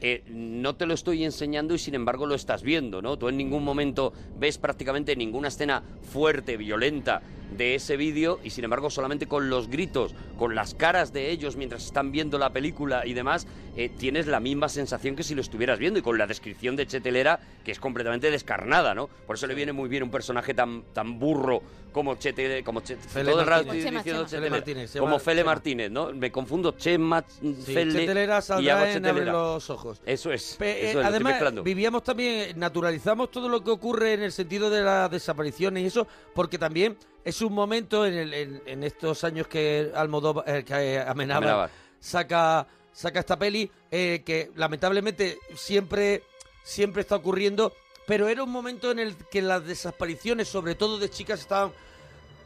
[SPEAKER 1] eh, no te lo estoy enseñando y sin embargo lo estás viendo, ¿no? Tú en ningún momento ves prácticamente ninguna escena fuerte, violenta de ese vídeo y sin embargo solamente con los gritos, con las caras de ellos mientras están viendo la película y demás, eh, tienes la misma sensación que si lo estuvieras viendo y con la descripción de Chetelera que es completamente descarnada, ¿no? Por eso le viene muy bien un personaje tan, tan burro como Chetelera, como Che-
[SPEAKER 2] Fele
[SPEAKER 1] todo el rato
[SPEAKER 2] Martínez.
[SPEAKER 1] estoy
[SPEAKER 2] Chema,
[SPEAKER 1] diciendo
[SPEAKER 2] Chema.
[SPEAKER 1] Chetelera.
[SPEAKER 2] Fele Martínez, se
[SPEAKER 1] como
[SPEAKER 2] llama
[SPEAKER 1] Fele
[SPEAKER 2] Chema.
[SPEAKER 1] Martínez, ¿no? Me confundo Chema,
[SPEAKER 2] Sí,
[SPEAKER 1] Fele y
[SPEAKER 2] Chetelera
[SPEAKER 1] hago
[SPEAKER 2] saldrá en Abre
[SPEAKER 1] Chetelera.
[SPEAKER 2] los ojos.
[SPEAKER 1] Eso es.
[SPEAKER 2] Pe- eh,
[SPEAKER 1] eso es, lo estoy
[SPEAKER 2] además,
[SPEAKER 1] mezclando.
[SPEAKER 2] vivíamos también, eh, naturalizamos todo lo que ocurre en el sentido de las desapariciones y eso, porque también es un momento en, el- en- en estos años que Almodóvar, eh, que Amenábar
[SPEAKER 1] Amenábar.
[SPEAKER 2] saca, saca esta peli, eh, que lamentablemente siempre, siempre está ocurriendo, pero era un momento en el que las desapariciones, sobre todo de chicas, estaban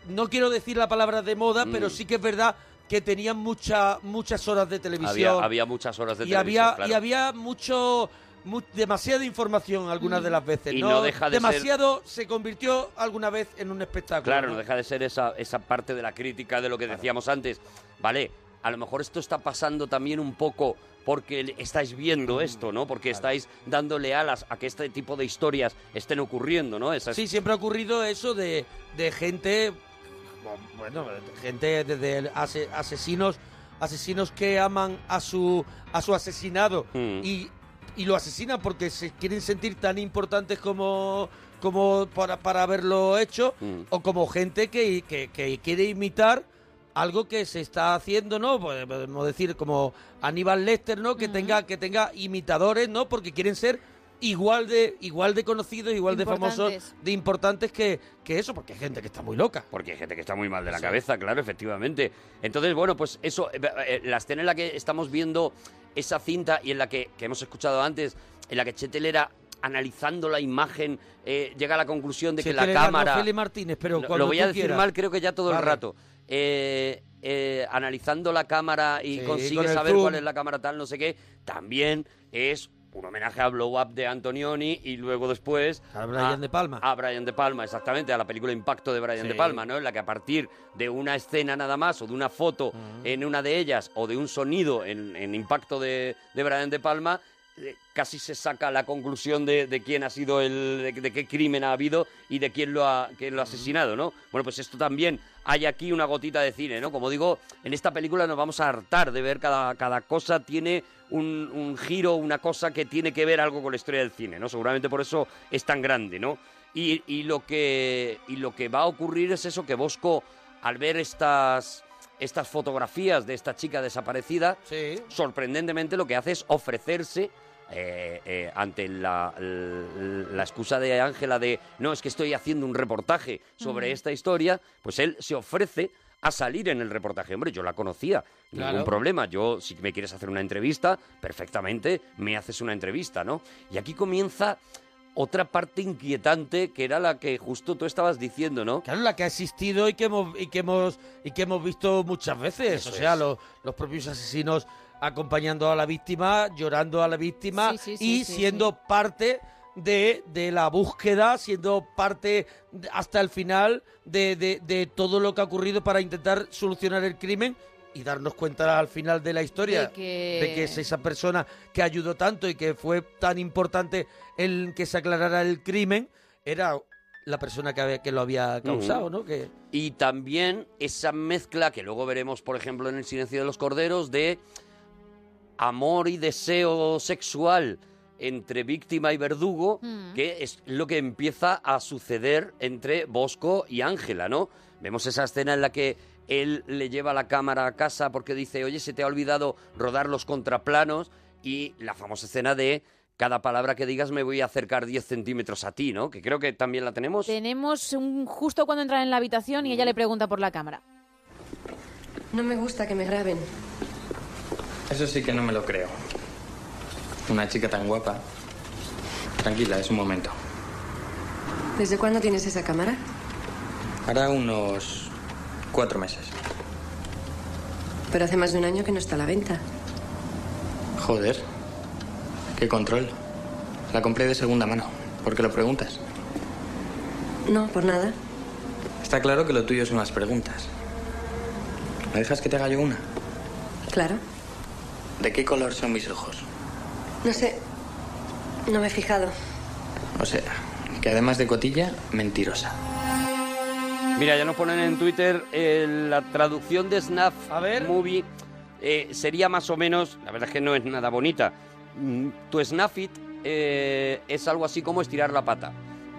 [SPEAKER 2] no quiero decir la palabra de moda,
[SPEAKER 1] Mm.
[SPEAKER 2] pero sí que es verdad que tenían mucha- muchas horas de
[SPEAKER 1] Había,
[SPEAKER 2] televisión.
[SPEAKER 1] había muchas horas de
[SPEAKER 2] y,
[SPEAKER 1] televisión,
[SPEAKER 2] había,
[SPEAKER 1] claro.
[SPEAKER 2] y había mucho mu- demasiada información algunas de las veces.
[SPEAKER 1] Y no deja de ser-
[SPEAKER 2] Demasiado se convirtió alguna vez en un espectáculo.
[SPEAKER 1] Claro,
[SPEAKER 2] ¿no?
[SPEAKER 1] no deja de ser esa, esa parte de la crítica de lo que decíamos antes. Vale, a lo mejor esto está pasando también un poco porque le- estáis
[SPEAKER 2] Mm,
[SPEAKER 1] viendo esto, ¿no? Porque estáis dándole alas a que este tipo de historias estén ocurriendo, ¿no? Esa es-
[SPEAKER 2] Sí, siempre ha ocurrido eso de, de gente Bueno, gente desde el ase- asesinos, asesinos que aman a su a su asesinado
[SPEAKER 1] Mm.
[SPEAKER 2] y, y lo asesinan porque se quieren sentir tan importantes como como para, para haberlo hecho o como gente que, que- que quiere imitar algo que se está haciendo, ¿no? Pues, Podemos decir como Aníbal Lester, ¿no? Que tenga que tenga imitadores, ¿no? Porque quieren ser igual de igual de conocidos, igual de famosos,
[SPEAKER 1] Importantes.
[SPEAKER 2] de importantes que, que eso, porque hay gente que está muy loca.
[SPEAKER 1] Porque hay gente que está muy mal de la
[SPEAKER 2] Sí.
[SPEAKER 1] cabeza, claro, efectivamente. Entonces, bueno, pues eso, eh, eh, la escena en la que estamos viendo esa cinta y en la que, que hemos escuchado antes, en la que Chetelera analizando la imagen, eh, llega a la conclusión de
[SPEAKER 2] Si
[SPEAKER 1] que
[SPEAKER 2] es
[SPEAKER 1] la
[SPEAKER 2] le gano a
[SPEAKER 1] cámara...
[SPEAKER 2] Feli Martínez, pero
[SPEAKER 1] Lo-
[SPEAKER 2] cuando
[SPEAKER 1] lo voy
[SPEAKER 2] tú
[SPEAKER 1] a decir
[SPEAKER 2] quieras.
[SPEAKER 1] mal, creo que ya todo el
[SPEAKER 2] Vale.
[SPEAKER 1] rato. Eh, eh, analizando la cámara y
[SPEAKER 2] Sí, con
[SPEAKER 1] consigue
[SPEAKER 2] el
[SPEAKER 1] saber
[SPEAKER 2] zoom.
[SPEAKER 1] cuál es la cámara tal, no sé qué, también es un homenaje a Blow Up de Antonioni y luego después... A
[SPEAKER 2] Brian De Palma.
[SPEAKER 1] A Brian De Palma, exactamente, a la película Impacto de Brian
[SPEAKER 2] Sí.
[SPEAKER 1] De Palma, ¿no? En la que a partir de una escena nada más o de una foto en una de ellas o de un sonido en, en Impacto de, de Brian De Palma... eh, Casi se saca la conclusión de, de quién ha sido el. De, de qué crimen ha habido y de quién lo ha, quién lo ha asesinado, ¿no? Bueno, pues esto también hay aquí una gotita de cine, ¿no? Como digo, en esta película nos vamos a hartar de ver cada, cada cosa tiene un, un giro, una cosa que tiene que ver algo con la historia del cine, ¿no? Seguramente por eso es tan grande, ¿no? Y, y lo, que, y lo que va a ocurrir es eso, que Bosco, al ver estas, estas fotografías de esta chica desaparecida, sorprendentemente lo que hace es ofrecerse eh, eh, ante la, l- la excusa de Ángela de, no, es que estoy haciendo un reportaje sobre
[SPEAKER 2] Ujú.
[SPEAKER 1] esta historia, pues él se ofrece a salir en el reportaje. Hombre, yo la conocía,
[SPEAKER 2] Claro.
[SPEAKER 1] ningún problema. Yo, si me quieres hacer una entrevista, perfectamente me haces una entrevista, ¿no? Y aquí comienza otra parte inquietante que era la que justo tú estabas diciendo, ¿no?
[SPEAKER 2] Claro, la que ha existido y que hemos y que hemos y que hemos visto muchas veces.
[SPEAKER 1] Eso
[SPEAKER 2] o sea,
[SPEAKER 1] es.
[SPEAKER 2] los, los propios asesinos acompañando a la víctima, llorando a la víctima
[SPEAKER 1] Sí, sí, sí,
[SPEAKER 2] y
[SPEAKER 1] sí,
[SPEAKER 2] siendo parte de, de la búsqueda, siendo parte de- hasta el final de, de- de todo lo que ha ocurrido para intentar solucionar el crimen y darnos cuenta al final de la historia
[SPEAKER 10] De que-
[SPEAKER 2] de que es esa persona que ayudó tanto y que fue tan importante en que se aclarara el crimen era la persona que, había- que lo había causado, ¿no? Que
[SPEAKER 1] Y también esa mezcla que luego veremos, por ejemplo, en El silencio de los corderos, de amor y deseo sexual entre víctima y verdugo,
[SPEAKER 5] Mm.
[SPEAKER 1] que es lo que empieza a suceder entre Bosco y Ángela, ¿no? Vemos esa escena en la que él le lleva la cámara a casa porque dice, oye, se te ha olvidado rodar los contraplanos y la famosa escena de cada palabra que digas me voy a acercar 10 centímetros a ti, ¿no? Que creo que también la tenemos.
[SPEAKER 10] Tenemos un justo cuando entran en la habitación y ella le pregunta por la cámara.
[SPEAKER 17] No me gusta que me graben.
[SPEAKER 20] Eso sí que no me lo creo. Una chica tan guapa. Tranquila, es un momento.
[SPEAKER 17] ¿Desde cuándo tienes esa cámara?
[SPEAKER 20] Hará unos cuatro meses.
[SPEAKER 17] Pero hace más de un año que no está a la venta.
[SPEAKER 20] Joder. Qué control. La compré de segunda mano. ¿Por qué lo preguntas?
[SPEAKER 17] No, por nada.
[SPEAKER 20] Está claro que lo tuyo son las preguntas. ¿Me dejas que te haga yo una?
[SPEAKER 17] Claro.
[SPEAKER 20] ¿De qué color son mis ojos?
[SPEAKER 17] No sé. No me he fijado.
[SPEAKER 20] O sea, que además de cotilla, mentirosa.
[SPEAKER 1] Mira, ya nos ponen en Twitter eh, la traducción de Snap Movie. eh, sería más o menos, la verdad es que no es nada bonita. Mm, Tu Snap It eh, es algo así como estirar la pata,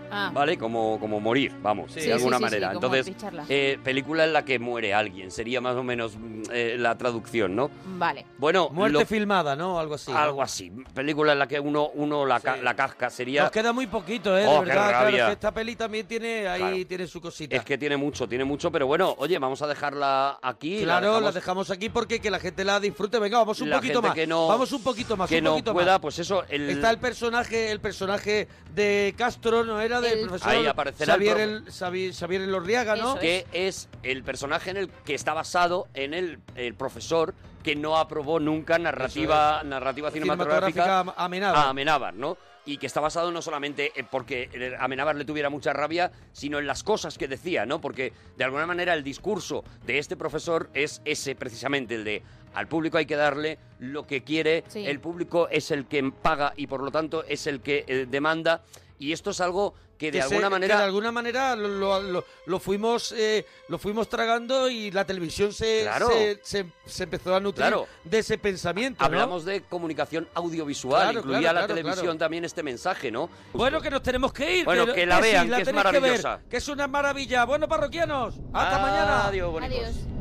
[SPEAKER 10] Ah.
[SPEAKER 1] ¿vale? Como, como morir, vamos,
[SPEAKER 10] Sí. Sí,
[SPEAKER 1] de alguna
[SPEAKER 10] sí, sí,
[SPEAKER 1] manera.
[SPEAKER 10] sí, como
[SPEAKER 1] Entonces,
[SPEAKER 10] picharla.
[SPEAKER 1] eh, película en la que muere alguien, sería más o menos mm, eh, la traducción, ¿no?
[SPEAKER 10] Vale.
[SPEAKER 1] Bueno,
[SPEAKER 2] muerte
[SPEAKER 1] lo-
[SPEAKER 2] filmada, ¿no? Algo así. ¿no?
[SPEAKER 1] algo así. Película en la que uno, uno la, ca- la casca, sería...
[SPEAKER 2] Nos queda muy poquito, ¿eh?
[SPEAKER 1] Oh,
[SPEAKER 2] de
[SPEAKER 1] qué
[SPEAKER 2] verdad, claro,
[SPEAKER 1] rabia.
[SPEAKER 2] es que esta peli también tiene ahí
[SPEAKER 1] Claro.
[SPEAKER 2] tiene su cosita.
[SPEAKER 1] Es que tiene mucho, tiene mucho, pero bueno, oye, vamos a dejarla aquí.
[SPEAKER 2] Claro, la dejamos aquí porque que la gente la disfrute. Venga, vamos un
[SPEAKER 1] La
[SPEAKER 2] poquito
[SPEAKER 1] gente
[SPEAKER 2] más.
[SPEAKER 1] que no-
[SPEAKER 2] vamos un poquito más,
[SPEAKER 1] que
[SPEAKER 2] un
[SPEAKER 1] no
[SPEAKER 2] poquito
[SPEAKER 1] pueda,
[SPEAKER 2] más.
[SPEAKER 1] pues eso, el-
[SPEAKER 2] Está el personaje, el personaje de Castro, ¿no? Era del profesor
[SPEAKER 1] Ahí aparecerá el
[SPEAKER 2] Xavier,
[SPEAKER 1] profe.
[SPEAKER 2] el, Xavi- Xavier el Orriaga, ¿no?
[SPEAKER 1] Que es el personaje en el que está basado en el, el profesor que no aprobó nunca narrativa, narrativa cinematográfica,
[SPEAKER 2] Cinematográfica a Amenábar.
[SPEAKER 1] a Amenábar, ¿no? Y que está basado no solamente en porque eh, Amenábar le tuviera mucha rabia, sino en las cosas que decía, ¿no? Porque de alguna manera el discurso de este profesor es ese precisamente, el de al público hay que darle lo que quiere,
[SPEAKER 2] Sí.
[SPEAKER 1] el público es el que paga y por lo tanto es el que eh, demanda. Y esto es algo que de
[SPEAKER 2] Que se-
[SPEAKER 1] alguna manera...
[SPEAKER 2] que de alguna manera lo, lo- lo- lo fuimos eh, lo fuimos tragando y la televisión se,
[SPEAKER 1] Claro.
[SPEAKER 2] se, se- se empezó a nutrir
[SPEAKER 1] Claro.
[SPEAKER 2] de ese pensamiento. ¿no?
[SPEAKER 1] Hablamos de comunicación audiovisual,
[SPEAKER 2] Claro,
[SPEAKER 1] incluía
[SPEAKER 2] claro,
[SPEAKER 1] la
[SPEAKER 2] claro,
[SPEAKER 1] televisión
[SPEAKER 2] claro.
[SPEAKER 1] también este mensaje, ¿no?
[SPEAKER 2] Bueno, que nos tenemos que ir.
[SPEAKER 1] Bueno, que la
[SPEAKER 2] sí,
[SPEAKER 1] vean, que es
[SPEAKER 2] tenéis ver,
[SPEAKER 1] maravillosa.
[SPEAKER 2] que es una maravilla. Bueno, parroquianos, hasta mañana.
[SPEAKER 1] Adiós, bonitos.
[SPEAKER 10] Adiós.